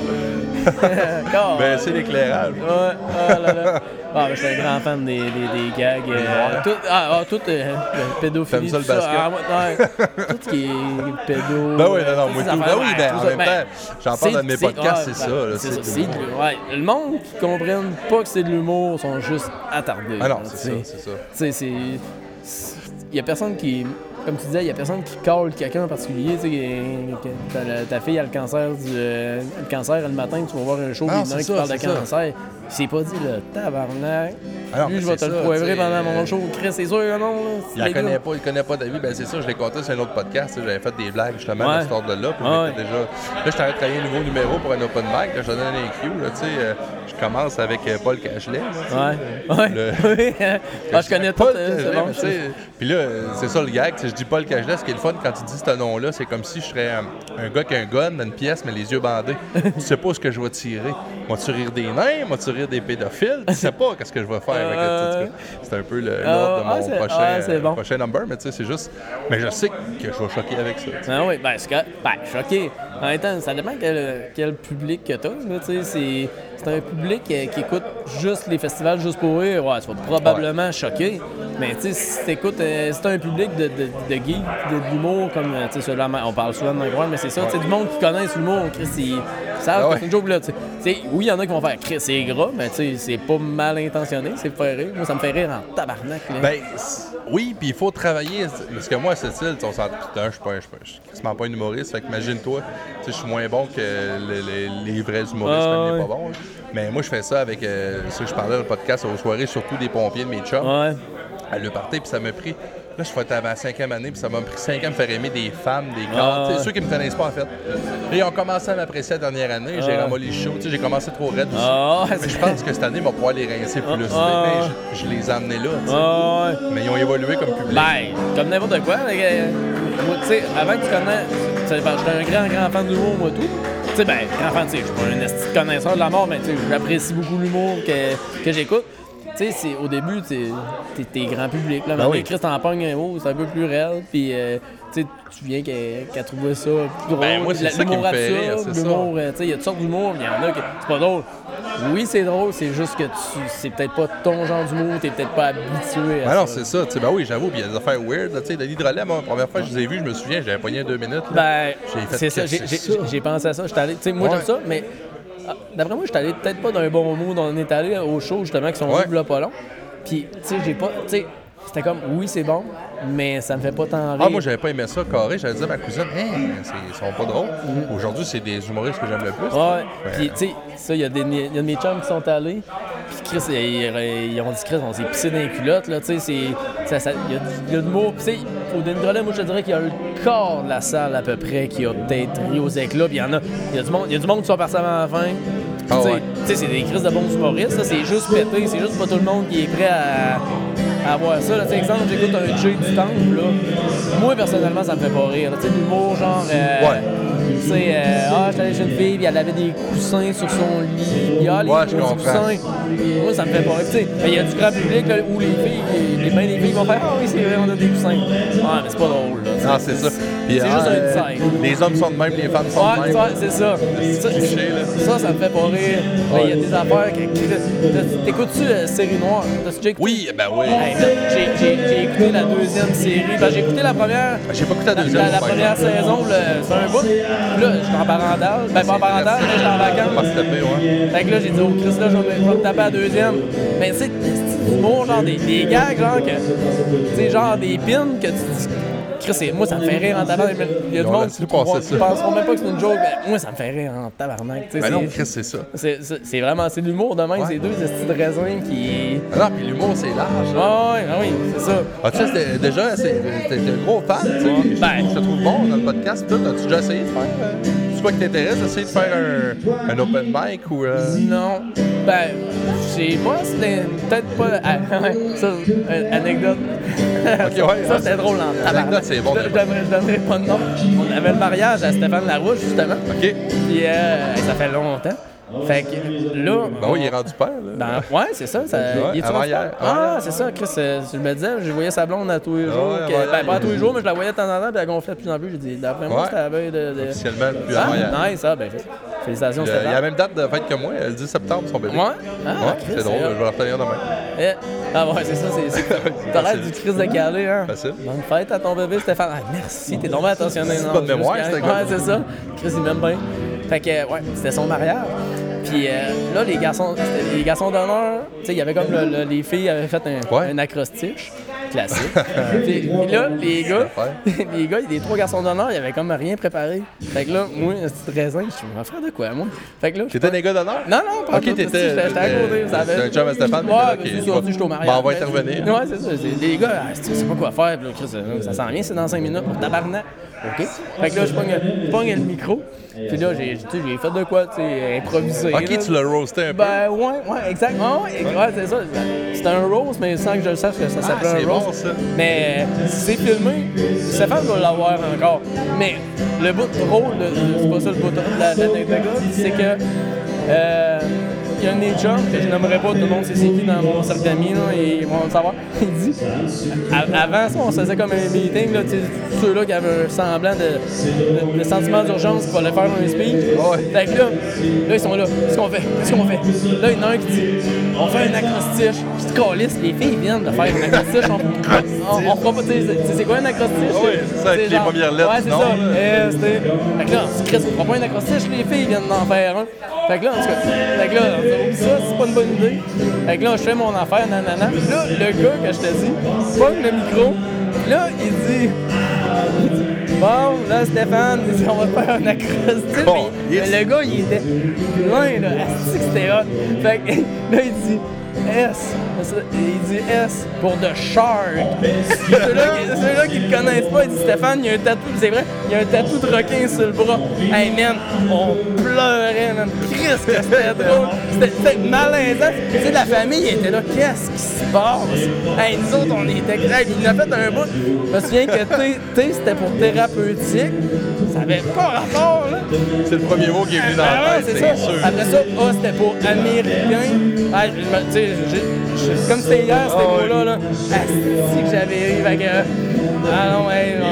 [SPEAKER 2] Encore.
[SPEAKER 1] Ben, c'est l'éclairage.
[SPEAKER 2] Ouais, oh là là. Ah, ben, je suis un grand fan des, des, des gags. euh,
[SPEAKER 1] Ouais.
[SPEAKER 2] tout, ah, ah, tout euh, le pédophilie.
[SPEAKER 1] T'aimes ça, le
[SPEAKER 2] tout
[SPEAKER 1] basket?
[SPEAKER 2] Ah, moi, ouais. tout ce qui est
[SPEAKER 1] Ben oui,
[SPEAKER 2] pédo.
[SPEAKER 1] non, non,
[SPEAKER 2] euh,
[SPEAKER 1] moi,
[SPEAKER 2] toutes ces
[SPEAKER 1] tout. Ben
[SPEAKER 2] affaires,
[SPEAKER 1] oui, ben, en
[SPEAKER 2] ouais, tout ça.
[SPEAKER 1] même
[SPEAKER 2] Ben,
[SPEAKER 1] temps, j'en parle dans mes podcasts,
[SPEAKER 2] ouais,
[SPEAKER 1] c'est ça,
[SPEAKER 2] ben,
[SPEAKER 1] là,
[SPEAKER 2] c'est
[SPEAKER 1] c'est
[SPEAKER 2] ça,
[SPEAKER 1] de
[SPEAKER 2] c'est de- ouais, Le monde qui comprenne pas que c'est de l'humour sont juste attardés.
[SPEAKER 1] Ah non,
[SPEAKER 2] là,
[SPEAKER 1] c'est
[SPEAKER 2] tu
[SPEAKER 1] ça,
[SPEAKER 2] sais.
[SPEAKER 1] c'est ça.
[SPEAKER 2] Tu sais, c'est. Il y a personne qui. comme tu disais, il n'y a personne qui colle quelqu'un en particulier. Tu sais, que- que- ta, la- ta fille a le cancer, du, euh, le cancer le matin, tu vas voir un show,
[SPEAKER 1] Ah,
[SPEAKER 2] il y en a
[SPEAKER 1] c'est
[SPEAKER 2] un qui
[SPEAKER 1] ça,
[SPEAKER 2] parle de
[SPEAKER 1] c'est ça.
[SPEAKER 2] cancer. C'est pas dit, le tabarnak.
[SPEAKER 1] Ah non, mais
[SPEAKER 2] Lui, je vais
[SPEAKER 1] c'est
[SPEAKER 2] te le
[SPEAKER 1] ça,
[SPEAKER 2] poivrer
[SPEAKER 1] tu sais,
[SPEAKER 2] pendant
[SPEAKER 1] euh,
[SPEAKER 2] mon show. Chris, c'est sûr, non? là, c'est
[SPEAKER 1] Il la
[SPEAKER 2] les gars.
[SPEAKER 1] connaît pas, il connaît pas David. Ben c'est ça, je l'ai conté sur un autre podcast. tu sais, J'avais fait des blagues justement
[SPEAKER 2] Ouais.
[SPEAKER 1] à cette de là. Puis
[SPEAKER 2] Ah
[SPEAKER 1] j'étais déjà... Là, je suis en train de travailler un nouveau numéro pour un open mic. Là, je donne un IQ. Là, tu sais, euh, je commence avec euh, Paul Cachelet. là, tu sais.
[SPEAKER 2] Ouais. Ouais.
[SPEAKER 1] Le-
[SPEAKER 2] Oui, hein. Ah, je connais tout,
[SPEAKER 1] Paul
[SPEAKER 2] euh, c'est
[SPEAKER 1] Cagelet,
[SPEAKER 2] bon.
[SPEAKER 1] mais tu sais, Puis là, euh, c'est ça le gag. c'est- Je dis Paul Cagelet. Ce qui est le fun quand tu dis ce nom-là, c'est comme si je serais euh, un gars qui a un gun dans une pièce, mais les yeux bandés. tu sais pas ce que je vais tirer. Vas-tu rire des nains? Vas-tu rire des pédophiles? Tu sais pas qu'est-ce que je vais faire avec
[SPEAKER 2] Euh,
[SPEAKER 1] ça, en tout cas. C'est un peu le-
[SPEAKER 2] Ah,
[SPEAKER 1] l'ordre
[SPEAKER 2] ah,
[SPEAKER 1] de
[SPEAKER 2] c'est-
[SPEAKER 1] mon prochain,
[SPEAKER 2] ah, c'est
[SPEAKER 1] euh,
[SPEAKER 2] bon.
[SPEAKER 1] prochain number, mais tu sais, c'est juste. Mais je sais que je vais choquer avec ça. tu sais.
[SPEAKER 2] Ah oui, ben, c'est que, ben, je suis OK. En même temps, ça dépend quel, quel public que t'as, là, tu sais, c'est, c'est un public euh, qui écoute juste les festivals juste pour eux, ouais, tu vas probablement choquer. Mais, tu sais, si t'écoutes, euh, si t'as un public de, de, de geeks, de, de l'humour, comme, euh, tu sais, celui-là, on parle souvent de Mike Ward, mais c'est ça, tu sais, du monde qui connaissent l'humour, Chris, ils
[SPEAKER 1] Ah
[SPEAKER 2] savent que
[SPEAKER 1] ouais.
[SPEAKER 2] c'est une joke, là, tu sais. Tu sais, oui, il y en a qui vont faire, Chris, c'est gras, mais, tu sais, c'est pas mal intentionné, c'est faire rire. Moi, ça me fait rire en tabarnak, là.
[SPEAKER 1] Ben, c- oui, puis il faut travailler. Parce que moi, à cette île, on s'entend. Putain, je suis pas, un- je suis pas- je suis quasiment pas un humoriste. Fait que imagine-toi, tu sais, je suis moins bon que le- le- les vrais humoristes,
[SPEAKER 2] Ah,
[SPEAKER 1] même les pas bons. là. Mais moi, je fais ça avec euh, ça, je parlais dans le podcast aux soirées, surtout des pompiers de mes chums.
[SPEAKER 2] Ouais.
[SPEAKER 1] À le partir, puis ça m'a pris. Là, je faisais à ma cinquième année, puis ça m'a pris cinq ans de me faire aimer des femmes, des gars.
[SPEAKER 2] Ah,
[SPEAKER 1] Tu sais,
[SPEAKER 2] ouais.
[SPEAKER 1] ceux qui me connaissent pas, en fait. Et ils ont commencé à m'apprécier la dernière année. J'ai
[SPEAKER 2] Ah.
[SPEAKER 1] ramolli le show. Tu sais, j'ai commencé trop raide aussi.
[SPEAKER 2] Ah, ouais,
[SPEAKER 1] Mais je
[SPEAKER 2] c'est-
[SPEAKER 1] pense que cette année, on va pouvoir les rincer plus.
[SPEAKER 2] Ah,
[SPEAKER 1] Mais
[SPEAKER 2] ah.
[SPEAKER 1] je, je les ai emmenés là. tu sais.
[SPEAKER 2] Ah, ouais.
[SPEAKER 1] Mais ils ont évolué comme public.
[SPEAKER 2] Ben, comme n'importe quoi. là, que- moi, tu sais, avant que tu connaisses, j'étais un grand, grand fan d'humour, moi, tout. Tu sais, ben, grand fan, tu sais, je suis pas un esti de connaisseur de la mort, mais tu sais, j'apprécie beaucoup l'humour que, que j'écoute. Tu sais, c'est- au début, tu sais, t'es t'es grand public. Là, maintenant,
[SPEAKER 1] Ben oui.
[SPEAKER 2] Chris t'en pogne un mot, c'est un peu plus réel, puis euh, tu sais, tu viens qu'elle qu'elle trouvait ça plus drôle.
[SPEAKER 1] Ben, moi, c'est
[SPEAKER 2] la-
[SPEAKER 1] ça qui me
[SPEAKER 2] l'humour
[SPEAKER 1] fait rire,
[SPEAKER 2] absurde,
[SPEAKER 1] c'est ça.
[SPEAKER 2] l'humour, euh, tu sais, il y a toutes sortes d'humour, il y en a que c'est pas drôle. Oui, c'est drôle, c'est juste que tu c'est peut-être pas ton genre d'humour, t'es peut-être pas habitué à
[SPEAKER 1] Ben non,
[SPEAKER 2] ça.
[SPEAKER 1] c'est ça. tu sais, ben oui, j'avoue, puis il y a des affaires weird. là, Tu sais, Denis Drolet, moi, la première fois que je les ai vus, je me souviens, j'avais pogné deux minutes. là.
[SPEAKER 2] Ben,
[SPEAKER 1] J'ai fait
[SPEAKER 2] c'est ça,
[SPEAKER 1] que
[SPEAKER 2] j'ai-
[SPEAKER 1] c'est
[SPEAKER 2] j'ai
[SPEAKER 1] ça.
[SPEAKER 2] j'ai pensé à ça. J'étais allé- tu sais, moi,
[SPEAKER 1] Ouais.
[SPEAKER 2] j'aime ça, mais ah, d'après moi, je suis allé peut-être pas d'un bon mot. On est allé au show, justement, qui sont
[SPEAKER 1] Ouais.
[SPEAKER 2] venus là pas long. Puis, tu sais, j'ai pas. Tu sais, c'était comme, oui, c'est bon, mais ça me fait pas tant rire.
[SPEAKER 1] Ah, moi, j'avais pas aimé ça, carré. J'avais dit à ma cousine, hey, c'est- ils sont pas drôles. Aujourd'hui, c'est des humoristes que j'aime le plus.
[SPEAKER 2] Ouais,
[SPEAKER 1] Ben,
[SPEAKER 2] puis tu sais, ça, il y, a des- il y a de mes chums qui sont allés, puis Chris, ils, ils- ils ont dit Chris, on s'est pissé dans les culottes, là, tu sais, c'est. ça- ça- Il y a, du- il y a de mots, puis tu sais, au Dendrolet, moi, je te dirais qu'il y a le corps de la salle à peu près qui a peut-être ri aux éclats, puis il y en a. Il y a du monde, il y a du monde qui sont partis avant la fin. Puis,
[SPEAKER 1] Ah
[SPEAKER 2] tu sais-
[SPEAKER 1] ouais.
[SPEAKER 2] Tu sais, c'est des crises de bons humoristes, là, c'est juste pété, c'est juste pas tout le monde qui est prêt à, à voir ça. Là, tu sais, exemple, j'écoute un Jay du Temple, là. Moi, personnellement, ça me fait pas rire. là. Tu sais, l'humour, genre. euh,
[SPEAKER 1] Ouais.
[SPEAKER 2] tu sais, euh, ah, j'étais allé chez une fille, puis elle avait des coussins sur son lit. puis, Ah, les
[SPEAKER 1] Ouais,
[SPEAKER 2] gros
[SPEAKER 1] je comprends.
[SPEAKER 2] coussins. Moi, ça me fait pas rire. Tu sais, il y a du grand public là, où les filles, les mains des filles vont faire Ah oui, c'est vrai, on a des coussins. Ouais, mais c'est pas drôle. Là, tu sais.
[SPEAKER 1] Non, Ah, c'est ça. Puis, ah, euh,
[SPEAKER 2] C'est juste un design.
[SPEAKER 1] Les hommes sont de même, les femmes sont de
[SPEAKER 2] Ouais,
[SPEAKER 1] même.
[SPEAKER 2] tu vois, c'est ça.
[SPEAKER 1] C'est
[SPEAKER 2] Ça,
[SPEAKER 1] cliché, là.
[SPEAKER 2] ça, ça me fait pas rire. Mais il y a
[SPEAKER 1] Ouais.
[SPEAKER 2] des affaires que. que- T'écoutes-tu euh, Série Noire? T'as-tu déjà écouté?
[SPEAKER 1] Oui, ben oui.
[SPEAKER 2] Hey, man, j'ai- j'ai j'ai écouté la deuxième série. Ben, j'ai écouté la première.
[SPEAKER 1] J'ai pas écouté la deuxième,
[SPEAKER 2] La, la
[SPEAKER 1] par
[SPEAKER 2] première
[SPEAKER 1] exemple.
[SPEAKER 2] saison, le- c'est un bout. Puis Là, j'étais en parentale. Ben, pas en parentale, mais j'étais en
[SPEAKER 1] On va se
[SPEAKER 2] vacances.
[SPEAKER 1] taper, ouais.
[SPEAKER 2] Fait que là, j'ai dit au Chris, là, je vais me- je vais me taper la deuxième. Mais tu sais, c'est du bon genre des, des gags, genre que. Tu sais, genre des pins que tu dis. Chris, c'est- moi, ça me fait rire en tabarnak. Il y a du
[SPEAKER 1] Ils ont
[SPEAKER 2] monde
[SPEAKER 1] laissé
[SPEAKER 2] qui
[SPEAKER 1] passer
[SPEAKER 2] croit- qui
[SPEAKER 1] ça.
[SPEAKER 2] penseront même pas que c'est une joke. mais moi, ça me fait rire en tabarnak. tu sais,
[SPEAKER 1] Ben non,
[SPEAKER 2] c'est-
[SPEAKER 1] Chris, c'est ça.
[SPEAKER 2] c'est- C'est c'est vraiment, c'est de l'humour de même,
[SPEAKER 1] Ouais.
[SPEAKER 2] c'est deux estis de raisins qui.
[SPEAKER 1] Ben non, puis l'humour, c'est large.
[SPEAKER 2] Ouais,
[SPEAKER 1] là.
[SPEAKER 2] ouais, ah oui, c'est ça.
[SPEAKER 1] As-tu essayé- déjà, c'est- t'es t'es un gros fan, tu sais, puis je-
[SPEAKER 2] Ben.
[SPEAKER 1] je te trouve bon dans le podcast. Toi, as-tu déjà essayé de faire, euh, c'est quoi qui t'intéresse, d'essayer de faire un, un open mic ou... euh,
[SPEAKER 2] Non. Ben, c'est moi, c'était peut-être pas. Ah, ouais, ça, une anecdote.
[SPEAKER 1] Ok, ouais.
[SPEAKER 2] ça, c'était drôle en
[SPEAKER 1] Anecdote,
[SPEAKER 2] tabarnak.
[SPEAKER 1] c'est bon.
[SPEAKER 2] Je, je donnerai- je donnerai pas de nom. On avait le mariage à Stéphane Larouche, justement.
[SPEAKER 1] OK. Ben
[SPEAKER 2] Puis, euh, ça fait longtemps. Fait que là.
[SPEAKER 1] Ben oui, il est rendu père, là.
[SPEAKER 2] Ben, ouais, c'est ça. ça il est
[SPEAKER 1] avant
[SPEAKER 2] toujours-
[SPEAKER 1] hier.
[SPEAKER 2] Ah, c'est ça, Chris. euh, je me disais, je voyais sa blonde à tous les jours.
[SPEAKER 1] ouais,
[SPEAKER 2] que-
[SPEAKER 1] avant hier.
[SPEAKER 2] ben, pas à tous les jours, mais je la voyais de temps en temps, puis elle gonflait de plus en plus. J'ai dit, d'après moi,
[SPEAKER 1] Ouais.
[SPEAKER 2] c'était la veille de. de-
[SPEAKER 1] Officiellement, depuis avant hier.
[SPEAKER 2] Ah, nice, ah, ben, félicitations,
[SPEAKER 1] Il a- il a
[SPEAKER 2] Stéphane.
[SPEAKER 1] la même date de fête que moi, le 10 septembre, son bébé.
[SPEAKER 2] Ouais? Ah,
[SPEAKER 1] Ouais,
[SPEAKER 2] Chris,
[SPEAKER 1] c'est drôle,
[SPEAKER 2] c'est
[SPEAKER 1] je vais le retenir demain.
[SPEAKER 2] Eh, Ah ouais, c'est ça, c'est. c'est- T'as l'air du Chris de Calais, hein?
[SPEAKER 1] Facile.
[SPEAKER 2] Bonne fête à ton bébé, Stéphane. Ah, merci, t'es tombé attentionné,
[SPEAKER 1] C'est
[SPEAKER 2] non?
[SPEAKER 1] pas de mémoire,
[SPEAKER 2] juste-
[SPEAKER 1] c'était
[SPEAKER 2] Ouais,
[SPEAKER 1] comme-
[SPEAKER 2] c'est ça. Chris, il m'aime bien. Fait que, ouais, c'était son mariage. Puis euh, là, les garçons, c'était les garçons d'honneur, tu sais, il y avait comme le- le- les filles avaient fait un,
[SPEAKER 1] Ouais.
[SPEAKER 2] un acrostiche. classique. puis, puis là, les gars,
[SPEAKER 1] Affaire.
[SPEAKER 2] les gars, les trois garçons d'honneur, ils avaient comme rien préparé. Fait que là, moi, c'est raisin, je suis faire de quoi, moi? Fait que là, je
[SPEAKER 1] T'étais un gars d'honneur?
[SPEAKER 2] non, non, pas
[SPEAKER 1] Ok,
[SPEAKER 2] tout.
[SPEAKER 1] t'étais- euh,
[SPEAKER 2] Si, J'étais j'étais à côté, vous savez.
[SPEAKER 1] C'est un chum à Stéphane, mais
[SPEAKER 2] Ouais,
[SPEAKER 1] là, ok,
[SPEAKER 2] c'est
[SPEAKER 1] je vais-
[SPEAKER 2] sûr, je suis au mariage.
[SPEAKER 1] ben, on va
[SPEAKER 2] Mais-
[SPEAKER 1] intervenir.
[SPEAKER 2] Ouais, c'est ça. c'est- Les gars, ah, c'est- c'est pas quoi faire. Puis là, Chris, euh, ça s'en vient, c'est dans 5 minutes pour tabarnak. OK? Fait que là, je pogne, je pogne le micro. Puis là, j'ai tu sais, j'ai fait de quoi, tu sais, improvisé. là.
[SPEAKER 1] Ok, Ah, tu l'as roasté un peu.
[SPEAKER 2] Ben, ouais, ouais, exactement. Ouais, ouais, ouais, c'est ça. C'était un rose, mais sans que je le sache que ça s'appelait
[SPEAKER 1] Ah, c'est
[SPEAKER 2] un rose.
[SPEAKER 1] bon, ça.
[SPEAKER 2] Mais euh, c'est filmé, Stéphane va l'avoir encore. Mais le bout de drôle, le- le- c'est pas ça le bout de drôle de la- de l'anecdote, c'est que. euh, il y a un des chums que je nommerai pas, tout le monde sait c'est qui dans mon cercle d'amis, là, et ils vont le savoir. Il dit, a- avant ça, on se faisait comme un meeting, là, tu sais, ceux-là qui avaient un semblant de, de- de sentiment d'urgence, qui fallait faire un speech.
[SPEAKER 1] Ouais.
[SPEAKER 2] Fait que là, là, ils sont là. Qu'est-ce qu'on fait? Qu'est-ce qu'on fait? Là, il y en a un qui dit On fait un acrostiche. Je dis Calisse, les filles viennent de faire un acrostiche. On, on, on fera pas. Tu sais, c'est- c'est quoi un acrostiche?
[SPEAKER 1] Ah ouais, c'est ça, avec
[SPEAKER 2] C'est
[SPEAKER 1] les premières lettres
[SPEAKER 2] Ouais,
[SPEAKER 1] du
[SPEAKER 2] c'est
[SPEAKER 1] nom,
[SPEAKER 2] ça.
[SPEAKER 1] là.
[SPEAKER 2] S, T. Fait que là, on se dit, Chris, on fera pas un acrostiche, les filles viennent d'en faire un. Fait que là, en tout cas, fait que là, on dit, Oublie ça, c'est pas une bonne idée. Fait que là, je fais mon affaire, nanana. Là, le gars que je te dis, pogne le micro. Là, il dit. Bon, là, Stéphane, il dit, on va faire un acrostiche.
[SPEAKER 1] Bon,
[SPEAKER 2] Mais-
[SPEAKER 1] yes.
[SPEAKER 2] mais le gars, il était loin, là. Asti que c'était hot. Fait que là, il dit S. Il dit S pour The Shark. Ceux-là qui- ceux-là qui le connaissent pas, ils disent Stéphane, il y a un tatou, Puis c'est vrai, il y a un tatou de requin sur le bras. Hey man, on pleurait, man. Qu'est-ce que c'était drôle. C'était- C'était malaisant. Tu sais, la famille était là, qu'est-ce qui se passe? Hey, nous autres, on était grave. Il nous a fait un bout. Je me souviens que T, T, c'était pour thérapeutique. Ça avait pas rapport, là.
[SPEAKER 1] C'est le premier mot qui est venu dans
[SPEAKER 2] Ah
[SPEAKER 1] la
[SPEAKER 2] ouais,
[SPEAKER 1] tête,
[SPEAKER 2] c'est
[SPEAKER 1] c'est
[SPEAKER 2] ça.
[SPEAKER 1] sûr.
[SPEAKER 2] Après ça, A, c'était pour américain. Ah, je me- tu sais, j'ai- j'ai- comme c'était hier,
[SPEAKER 1] Ah ouais.
[SPEAKER 2] ces mots-là, là. Ah, c'est que j'avais eu. Fait que, euh, ah non, ouais, non.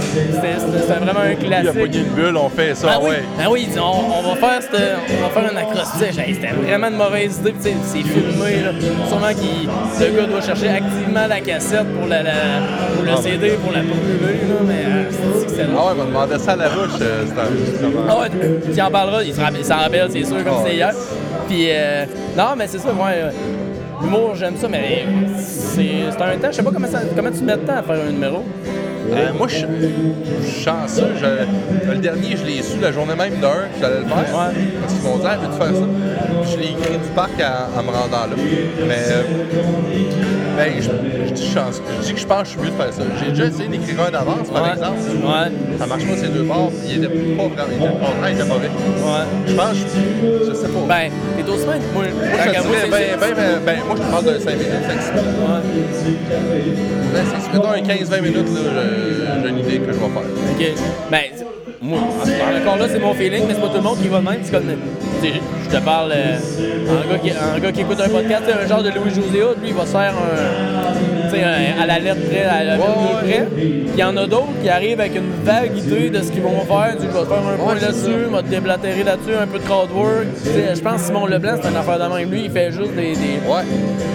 [SPEAKER 2] C'était- C'était c'était vraiment un
[SPEAKER 1] Il a
[SPEAKER 2] classique.
[SPEAKER 1] pogné une bulle, on fait ça,
[SPEAKER 2] ben, Ah oui,
[SPEAKER 1] ouais.
[SPEAKER 2] ah oui, il dit, on, on va faire cette- on va faire un acrostiche. Hey, C'était vraiment une mauvaise idée, puis tu sais, c'est filmé là. Sûrement qu'il le gars doit chercher activement la cassette pour la, la pour le
[SPEAKER 1] Ah.
[SPEAKER 2] CD, pour la brûler là, mais euh, c'est que c'est
[SPEAKER 1] Ah ouais, on demandait ça à la bouche, euh, c'est un-
[SPEAKER 2] ah ouais, il en parlera, il se rappelle- il s'en rappelle, c'est sûr, comme
[SPEAKER 1] Ah ouais.
[SPEAKER 2] c'est hier. Puis, euh, non, mais c'est ça, moi, euh, l'humour, j'aime ça, mais c'est c'est un temps, je sais pas comment, ça, comment tu mets de temps à faire un numéro.
[SPEAKER 1] Euh, moi, je suis je suis chanceux. je- euh, le dernier, je l'ai su la journée même d'un, que j'allais le faire.
[SPEAKER 2] Ouais.
[SPEAKER 1] Parce qu'ils m'ont dit, ah, veux-tu faire ça? Puis je l'ai écrit du parc en, en me rendant là. Mais euh, ben, je, je dis chanceux. Je dis que je pense que je suis mieux de faire ça. J'ai déjà essayé d'écrire un d'avance, par
[SPEAKER 2] Ouais.
[SPEAKER 1] exemple.
[SPEAKER 2] Ouais,
[SPEAKER 1] Ça marche pas, ces deux bords. puis Il était pas vraiment. Il était, le contraire, il était mauvais.
[SPEAKER 2] ouais.
[SPEAKER 1] Je pense que je, je sais pas.
[SPEAKER 2] Ben, t'es aussi bien que moi.
[SPEAKER 1] moi,
[SPEAKER 2] tant
[SPEAKER 1] je
[SPEAKER 2] qu'à moi,
[SPEAKER 1] dirais,
[SPEAKER 2] c'est-
[SPEAKER 1] ben, ben, ben, ben, moi, je te parle de 5 minutes. fait que c'est-
[SPEAKER 2] Ouais.
[SPEAKER 1] ben, c'est- c'est mettons, un 15-20 minutes, là, je- j'ai une idée que je vais faire.
[SPEAKER 2] Ok. Ben, tu- moi, encore là, c'est mon feeling, mais c'est pas tout le monde qui va de même. C'est comme, tu sais, je te parle, euh, un, gars qui, un gars qui écoute un podcast, tu sais, un genre de Louis-José Hood, lui, il va se faire un, tu sais, un- à la lettre près, à la virgule près. Puis Il y en a d'autres qui arrivent avec une vague idée de ce qu'ils vont faire. Tu sais, je vais te faire un point
[SPEAKER 1] c'est
[SPEAKER 2] là-dessus, je vais te déblatérer là-dessus, un peu de crowd work. Tu sais, Je pense que Simon Leblanc, c'est une affaire de même. Lui, il fait juste des... des,
[SPEAKER 1] Ouais.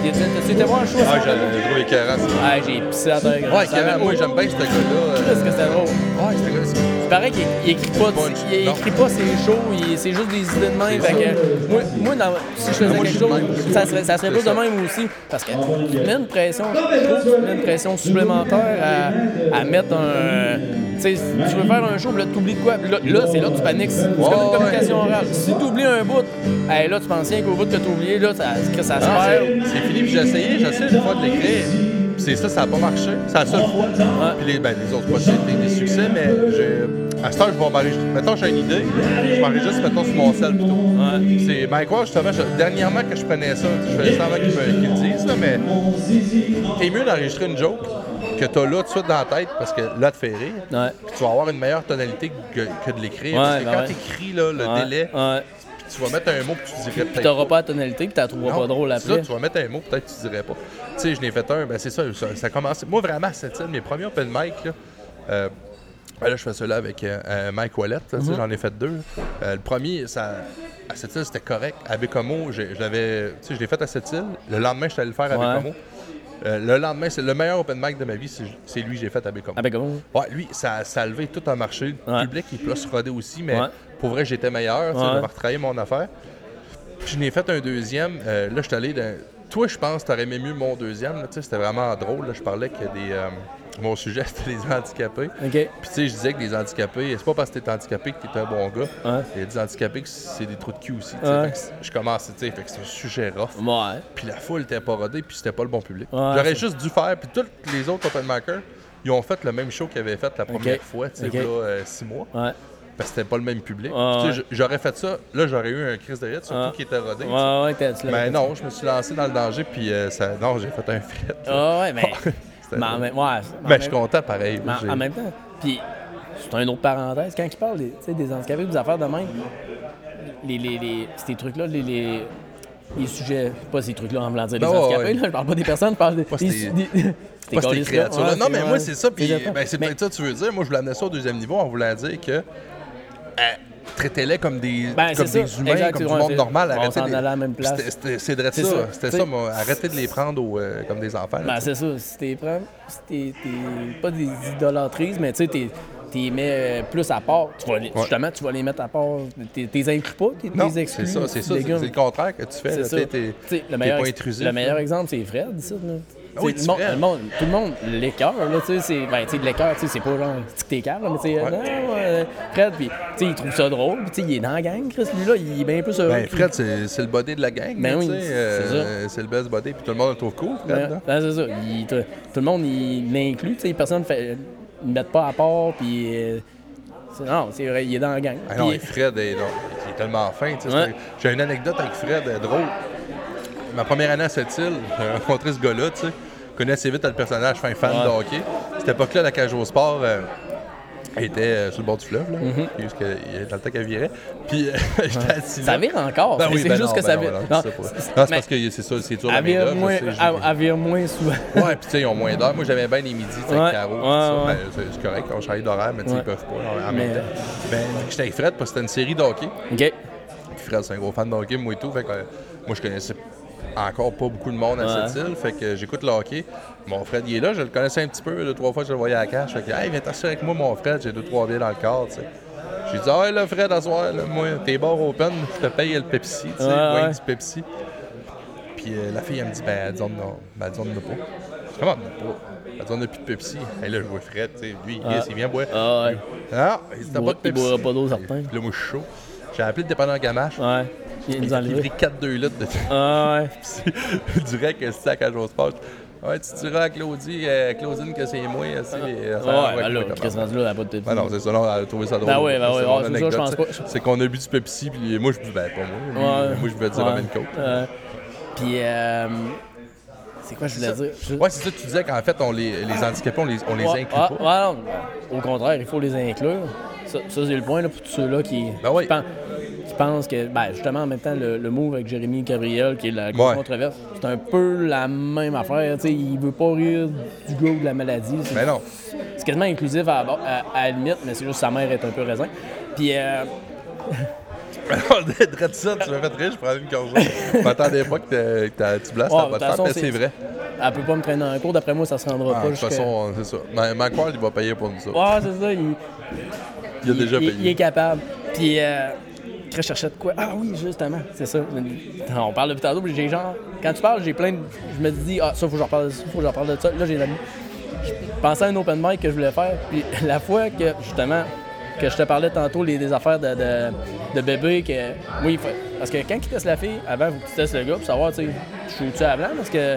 [SPEAKER 2] des- T'as-tu été voir un show à
[SPEAKER 1] Ah,
[SPEAKER 2] Simon Leblanc?
[SPEAKER 1] j'ai trouvé écœurant. ça.
[SPEAKER 2] Ah, j'ai pissé à terre.
[SPEAKER 1] Ouais, carrément, moi j'aime bien ce gars-là.
[SPEAKER 2] Qu'est-ce
[SPEAKER 1] euh,
[SPEAKER 2] que c'est drôle?
[SPEAKER 1] Ouais, ce gars-là, c'est-
[SPEAKER 2] Il paraît qu'il il écrit pas,
[SPEAKER 1] Punch.
[SPEAKER 2] il il
[SPEAKER 1] Non.
[SPEAKER 2] écrit pas ses shows, il- c'est juste des idées de même. Fait que, moi, moi dans- si je faisais
[SPEAKER 1] Ah, moi, je
[SPEAKER 2] quelque
[SPEAKER 1] suis
[SPEAKER 2] chose,
[SPEAKER 1] de même aussi.
[SPEAKER 2] ça serait, ça serait
[SPEAKER 1] C'est
[SPEAKER 2] plus de
[SPEAKER 1] ça.
[SPEAKER 2] même aussi. Parce que tu mets une pression, je trouve, que tu mets une pression supplémentaire à, à mettre un. Tu sais, si tu veux faire un show, puis là, t'oublies de quoi. puis Là, là, c'est là que tu paniques. C'est comme
[SPEAKER 1] Ouais, ouais.
[SPEAKER 2] une communication orale. Si t'oublies un bout, hey, là, tu penses rien qu'au bout que t'as oublié, là, ça, que ça se
[SPEAKER 1] Ah,
[SPEAKER 2] perd.
[SPEAKER 1] c'est- C'est fini, puis j'ai essayé, j'ai essayé une fois de l'écrire. Puis c'est ça, ça n'a pas marché. C'est la seule fois. Puis les, ben, les autres fois, c'était des succès, mais j'ai- à cette heure, je vais m'enregistrer. Mettons, j'ai une idée, je m'enregistre, mettons, sur mon sel plutôt.
[SPEAKER 2] Ouais.
[SPEAKER 1] C'est Ben quoi, justement, je- dernièrement que je prenais ça, je faisais ça avant qu'ils me- qu'ils le disent, là, mais t'es mieux d'enregistrer une joke que t'as là tout de suite dans la tête, parce que là, te fait rire.
[SPEAKER 2] Ouais.
[SPEAKER 1] Puis tu vas avoir une meilleure tonalité que, que de l'écrire.
[SPEAKER 2] Ouais,
[SPEAKER 1] parce que
[SPEAKER 2] ben
[SPEAKER 1] quand
[SPEAKER 2] ouais.
[SPEAKER 1] t'écris, là, le
[SPEAKER 2] Ouais.
[SPEAKER 1] délai,
[SPEAKER 2] Ouais.
[SPEAKER 1] tu vas mettre un mot que tu dirais
[SPEAKER 2] Puis
[SPEAKER 1] peut-être
[SPEAKER 2] t'auras pas la tonalité, puis t'as trouveras
[SPEAKER 1] non,
[SPEAKER 2] pas drôle
[SPEAKER 1] c'est ça,
[SPEAKER 2] après.
[SPEAKER 1] tu vas mettre un mot, peut-être que tu dirais pas. Tu sais, je n'ai fait un, ben c'est ça, ça, ça a commencé. Moi, vraiment, cette mes premiers open mic, là, euh, ben là, je fais cela avec euh, euh, Mike Wallet, là, tu
[SPEAKER 2] Mhm.
[SPEAKER 1] sais, j'en ai fait deux. Euh, le premier, ça, à cette île, c'était correct. À Bécomo, j'ai- je l'avais, tu sais, je l'ai fait à cette île. Le lendemain, je suis allé le faire à
[SPEAKER 2] Ouais.
[SPEAKER 1] Bécomo. Euh, le lendemain, c'est le meilleur open mic de ma vie, c'est c'est lui que j'ai fait à Bécomo.
[SPEAKER 2] Avec comment?
[SPEAKER 1] Ouais, lui, ça, ça a levé tout un marché. Le
[SPEAKER 2] Ouais.
[SPEAKER 1] public, il plus rodé aussi, mais
[SPEAKER 2] Ouais.
[SPEAKER 1] pour vrai, j'étais meilleur. tu sais,
[SPEAKER 2] Ouais.
[SPEAKER 1] J'avais retravaillé mon affaire. Puis je n'ai fait un deuxième. euh, là, je suis allé dans- Toi, je pense, t'aurais aimé mieux mon deuxième. là. Tu sais, C'était vraiment drôle. là. Je parlais que des, euh, mon sujet, c'était les handicapés.
[SPEAKER 2] OK. Ouais.
[SPEAKER 1] Puis tu sais, je disais que les handicapés, c'est pas parce que t'es handicapé que t'es un bon gars. Il y a des handicapés que c'est des trous de cul aussi. tu sais.
[SPEAKER 2] Ouais.
[SPEAKER 1] Fait que c'est- je commence, tu sais, fait que c'est un sujet rough.
[SPEAKER 2] Ouais.
[SPEAKER 1] Puis la foule était pas rodée, puis c'était pas le bon public.
[SPEAKER 2] Ouais,
[SPEAKER 1] J'aurais
[SPEAKER 2] c'est-
[SPEAKER 1] juste dû faire, puis tous les autres open micers, ils ont fait le même show qu'ils avaient fait la première fois, tu sais,
[SPEAKER 2] Ok.
[SPEAKER 1] là, euh, six mois,
[SPEAKER 2] Ouais.
[SPEAKER 1] parce que c'était pas le même public.
[SPEAKER 2] Ouais,
[SPEAKER 1] Puis, tu sais, j- J'aurais fait ça, là, j'aurais eu un crise de rite, surtout
[SPEAKER 2] Ouais.
[SPEAKER 1] qui était rodé. tu sais.
[SPEAKER 2] Ouais, ouais, t'as- tu l'as
[SPEAKER 1] Mais non, je me suis lancé dans le danger, puis euh, ça, non, j'ai fait un fret. là.
[SPEAKER 2] Ah ouais, mais.
[SPEAKER 1] C'était-
[SPEAKER 2] mais en même- ouais, mais en
[SPEAKER 1] Ben, je suis
[SPEAKER 2] même-
[SPEAKER 1] content pareil.
[SPEAKER 2] mais en-
[SPEAKER 1] j'ai-
[SPEAKER 2] en même temps, puis c'est un autre parenthèse. Quand tu parles des, tu sais, des handicapés, des affaires de même, les, les, les- ces trucs-là, les, les, les sujets, pas ces trucs-là en voulant dire les
[SPEAKER 1] Non, Ben ouais,
[SPEAKER 2] handicapés,
[SPEAKER 1] ouais.
[SPEAKER 2] là, je parle pas des personnes, je parle des.
[SPEAKER 1] Pas
[SPEAKER 2] des-
[SPEAKER 1] ces-
[SPEAKER 2] des-
[SPEAKER 1] Pas
[SPEAKER 2] ces
[SPEAKER 1] ces
[SPEAKER 2] câlisses-là.
[SPEAKER 1] créatures-là.
[SPEAKER 2] Ouais,
[SPEAKER 1] Ah, non, mais moi,
[SPEAKER 2] ouais,
[SPEAKER 1] c'est ça. Puis,
[SPEAKER 2] des affaires.
[SPEAKER 1] ben, c'est
[SPEAKER 2] Mais-
[SPEAKER 1] peut-être ça que tu veux dire. Moi, je l'amenais ça au deuxième niveau en voulant dire que. euh, Traitez-les comme des,
[SPEAKER 2] Ben,
[SPEAKER 1] comme
[SPEAKER 2] c'est
[SPEAKER 1] des
[SPEAKER 2] ça.
[SPEAKER 1] humains,
[SPEAKER 2] Exact,
[SPEAKER 1] comme du
[SPEAKER 2] ouais,
[SPEAKER 1] monde
[SPEAKER 2] c'est-
[SPEAKER 1] normal.
[SPEAKER 2] on
[SPEAKER 1] Arrêtez
[SPEAKER 2] s'en
[SPEAKER 1] de les-
[SPEAKER 2] allait à la même place.
[SPEAKER 1] C'était- c'était- C'est de ça.
[SPEAKER 2] C'est ça.
[SPEAKER 1] C'était
[SPEAKER 2] T'sais-
[SPEAKER 1] ça, moi. Arrêtez de les prendre au, euh, comme des enfants. là,
[SPEAKER 2] Ben,
[SPEAKER 1] t'sais.
[SPEAKER 2] c'est ça. Si t'es prends, si t'es, t'es pas des idolâtrises, mais tu sais, t'es, t'es mets euh, plus à part. Tu vas les- Justement, tu vas les mettre à part. T'es, t'es inclus pas, t'es,
[SPEAKER 1] non,
[SPEAKER 2] t'es exclus.
[SPEAKER 1] c'est ça.
[SPEAKER 2] tu
[SPEAKER 1] C'est ça. C'est
[SPEAKER 2] dégommes.
[SPEAKER 1] c'est le contraire que tu fais.
[SPEAKER 2] C'est
[SPEAKER 1] là,
[SPEAKER 2] ça.
[SPEAKER 1] t'sais, T'es
[SPEAKER 2] T'sais,
[SPEAKER 1] t'es
[SPEAKER 2] le meilleur,
[SPEAKER 1] pas
[SPEAKER 2] ex-
[SPEAKER 1] intrusif.
[SPEAKER 2] le
[SPEAKER 1] là.
[SPEAKER 2] meilleur exemple, c'est Fred, ça. Là.
[SPEAKER 1] Ah oui,
[SPEAKER 2] T'sais, le, monde,
[SPEAKER 1] Fred.
[SPEAKER 2] le monde, tout le monde l'écœure, là, tu sais, c'est, ben, tu sais, de l'écœur, tu sais, c'est pas genre, tu que t'es calme, mais tu sais,
[SPEAKER 1] Ouais.
[SPEAKER 2] non, euh, Fred, puis, tu sais, il trouve ça drôle, puis, tu sais, il est dans la gang, Chris, lui-là, il est bien plus heureux.
[SPEAKER 1] Ben,
[SPEAKER 2] que-
[SPEAKER 1] Fred, c'est c'est le body de la gang.
[SPEAKER 2] Ben
[SPEAKER 1] là,
[SPEAKER 2] oui,
[SPEAKER 1] t'sais,
[SPEAKER 2] c'est Ben,
[SPEAKER 1] euh, C'est le best body. Puis tout le monde le trouve cool, Fred.
[SPEAKER 2] Ouais,
[SPEAKER 1] là.
[SPEAKER 2] ouais, c'est ça. Il- tout, tout le monde il l'inclut, tu sais, personne fait ils le mettent pas à part puis euh, c'est- non, c'est vrai, il est dans la gang.
[SPEAKER 1] Ah non,
[SPEAKER 2] Puis-
[SPEAKER 1] et Fred, eh, non, il est tellement fin. tu sais,
[SPEAKER 2] Ouais.
[SPEAKER 1] c'est- J'ai une anecdote avec Fred, eh, drôle. Ma première année à cette île, j'ai rencontré ce gars-là, tu sais. Je connais assez vite le personnage, fin fan de hockey. À cette époque-là, la cage au sport euh, était euh, sur le bord du fleuve, là,
[SPEAKER 2] Mm-hmm.
[SPEAKER 1] jusqu'à- il y a- dans le temps qu'elle virait. Puis euh, j'étais assis là.
[SPEAKER 2] ça vire encore,
[SPEAKER 1] Ben
[SPEAKER 2] mais
[SPEAKER 1] oui,
[SPEAKER 2] c'est
[SPEAKER 1] ben
[SPEAKER 2] juste
[SPEAKER 1] non,
[SPEAKER 2] que
[SPEAKER 1] ben
[SPEAKER 2] ça
[SPEAKER 1] non,
[SPEAKER 2] vire.
[SPEAKER 1] ben non,
[SPEAKER 2] Non,
[SPEAKER 1] c'est ça, pour-
[SPEAKER 2] c'est-
[SPEAKER 1] Non, c'est
[SPEAKER 2] mais ah,
[SPEAKER 1] parce que c'est ça, c'est dur
[SPEAKER 2] elle
[SPEAKER 1] la main
[SPEAKER 2] vire
[SPEAKER 1] d'œuvre,
[SPEAKER 2] moins,
[SPEAKER 1] je sais,
[SPEAKER 2] elle-
[SPEAKER 1] j'ai-
[SPEAKER 2] elle vire moins souvent.
[SPEAKER 1] Ouais, puis tu sais, ils ont moins d'heures. Moi, j'avais bien les midis, tu sais,
[SPEAKER 2] Ouais,
[SPEAKER 1] avec Caro. puis
[SPEAKER 2] ouais,
[SPEAKER 1] ça.
[SPEAKER 2] ouais.
[SPEAKER 1] Ben, c'est- c'est correct, on change d'horaire, mais tu sais,
[SPEAKER 2] Ouais.
[SPEAKER 1] ils peuvent pas en- en
[SPEAKER 2] Mais-
[SPEAKER 1] même temps. Ben, j'étais avec Fred, parce que c'était une série de hockey.
[SPEAKER 2] OK.
[SPEAKER 1] Puis Fred, c'est un gros fan de hockey, moi et tout. Fait que, euh, moi, je connaissais encore pas beaucoup de monde à
[SPEAKER 2] Ouais.
[SPEAKER 1] cette île. Fait que euh, j'écoute le hockey. Mon Fred, il est là. Je le connaissais un petit peu. Deux, trois fois, je le voyais à la cage. Fait que, hey, viens t'assurer avec moi, mon Fred. J'ai deux, trois bières dans le corps, tu sais. J'ai dit, ah, là, Fred, à soir, là, moi, tes bars open, je te paye le Pepsi, tu sais,
[SPEAKER 2] Ouais,
[SPEAKER 1] bois
[SPEAKER 2] ouais.
[SPEAKER 1] du Pepsi. Puis euh, la fille, elle me dit, ben, elle dit, on n'a ben, elle dit, on n'a pas. Je dis, Comment on n'a pas? Elle dit, on n'a plus de Pepsi. Et là, je vois Fred, tu sais, lui, yes, il vient boire.
[SPEAKER 2] Ah ouais.
[SPEAKER 1] Ah, il dit, t'as pas de
[SPEAKER 2] boira- il
[SPEAKER 1] Pepsi.
[SPEAKER 2] boira pas d'eau, certain.
[SPEAKER 1] Puis là, moi, je suis chaud. J'ai appelé le dépanneur Gamache.
[SPEAKER 2] Ouais. Il
[SPEAKER 1] Il
[SPEAKER 2] nous
[SPEAKER 1] a
[SPEAKER 2] a
[SPEAKER 1] livré
[SPEAKER 2] enlevé.
[SPEAKER 1] 4-2 litres de
[SPEAKER 2] Ah ouais.
[SPEAKER 1] Pepsi direct que c'est à Cage au Sport. Ouais, tu diras à Claudie, euh, Claudine que c'est moi. euh, c'est- euh, ça,
[SPEAKER 2] Ouais,
[SPEAKER 1] ouais,
[SPEAKER 2] ben là,
[SPEAKER 1] comment.
[SPEAKER 2] Chris rendu là, elle a pas de
[SPEAKER 1] Ben non, c'est ça, non, elle a trouvé ça drôle.
[SPEAKER 2] Ben ouais, ben
[SPEAKER 1] C'est
[SPEAKER 2] ouais,
[SPEAKER 1] mon
[SPEAKER 2] ouais, c'est ça,
[SPEAKER 1] anecdote,
[SPEAKER 2] je pense
[SPEAKER 1] tu
[SPEAKER 2] pas.
[SPEAKER 1] sais. C'est qu'on a bu du Pepsi, puis moi, je buvais pas moi. lui,
[SPEAKER 2] Ouais.
[SPEAKER 1] Moi, je buvais du
[SPEAKER 2] Ouais.
[SPEAKER 1] Robin Coke.
[SPEAKER 2] Ouais. Puis euh, c'est quoi je voulais dire Je-
[SPEAKER 1] Ouais, c'est ça, tu disais qu'en fait, on les, les handicapés, on les, on les
[SPEAKER 2] Ouais,
[SPEAKER 1] inclut
[SPEAKER 2] ah,
[SPEAKER 1] pas.
[SPEAKER 2] ouais, non. Au contraire, il faut les inclure. Ça, ça, c'est le point là, pour tous ceux-là qui,
[SPEAKER 1] Ben oui.
[SPEAKER 2] qui pen- qui pensent que, ben, justement, en même temps, le, le move avec Jérémy Gabriel, qui est la grosse
[SPEAKER 1] Ouais.
[SPEAKER 2] controverse, c'est un peu la même affaire. tu sais, Il veut pas rire du gars ou de la maladie. C'est-
[SPEAKER 1] Ben non.
[SPEAKER 2] c'est quasiment inclusif à, la bo- à- à la limite, mais c'est juste que sa mère est un peu raisin. Puis, euh,
[SPEAKER 1] Ben non, de ça, tu m'as fait rire, je prenais une gorgée. Je m'attendais pas que t'as- que t'as- tu blastes
[SPEAKER 2] ouais,
[SPEAKER 1] ta
[SPEAKER 2] de
[SPEAKER 1] bonne
[SPEAKER 2] toute façon,
[SPEAKER 1] femme, mais c'est vrai.
[SPEAKER 2] Elle peut pas me traîner en cours. D'après moi, ça se rendra
[SPEAKER 1] Ah,
[SPEAKER 2] pas
[SPEAKER 1] De toute
[SPEAKER 2] jusqu'à-
[SPEAKER 1] façon, c'est ça. Mais Macquarie, il va payer pour nous autres.
[SPEAKER 2] Ouais, c'est ça. il-
[SPEAKER 1] Il a déjà
[SPEAKER 2] il,
[SPEAKER 1] payé.
[SPEAKER 2] il est capable. Puis, euh, je cherchais de quoi? Ah oui, justement, c'est ça. On parle depuis tantôt, puis j'ai genre... Quand tu parles, j'ai plein de... Je me dis, ah, ça, faut que j'en parle de ça, faut que j'en parle de ça. Là, j'ai la... Je pensais à un open mic que je voulais faire, puis la fois que, justement, que je te parlais tantôt les, des affaires de, de, de bébé, que... Oui, il faut- parce que quand il teste la fille, avant, vous testez le gars pour savoir, tu sais, je suis-tu à blanc? Parce que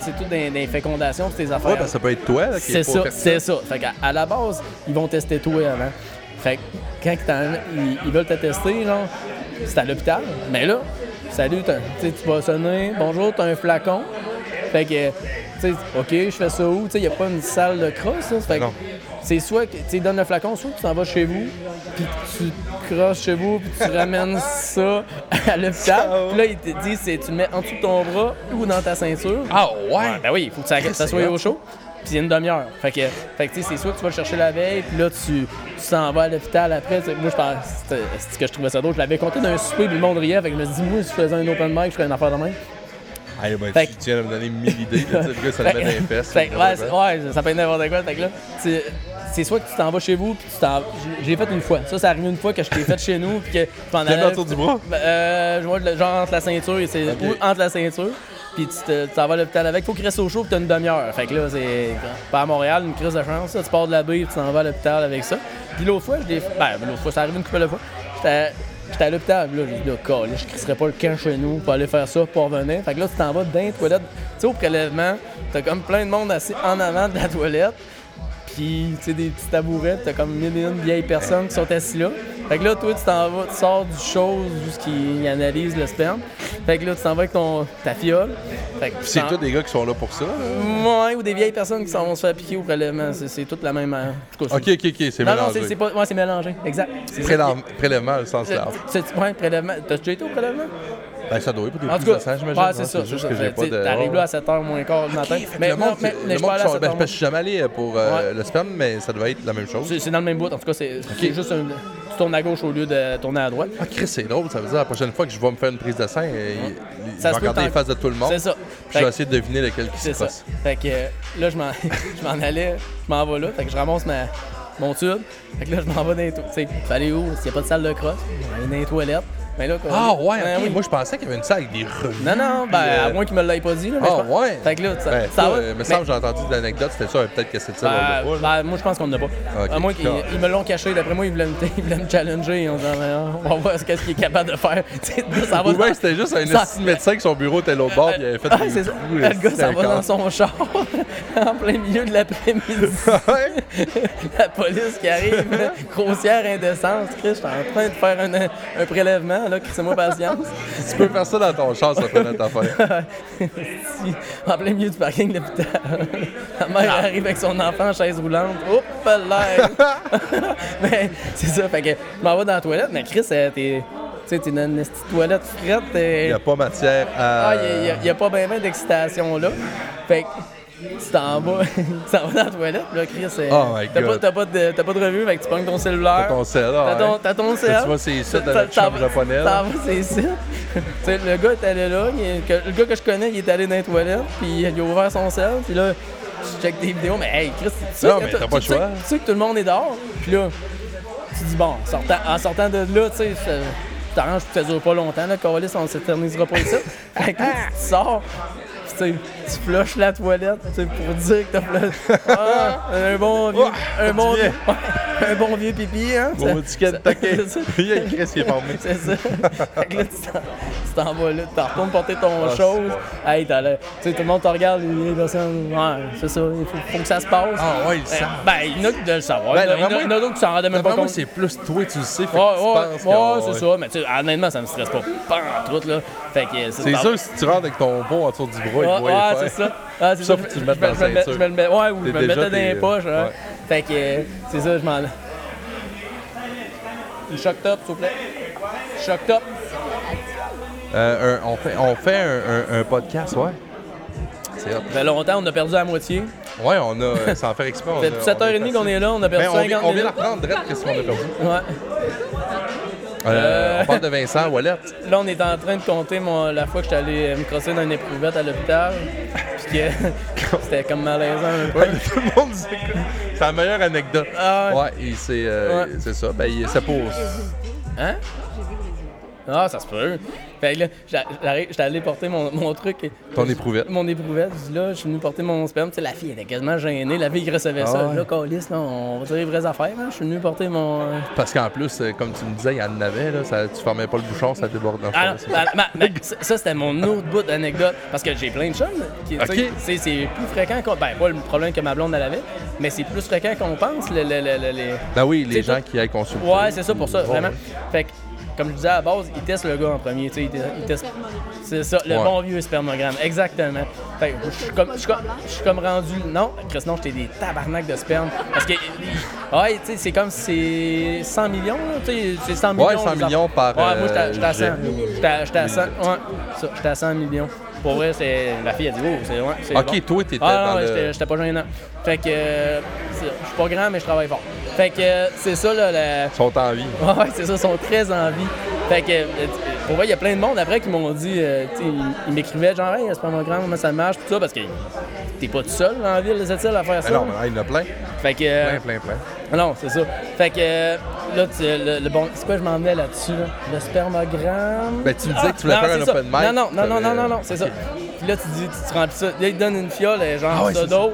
[SPEAKER 2] c'est tout des, des fécondations, toutes ces affaires.
[SPEAKER 1] Ouais, parce que ça peut être toi là, qui
[SPEAKER 2] C'est
[SPEAKER 1] est
[SPEAKER 2] ça,
[SPEAKER 1] pas fait-
[SPEAKER 2] c'est ça. Fait qu'à à la base, ils vont tester toi avant. Fait que quand ils, t'en- ils- ils veulent te tester, genre, c'est à l'hôpital. Mais là, salut, t'as- tu sais, tu vas sonner, bonjour, t'as un flacon. Fait que, tu sais, OK, je fais ça où? Tu sais, il n'y a pas une salle de crosse, là. Fait que
[SPEAKER 1] Non.
[SPEAKER 2] c'est soit que tu donnes le flacon, soit que tu t'en vas chez vous, puis tu crosses chez vous, puis tu ramènes ça à l'hôpital. Puis là, ils te disent, c'est- tu le mets en dessous de ton bras ou dans ta ceinture.
[SPEAKER 1] Ah ouais?
[SPEAKER 2] Ouais, ben oui, il faut que ça, que ça
[SPEAKER 1] c'est
[SPEAKER 2] soit
[SPEAKER 1] hot.
[SPEAKER 2] au chaud. Puis c'est une demi-heure. Fait que, fait que tu sais, c'est soit que tu vas le chercher la veille, puis là, tu tu s'en vas à l'hôpital après. Tu sais, Moi, je pense c'était- c'est que je trouvais ça drôle. Je l'avais compté d'un souper, puis le monde riait. Fait que je me suis dit, moi, si je faisais un open mic, je ferais une affaire de même.
[SPEAKER 1] Ah, ben,
[SPEAKER 2] Fait
[SPEAKER 1] tu
[SPEAKER 2] que-
[SPEAKER 1] viens de me donner mille idées. là, tu sais, le gars, ça le met dans les fesses.
[SPEAKER 2] Fait que, ouais,
[SPEAKER 1] c'est
[SPEAKER 2] c'est- ouais, ça peut être n'importe quoi. Fait que là, tu- c'est soit que tu t'en vas chez vous, puis tu t'en. j'ai- J'ai fait une fois. Ça, c'est arrivé une fois que je t'ai fait chez nous, puis que tu t'en
[SPEAKER 1] l'as mis
[SPEAKER 2] allais-
[SPEAKER 1] autour du bras?
[SPEAKER 2] Ben, euh, je vois le- genre entre la ceinture et c'est.
[SPEAKER 1] Ok.
[SPEAKER 2] Ou entre la ceinture. puis tu te- tu t'en vas à l'hôpital avec. Faut qu'il reste au chaud, puis t'as une demi-heure. Fait que là, c'est pas à Montréal, une crise de chance. là. Tu pars de la baie, puis tu t'en vas à l'hôpital avec ça. Puis l'autre fois, je l'ai. Ben, l'autre fois, ça arrive une couple de fois. J'étais j'étais à l'hôpital, là, j'ai dit, là, câlisse, je crisserais pas le camp chez nous pour aller faire ça, pour revenir. Fait que là, tu t'en vas dans les toilettes. Tu sais, au prélèvement, t'as comme plein de monde assis en avant de la toilette. Puis, tu sais, des petits tabourets, t'as comme mille et une vieilles personnes qui sont assises là. Fait que là, toi, tu t'en vas, tu sors du chose où qui analyse le sperme. Fait que là, tu t'en vas avec ton, ta fiole. Fait que tu
[SPEAKER 1] C'est
[SPEAKER 2] t'en-
[SPEAKER 1] tous des gars qui sont là pour ça. là.
[SPEAKER 2] Ouais, ou des vieilles personnes qui s'en vont se faire piquer au prélèvement. C'est, c'est toute la même. euh, en tout cas,
[SPEAKER 1] Ok,
[SPEAKER 2] c'est-
[SPEAKER 1] ok, ok, c'est
[SPEAKER 2] Non, non,
[SPEAKER 1] mélangé.
[SPEAKER 2] c'est, c'est pas. Ouais, c'est mélangé. Exact. C'est ça.
[SPEAKER 1] Prélève- Prélèvement, le sens
[SPEAKER 2] Le-
[SPEAKER 1] large.
[SPEAKER 2] c'est- ouais, prélèvement. T'as déjà été au prélèvement?
[SPEAKER 1] Ben, ça doit être pour des
[SPEAKER 2] En tout cas,
[SPEAKER 1] plus de sang, j'imagine.
[SPEAKER 2] ouais,
[SPEAKER 1] hein,
[SPEAKER 2] c'est ça.
[SPEAKER 1] juste
[SPEAKER 2] c'est
[SPEAKER 1] que
[SPEAKER 2] ça.
[SPEAKER 1] j'ai
[SPEAKER 2] Fait,
[SPEAKER 1] pas
[SPEAKER 2] tu
[SPEAKER 1] de.
[SPEAKER 2] sais, T'arrives là à 7h moins quart le matin. mais
[SPEAKER 1] Le
[SPEAKER 2] non,
[SPEAKER 1] monde,
[SPEAKER 2] mais,
[SPEAKER 1] qui-
[SPEAKER 2] mais
[SPEAKER 1] le
[SPEAKER 2] je
[SPEAKER 1] monde
[SPEAKER 2] parle
[SPEAKER 1] qui
[SPEAKER 2] à
[SPEAKER 1] sont-
[SPEAKER 2] 7
[SPEAKER 1] ben,
[SPEAKER 2] heures
[SPEAKER 1] parce que je suis jamais allé pour euh, le sperme, mais ça devait être la même chose.
[SPEAKER 2] C'est c'est dans le même bout. En tout cas, c'est c'est juste un- tu tournes à gauche au lieu de tourner à droite.
[SPEAKER 1] Ah, Chris, c'est drôle, ça veut dire la prochaine fois que je vais me faire une prise de sang, euh, il- il- je
[SPEAKER 2] Ça
[SPEAKER 1] vais
[SPEAKER 2] se peut
[SPEAKER 1] regarder
[SPEAKER 2] tant-
[SPEAKER 1] les faces de tout le monde.
[SPEAKER 2] C'est ça.
[SPEAKER 1] Puis je
[SPEAKER 2] Fait
[SPEAKER 1] vais
[SPEAKER 2] que-
[SPEAKER 1] essayer de deviner lequel qui se
[SPEAKER 2] C'est ça.
[SPEAKER 1] passe.
[SPEAKER 2] Fait que euh, là, je m'en, je m'en allais, je m'en vais là. Fait que je ramasse ma, mon tube. Fait que là, je m'en vais dans les toilettes. Tu sais, fallait où? S'il n'y a pas de salle de crosse, on va aller dans les toilettes. Mais là, quoi,
[SPEAKER 1] Ah ouais,
[SPEAKER 2] Ben
[SPEAKER 1] ok.
[SPEAKER 2] oui.
[SPEAKER 1] moi je pensais qu'il y avait une salle avec des revues.
[SPEAKER 2] Non, non, ben,
[SPEAKER 1] euh,
[SPEAKER 2] à moins qu'il me l'ait pas dit. Là, mais
[SPEAKER 1] Ah
[SPEAKER 2] je pense-
[SPEAKER 1] ouais.
[SPEAKER 2] Fait que là, ça,
[SPEAKER 1] Ben,
[SPEAKER 2] ça
[SPEAKER 1] toi,
[SPEAKER 2] va.
[SPEAKER 1] euh, me
[SPEAKER 2] mais-
[SPEAKER 1] semble que j'ai entendu de l'anecdote, c'était ça, peut-être que c'était ça.
[SPEAKER 2] ben,
[SPEAKER 1] on l'a pas, là.
[SPEAKER 2] ben, moi, je pense qu'on n'en a pas.
[SPEAKER 1] Ok,
[SPEAKER 2] à moins qu'ils
[SPEAKER 1] cool.
[SPEAKER 2] ils me l'ont caché. D'après moi, ils voulaient me, ils voulaient me challenger. On, on va voir ce qu'est-ce qu'il est capable de faire. Tu sais, ça va
[SPEAKER 1] Ou bien
[SPEAKER 2] dans-
[SPEAKER 1] c'était juste un
[SPEAKER 2] ça-
[SPEAKER 1] esti de médecin que son bureau était à l'autre bord, puis il avait fait
[SPEAKER 2] Ouais,
[SPEAKER 1] des
[SPEAKER 2] Ah,
[SPEAKER 1] euh,
[SPEAKER 2] c'est ça.
[SPEAKER 1] trous,
[SPEAKER 2] Le
[SPEAKER 1] esti,
[SPEAKER 2] gars,
[SPEAKER 1] dans
[SPEAKER 2] ça va
[SPEAKER 1] le
[SPEAKER 2] dans son char en plein milieu de l'après-midi.
[SPEAKER 1] corps. Ouais.
[SPEAKER 2] la police qui arrive, là, grossière indécence. Chris, je suis en train de faire un, un prélèvement, là, c'est moi patience.
[SPEAKER 1] Tu peux faire ça dans ton char, ça fait notre affaire.
[SPEAKER 2] Si, en plein milieu du parking de l'hôpital. La mère
[SPEAKER 1] Ah.
[SPEAKER 2] arrive avec son enfant en chaise roulante. Oups, là! mais c'est ça, fait que je m'en vais dans la toilette, mais Chris, euh, t'es. Tu sais, t'es dans une petite toilette frette.
[SPEAKER 1] Il
[SPEAKER 2] euh, t'es-
[SPEAKER 1] n'y a pas matière à.
[SPEAKER 2] Ah, il n'y a, y a pas bien d'excitation là. Fait que tu t'en vas, tu t'en vas dans la toilette, puis là, Chris. euh,
[SPEAKER 1] Oh my
[SPEAKER 2] t'as, pas,
[SPEAKER 1] God.
[SPEAKER 2] t'as, pas de, t'as pas de revue, fait que tu pognes ton cellulaire.
[SPEAKER 1] T'as ton sel,
[SPEAKER 2] T'as
[SPEAKER 1] ah,
[SPEAKER 2] ton,
[SPEAKER 1] ouais.
[SPEAKER 2] t'as ton
[SPEAKER 1] Ça,
[SPEAKER 2] sel.
[SPEAKER 1] tu vois, c'est ça, dans
[SPEAKER 2] T'as-
[SPEAKER 1] notre
[SPEAKER 2] t'as-
[SPEAKER 1] chambre
[SPEAKER 2] t'as-
[SPEAKER 1] japonaise.
[SPEAKER 2] t'en vas, c'est ça. tu sais, le gars est allé là. il est- que- le gars que je connais, il est allé dans les toilettes, puis il a ouvert son sel, puis là, je check des vidéos, mais hey, Chris, tu sais
[SPEAKER 1] Non,
[SPEAKER 2] que
[SPEAKER 1] mais
[SPEAKER 2] t'as-
[SPEAKER 1] t'as pas le
[SPEAKER 2] tu sais-
[SPEAKER 1] choix.
[SPEAKER 2] Tu sais que tout le monde est dehors, puis là, tu dis bon, en sortant, en sortant de là, tu sais, ça- tu t'arranges pour que ça dure pas longtemps, là, Carlis, on s'éternisera pas ici. fait que là, tu sors, pis tu sais, tu flushes la toilette, tu sais, pour dire que t'as flushé. Ah, un bon vieux, un bon
[SPEAKER 1] du bien.
[SPEAKER 2] vieux, ouais, un bon vieux pipi, hein.
[SPEAKER 1] Bon
[SPEAKER 2] ça-
[SPEAKER 1] ticket de
[SPEAKER 2] ça-
[SPEAKER 1] taquet.
[SPEAKER 2] c'est ça.
[SPEAKER 1] Il y a Chris qui est formé.
[SPEAKER 2] C'est ça. Fait que là, tu t'en- tu t'en vas là, tu retournes porter ton
[SPEAKER 1] Ah, c'est
[SPEAKER 2] chose.
[SPEAKER 1] bon.
[SPEAKER 2] Hey, t'as le- tu sais, tout le monde te regarde, il est dans ça, ouais, c'est ça, il faut, faut que ça se passe.
[SPEAKER 1] Ah ouais, il
[SPEAKER 2] Ben,
[SPEAKER 1] sent.
[SPEAKER 2] Ben, il y en a qui doivent le savoir.
[SPEAKER 1] Ben,
[SPEAKER 2] il y en a- il y en a-
[SPEAKER 1] d'après
[SPEAKER 2] il y en
[SPEAKER 1] moi-
[SPEAKER 2] a d'autres qui s'en rendaient même pas
[SPEAKER 1] Vraiment,
[SPEAKER 2] compte.
[SPEAKER 1] c'est plus toi, tu le sais, fait
[SPEAKER 2] Ouais,
[SPEAKER 1] que tu penses
[SPEAKER 2] ouais, ouais,
[SPEAKER 1] qu'on-
[SPEAKER 2] c'est ça. Mais tu sais, honnêtement, ça me stresse pas. Pas en tout, là. Fait que euh,
[SPEAKER 1] C'est
[SPEAKER 2] ça-
[SPEAKER 1] sûr, si tu rentres avec ton pot autour du bras,
[SPEAKER 2] Ouais,
[SPEAKER 1] il voit
[SPEAKER 2] ouais,
[SPEAKER 1] les
[SPEAKER 2] c'est
[SPEAKER 1] faire.
[SPEAKER 2] ça. Ah, c'est
[SPEAKER 1] Ça,
[SPEAKER 2] ça.
[SPEAKER 1] faut que tu
[SPEAKER 2] Je
[SPEAKER 1] le
[SPEAKER 2] me-
[SPEAKER 1] mettes dans la
[SPEAKER 2] je me le mets-
[SPEAKER 1] ceinture.
[SPEAKER 2] je me le mets- ouais, ou je
[SPEAKER 1] T'es
[SPEAKER 2] me le
[SPEAKER 1] déjà,
[SPEAKER 2] mettais dans les
[SPEAKER 1] t'es-
[SPEAKER 2] poches. hein.
[SPEAKER 1] ouais.
[SPEAKER 2] Fait que, euh, c'est ça, je m'en. Une choc top, s'il vous plaît. Choc top.
[SPEAKER 1] Euh, un- on fait, on fait un, un- un podcast, ouais. C'est hot.
[SPEAKER 2] Ça fait longtemps, on a perdu la moitié.
[SPEAKER 1] Ouais, on a, euh, sans faire exprès, on
[SPEAKER 2] Ça fait
[SPEAKER 1] a- on
[SPEAKER 2] 7h30
[SPEAKER 1] passé.
[SPEAKER 2] qu'on est là, on a perdu
[SPEAKER 1] Ben, on, vient,
[SPEAKER 2] 50
[SPEAKER 1] on vient la
[SPEAKER 2] minutes.
[SPEAKER 1] reprendre, Drette, qu'est-ce qu'on a perdu?
[SPEAKER 2] Ouais.
[SPEAKER 1] Euh, On parle de Vincent Wallet.
[SPEAKER 2] Là, on est en train de compter mon- la fois que j'étais allé euh, me crosser dans une éprouvette à l'hôpital. Puis que c'était comme malaisant un peu.
[SPEAKER 1] Tout le monde dit que c'est la meilleure anecdote.
[SPEAKER 2] Ah ouais.
[SPEAKER 1] ouais, et c'est euh,
[SPEAKER 2] Ouais.
[SPEAKER 1] c'est ça. Ben, il- ça pour.
[SPEAKER 2] Hein? Ah, ça se peut. Fait que là, j'a- j'arrive- j'étais allé porter mon, mon truc. et-
[SPEAKER 1] Ton éprouvette.
[SPEAKER 2] Mon éprouvette. Je dis là, je suis venu porter mon sperme. Tu sais, la fille était quasiment gênée. La fille qui recevait
[SPEAKER 1] Ah
[SPEAKER 2] ça.
[SPEAKER 1] ouais.
[SPEAKER 2] Là, câlisse, là, on va dire les vraies affaires. hein. Je suis venu porter mon. euh,
[SPEAKER 1] Parce qu'en plus, euh, comme tu me disais, il y en avait, là, ça, tu fermais pas le bouchon, ça déborde dans le
[SPEAKER 2] Ah non,
[SPEAKER 1] fond,
[SPEAKER 2] bah, ma- ma- ça, ça, c'était mon autre bout d'anecdote parce que j'ai plein de chums. qui- tu
[SPEAKER 1] Ok.
[SPEAKER 2] sais, C'est c'est plus fréquent qu'on. Ben, pas le problème que ma blonde elle avait, mais c'est plus fréquent qu'on pense. le- le- le- le- les...
[SPEAKER 1] Ben oui, les
[SPEAKER 2] C'est
[SPEAKER 1] gens
[SPEAKER 2] tout.
[SPEAKER 1] qui aillent consulter.
[SPEAKER 2] Ouais, c'est ça pour ça,
[SPEAKER 1] Bon,
[SPEAKER 2] vraiment.
[SPEAKER 1] ouais.
[SPEAKER 2] Fait que, comme je disais à la base, ils testent le gars en premier, tu sais, ils te- ils testent. C'est ça, le
[SPEAKER 1] Ouais.
[SPEAKER 2] bon vieux spermogramme, exactement. Fait que je suis comme, je suis comme- je suis comme rendu. Non, Chris, non, j'étais des tabarnak de sperme. Parce que, ouais, tu sais, c'est comme si c'est 100 millions, là, tu sais, c'est 100 millions.
[SPEAKER 1] Ouais, 100
[SPEAKER 2] les enfants.
[SPEAKER 1] millions par,
[SPEAKER 2] Ouais, moi, j'étais à-
[SPEAKER 1] euh,
[SPEAKER 2] j'étais à 100.
[SPEAKER 1] jet.
[SPEAKER 2] J'étais à- J'étais à 100. Ouais, ça, j'étais à 100 millions. Pour vrai, c'est- la fille a dit, oh, c'est ouais, c'est
[SPEAKER 1] Ok,
[SPEAKER 2] bon.
[SPEAKER 1] toi, t'étais
[SPEAKER 2] Ah, non,
[SPEAKER 1] dans
[SPEAKER 2] ouais,
[SPEAKER 1] le-
[SPEAKER 2] j'étais- j'étais pas gênant. Fait que, euh, c'est- je suis pas grand, mais je travaille fort. Fait que, euh, c'est ça, là, la.
[SPEAKER 1] Ils sont en vie.
[SPEAKER 2] Ouais, ouais, c'est ça, ils sont très en vie. Fait que, euh, pour vrai, il y a plein de monde après qui m'ont dit, euh, tu sais, ils, ils m'écrivaient genre, hey, c'est pas mon grand, comment ça marche, tout ça, parce que t'es pas tout seul dans la ville de cette île à faire ça.
[SPEAKER 1] Ben non, Ben mais là, il y en a plein.
[SPEAKER 2] fait que, euh,
[SPEAKER 1] Plein, plein, plein.
[SPEAKER 2] non, c'est ça. Fait que, euh, là, tu- le, le bon, c'est quoi, je m'en venais là-dessus, là? Le spermogramme. Ah,
[SPEAKER 1] Ben, tu me disais que tu voulais
[SPEAKER 2] non,
[SPEAKER 1] faire un
[SPEAKER 2] c'est ça.
[SPEAKER 1] open mic,
[SPEAKER 2] Non, non, non, non, non,
[SPEAKER 1] t'avais-
[SPEAKER 2] non, non, c'est ça. Puis Puis là, tu dis, tu te remplis ça. Là, il te donne une fiole, euh, genre
[SPEAKER 1] Ah ouais,
[SPEAKER 2] ça
[SPEAKER 1] c'est ça.
[SPEAKER 2] d'eau.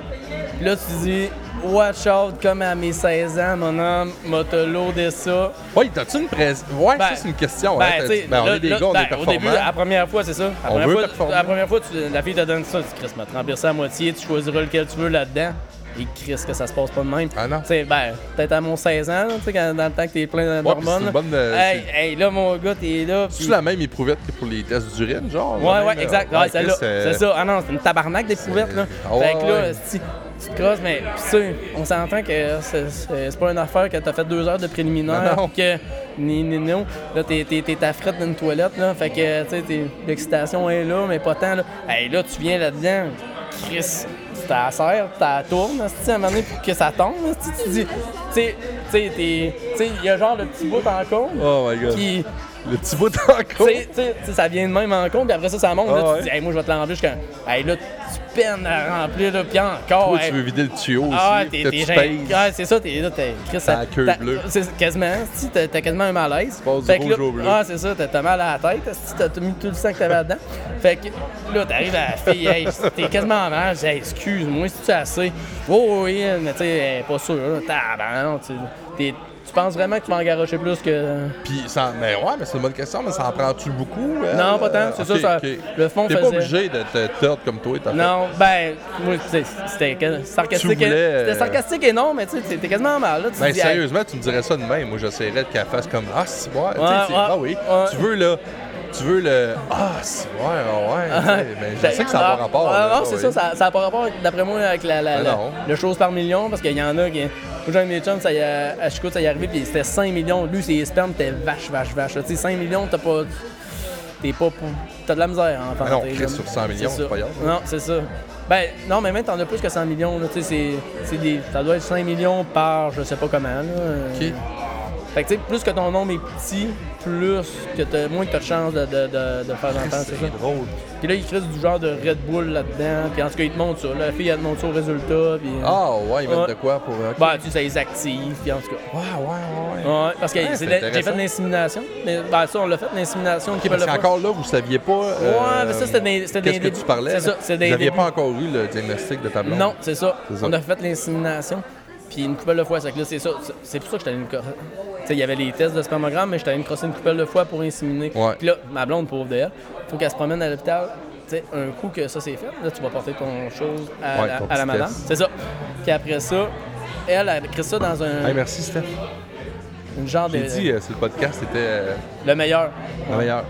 [SPEAKER 2] Puis là, tu dis, watch out, comme à mes 16 ans, mon homme, m'a te loadé ça.
[SPEAKER 1] Ouais, t'as-tu une presse? Ouais,
[SPEAKER 2] Ben,
[SPEAKER 1] ça, c'est une question.
[SPEAKER 2] Ben,
[SPEAKER 1] hein, t'as-
[SPEAKER 2] tu sais,
[SPEAKER 1] ben, on
[SPEAKER 2] là-
[SPEAKER 1] est des
[SPEAKER 2] là-
[SPEAKER 1] gars, on
[SPEAKER 2] ben,
[SPEAKER 1] est
[SPEAKER 2] Au
[SPEAKER 1] performants.
[SPEAKER 2] début, la première fois, c'est ça. La
[SPEAKER 1] On
[SPEAKER 2] première
[SPEAKER 1] veut
[SPEAKER 2] fois,
[SPEAKER 1] performer.
[SPEAKER 2] la première fois, tu- la fille te donne ça, tu dis, Chris, me remplir ça à moitié, tu choisiras lequel tu veux là-dedans. Et Chris, que ça se passe pas de même.
[SPEAKER 1] Ah non.
[SPEAKER 2] Tu sais, ben, peut-être à mon 16 ans, là, tu sais, quand- dans le temps que t'es plein
[SPEAKER 1] Ouais, puis c'est
[SPEAKER 2] d'hormones.
[SPEAKER 1] une bonne, euh,
[SPEAKER 2] hey,
[SPEAKER 1] c'est-
[SPEAKER 2] hey, là, mon gars, t'es là. puis-
[SPEAKER 1] C'est la même éprouvette que pour les tests d'urine, genre? la
[SPEAKER 2] Ouais,
[SPEAKER 1] même,
[SPEAKER 2] ouais,
[SPEAKER 1] euh,
[SPEAKER 2] exact. Ouais, celle-là.
[SPEAKER 1] Chris, euh,
[SPEAKER 2] C'est ça. Ah non, c'est une tabarnak découverte, là.
[SPEAKER 1] Ah ouais,
[SPEAKER 2] fait que là,
[SPEAKER 1] ouais.
[SPEAKER 2] si tu te crosses, mais pis ça, on s'entend que c'est- c'est c'est pas une affaire que t'as fait deux heures de préliminaire.
[SPEAKER 1] Non, non.
[SPEAKER 2] pis que ni, ni, non. Là, t'es t'es- t'es à frette d'une toilette, là. Fait que, tu sais, t'es- l'excitation est là, mais pas tant, là. Hey, là, tu viens là-dedans, Chris. Tu t'as serre, tu t'as tourne, esti, à un moment donné, pour que ça tombe, esti, tu dis. Tu sais, tu sais, t'es- tu sais, il y a genre le petit bout en cône
[SPEAKER 1] Oh my god.
[SPEAKER 2] qui,
[SPEAKER 1] Le petit bout encore.
[SPEAKER 2] tu sais, tu sais, tu sais, ça vient de même en compte, puis après ça, ça monte. là,
[SPEAKER 1] Oh. Ah
[SPEAKER 2] Tu te dis,
[SPEAKER 1] ouais.
[SPEAKER 2] hey, moi, je vais te le remplir jusqu'à. Hey, là, tu peines à remplir, là, puis encore.
[SPEAKER 1] Toi,
[SPEAKER 2] hey.
[SPEAKER 1] tu veux vider le tuyau aussi.
[SPEAKER 2] ah, ouais,
[SPEAKER 1] puis
[SPEAKER 2] t'es
[SPEAKER 1] que
[SPEAKER 2] t'es
[SPEAKER 1] tu
[SPEAKER 2] gêné.
[SPEAKER 1] pèses.
[SPEAKER 2] Ah, c'est ça, t'es là, t'es. Chris,
[SPEAKER 1] T'as la queue
[SPEAKER 2] t'as-
[SPEAKER 1] bleue.
[SPEAKER 2] C'est quasiment, si, t'as t'as quasiment un malaise.
[SPEAKER 1] passes du
[SPEAKER 2] Fait que
[SPEAKER 1] rouge
[SPEAKER 2] là-
[SPEAKER 1] au bleu.
[SPEAKER 2] Ah, c'est ça, t'as- t'as mal à la tête, si, t'as t'as mis tout le sang que t'avais dedans. Fait que là, t'arrives à la fille, hey, t'es quasiment en mal, je dis, hey, excuse-moi, si tu assez. Oh, oui, mais tu sais, elle est pas sûr, là. Tabarnak, tu- t'es- Tu penses vraiment que tu vas en garrocher plus que.
[SPEAKER 1] Puis, ça, mais ouais, mais c'est une bonne question, mais ça en prend-tu beaucoup? euh,
[SPEAKER 2] Non, pas tant, c'est
[SPEAKER 1] ok,
[SPEAKER 2] ça, ça-
[SPEAKER 1] ok.
[SPEAKER 2] le fond
[SPEAKER 1] T'es pas
[SPEAKER 2] faisait-
[SPEAKER 1] obligé de te tordre comme toi, t'as
[SPEAKER 2] Non, ben, moi, tu sais, c'était que- sarcastique.
[SPEAKER 1] Tu voulais,
[SPEAKER 2] et-
[SPEAKER 1] euh,
[SPEAKER 2] C'était sarcastique et non, mais tu sais, t'es- t'es quasiment mal, là. Tu
[SPEAKER 1] fait. Ben,
[SPEAKER 2] dis, hey,
[SPEAKER 1] sérieusement, tu me dirais ça de même. Moi, j'essaierais qu'elle fasse comme Ah, c'est ouais. tu sais,
[SPEAKER 2] Ouais,
[SPEAKER 1] c'est-
[SPEAKER 2] ouais,
[SPEAKER 1] ah oui.
[SPEAKER 2] ouais.
[SPEAKER 1] Tu veux, là. Tu veux le Ah, c'est ouais, ah ouais. tu sais, Mais je
[SPEAKER 2] t'as-
[SPEAKER 1] sais que ça va
[SPEAKER 2] ah,
[SPEAKER 1] pas rapport.
[SPEAKER 2] ah,
[SPEAKER 1] là,
[SPEAKER 2] non, c'est
[SPEAKER 1] oui.
[SPEAKER 2] ça, ça, ça a pas rapport, d'après moi, avec la, la,
[SPEAKER 1] Ben
[SPEAKER 2] la-
[SPEAKER 1] non.
[SPEAKER 2] le chose par million, parce qu'il y en a qui. Moi, j'ai un de mes chums, ça y a, à Chico, ça y est arrivé, puis c'était 5 millions. Lui, ses spermes étaient vache, vache, vache. là. Tu sais, 5 millions, t'as pas. T'es pas. pour- T'as de la misère, hein,
[SPEAKER 1] Ben non,
[SPEAKER 2] t'es-
[SPEAKER 1] Chris, sur 100 millions,
[SPEAKER 2] ça.
[SPEAKER 1] c'est pas grave. hein.
[SPEAKER 2] Non, c'est ça. Ben, non, mais même, t'en as plus que 100 millions, là. Tu sais, c'est- c'est des. Ça doit être 5 millions par je sais pas comment, là.
[SPEAKER 1] Ok.
[SPEAKER 2] Fait que, tu sais, plus que ton nombre est petit, plus que t'as, moins que t'as de chances de, de, de, de faire entendre, c'est ça.
[SPEAKER 1] C'est drôle.
[SPEAKER 2] Puis là, ils créent du genre de Red Bull là-dedans, puis en tout cas, ils te montrent ça. là. La fille, elle te montre ça au résultat, puis... euh,
[SPEAKER 1] Ah, ouais, ils mettent
[SPEAKER 2] Ouais.
[SPEAKER 1] de quoi pour. euh,
[SPEAKER 2] Ben, tu sais, ça les active, puis en tout cas...
[SPEAKER 1] Ouais, ouais, ouais. ouais.
[SPEAKER 2] Ouais, parce que
[SPEAKER 1] Ouais,
[SPEAKER 2] c'est
[SPEAKER 1] c'est
[SPEAKER 2] la- j'ai
[SPEAKER 1] intéressant.
[SPEAKER 2] fait de l'insémination. Mais, ben, ça, on l'a fait, de l'insémination. qui
[SPEAKER 1] Parce qu'encore là, vous saviez pas. euh,
[SPEAKER 2] Ouais, mais ça, c'était des- c'était
[SPEAKER 1] Qu'est-ce
[SPEAKER 2] des
[SPEAKER 1] que tu
[SPEAKER 2] débuts.
[SPEAKER 1] parlais?
[SPEAKER 2] C'est
[SPEAKER 1] là?
[SPEAKER 2] ça, c'est des
[SPEAKER 1] Vous n'aviez
[SPEAKER 2] débuts.
[SPEAKER 1] pas encore eu le diagnostic de ta blonde?
[SPEAKER 2] Non, c'est ça.
[SPEAKER 1] C'est ça.
[SPEAKER 2] On a fait l'insémination. Puis une coupelle de fois, c'est que là, c'est ça. c'est- C'est pour ça que j'étais allé me crosser. Tu sais, il y avait les tests de spermogramme, mais j'étais allé me crosser une coupelle de fois pour inséminer.
[SPEAKER 1] Ouais.
[SPEAKER 2] Puis là, ma blonde, pauvre d'elle, faut qu'elle se promène à l'hôpital. Tu sais, un coup que ça c'est fait, là, tu vas porter ton chose à,
[SPEAKER 1] Ouais,
[SPEAKER 2] la,
[SPEAKER 1] ton
[SPEAKER 2] à
[SPEAKER 1] petit
[SPEAKER 2] la madame.
[SPEAKER 1] test.
[SPEAKER 2] C'est ça. Puis après ça, elle, elle écrit ça dans un
[SPEAKER 1] Hey, merci, Steph.
[SPEAKER 2] une genre de.
[SPEAKER 1] J'ai dit, euh, sur le podcast, c'était euh,
[SPEAKER 2] Le meilleur.
[SPEAKER 1] la meilleure.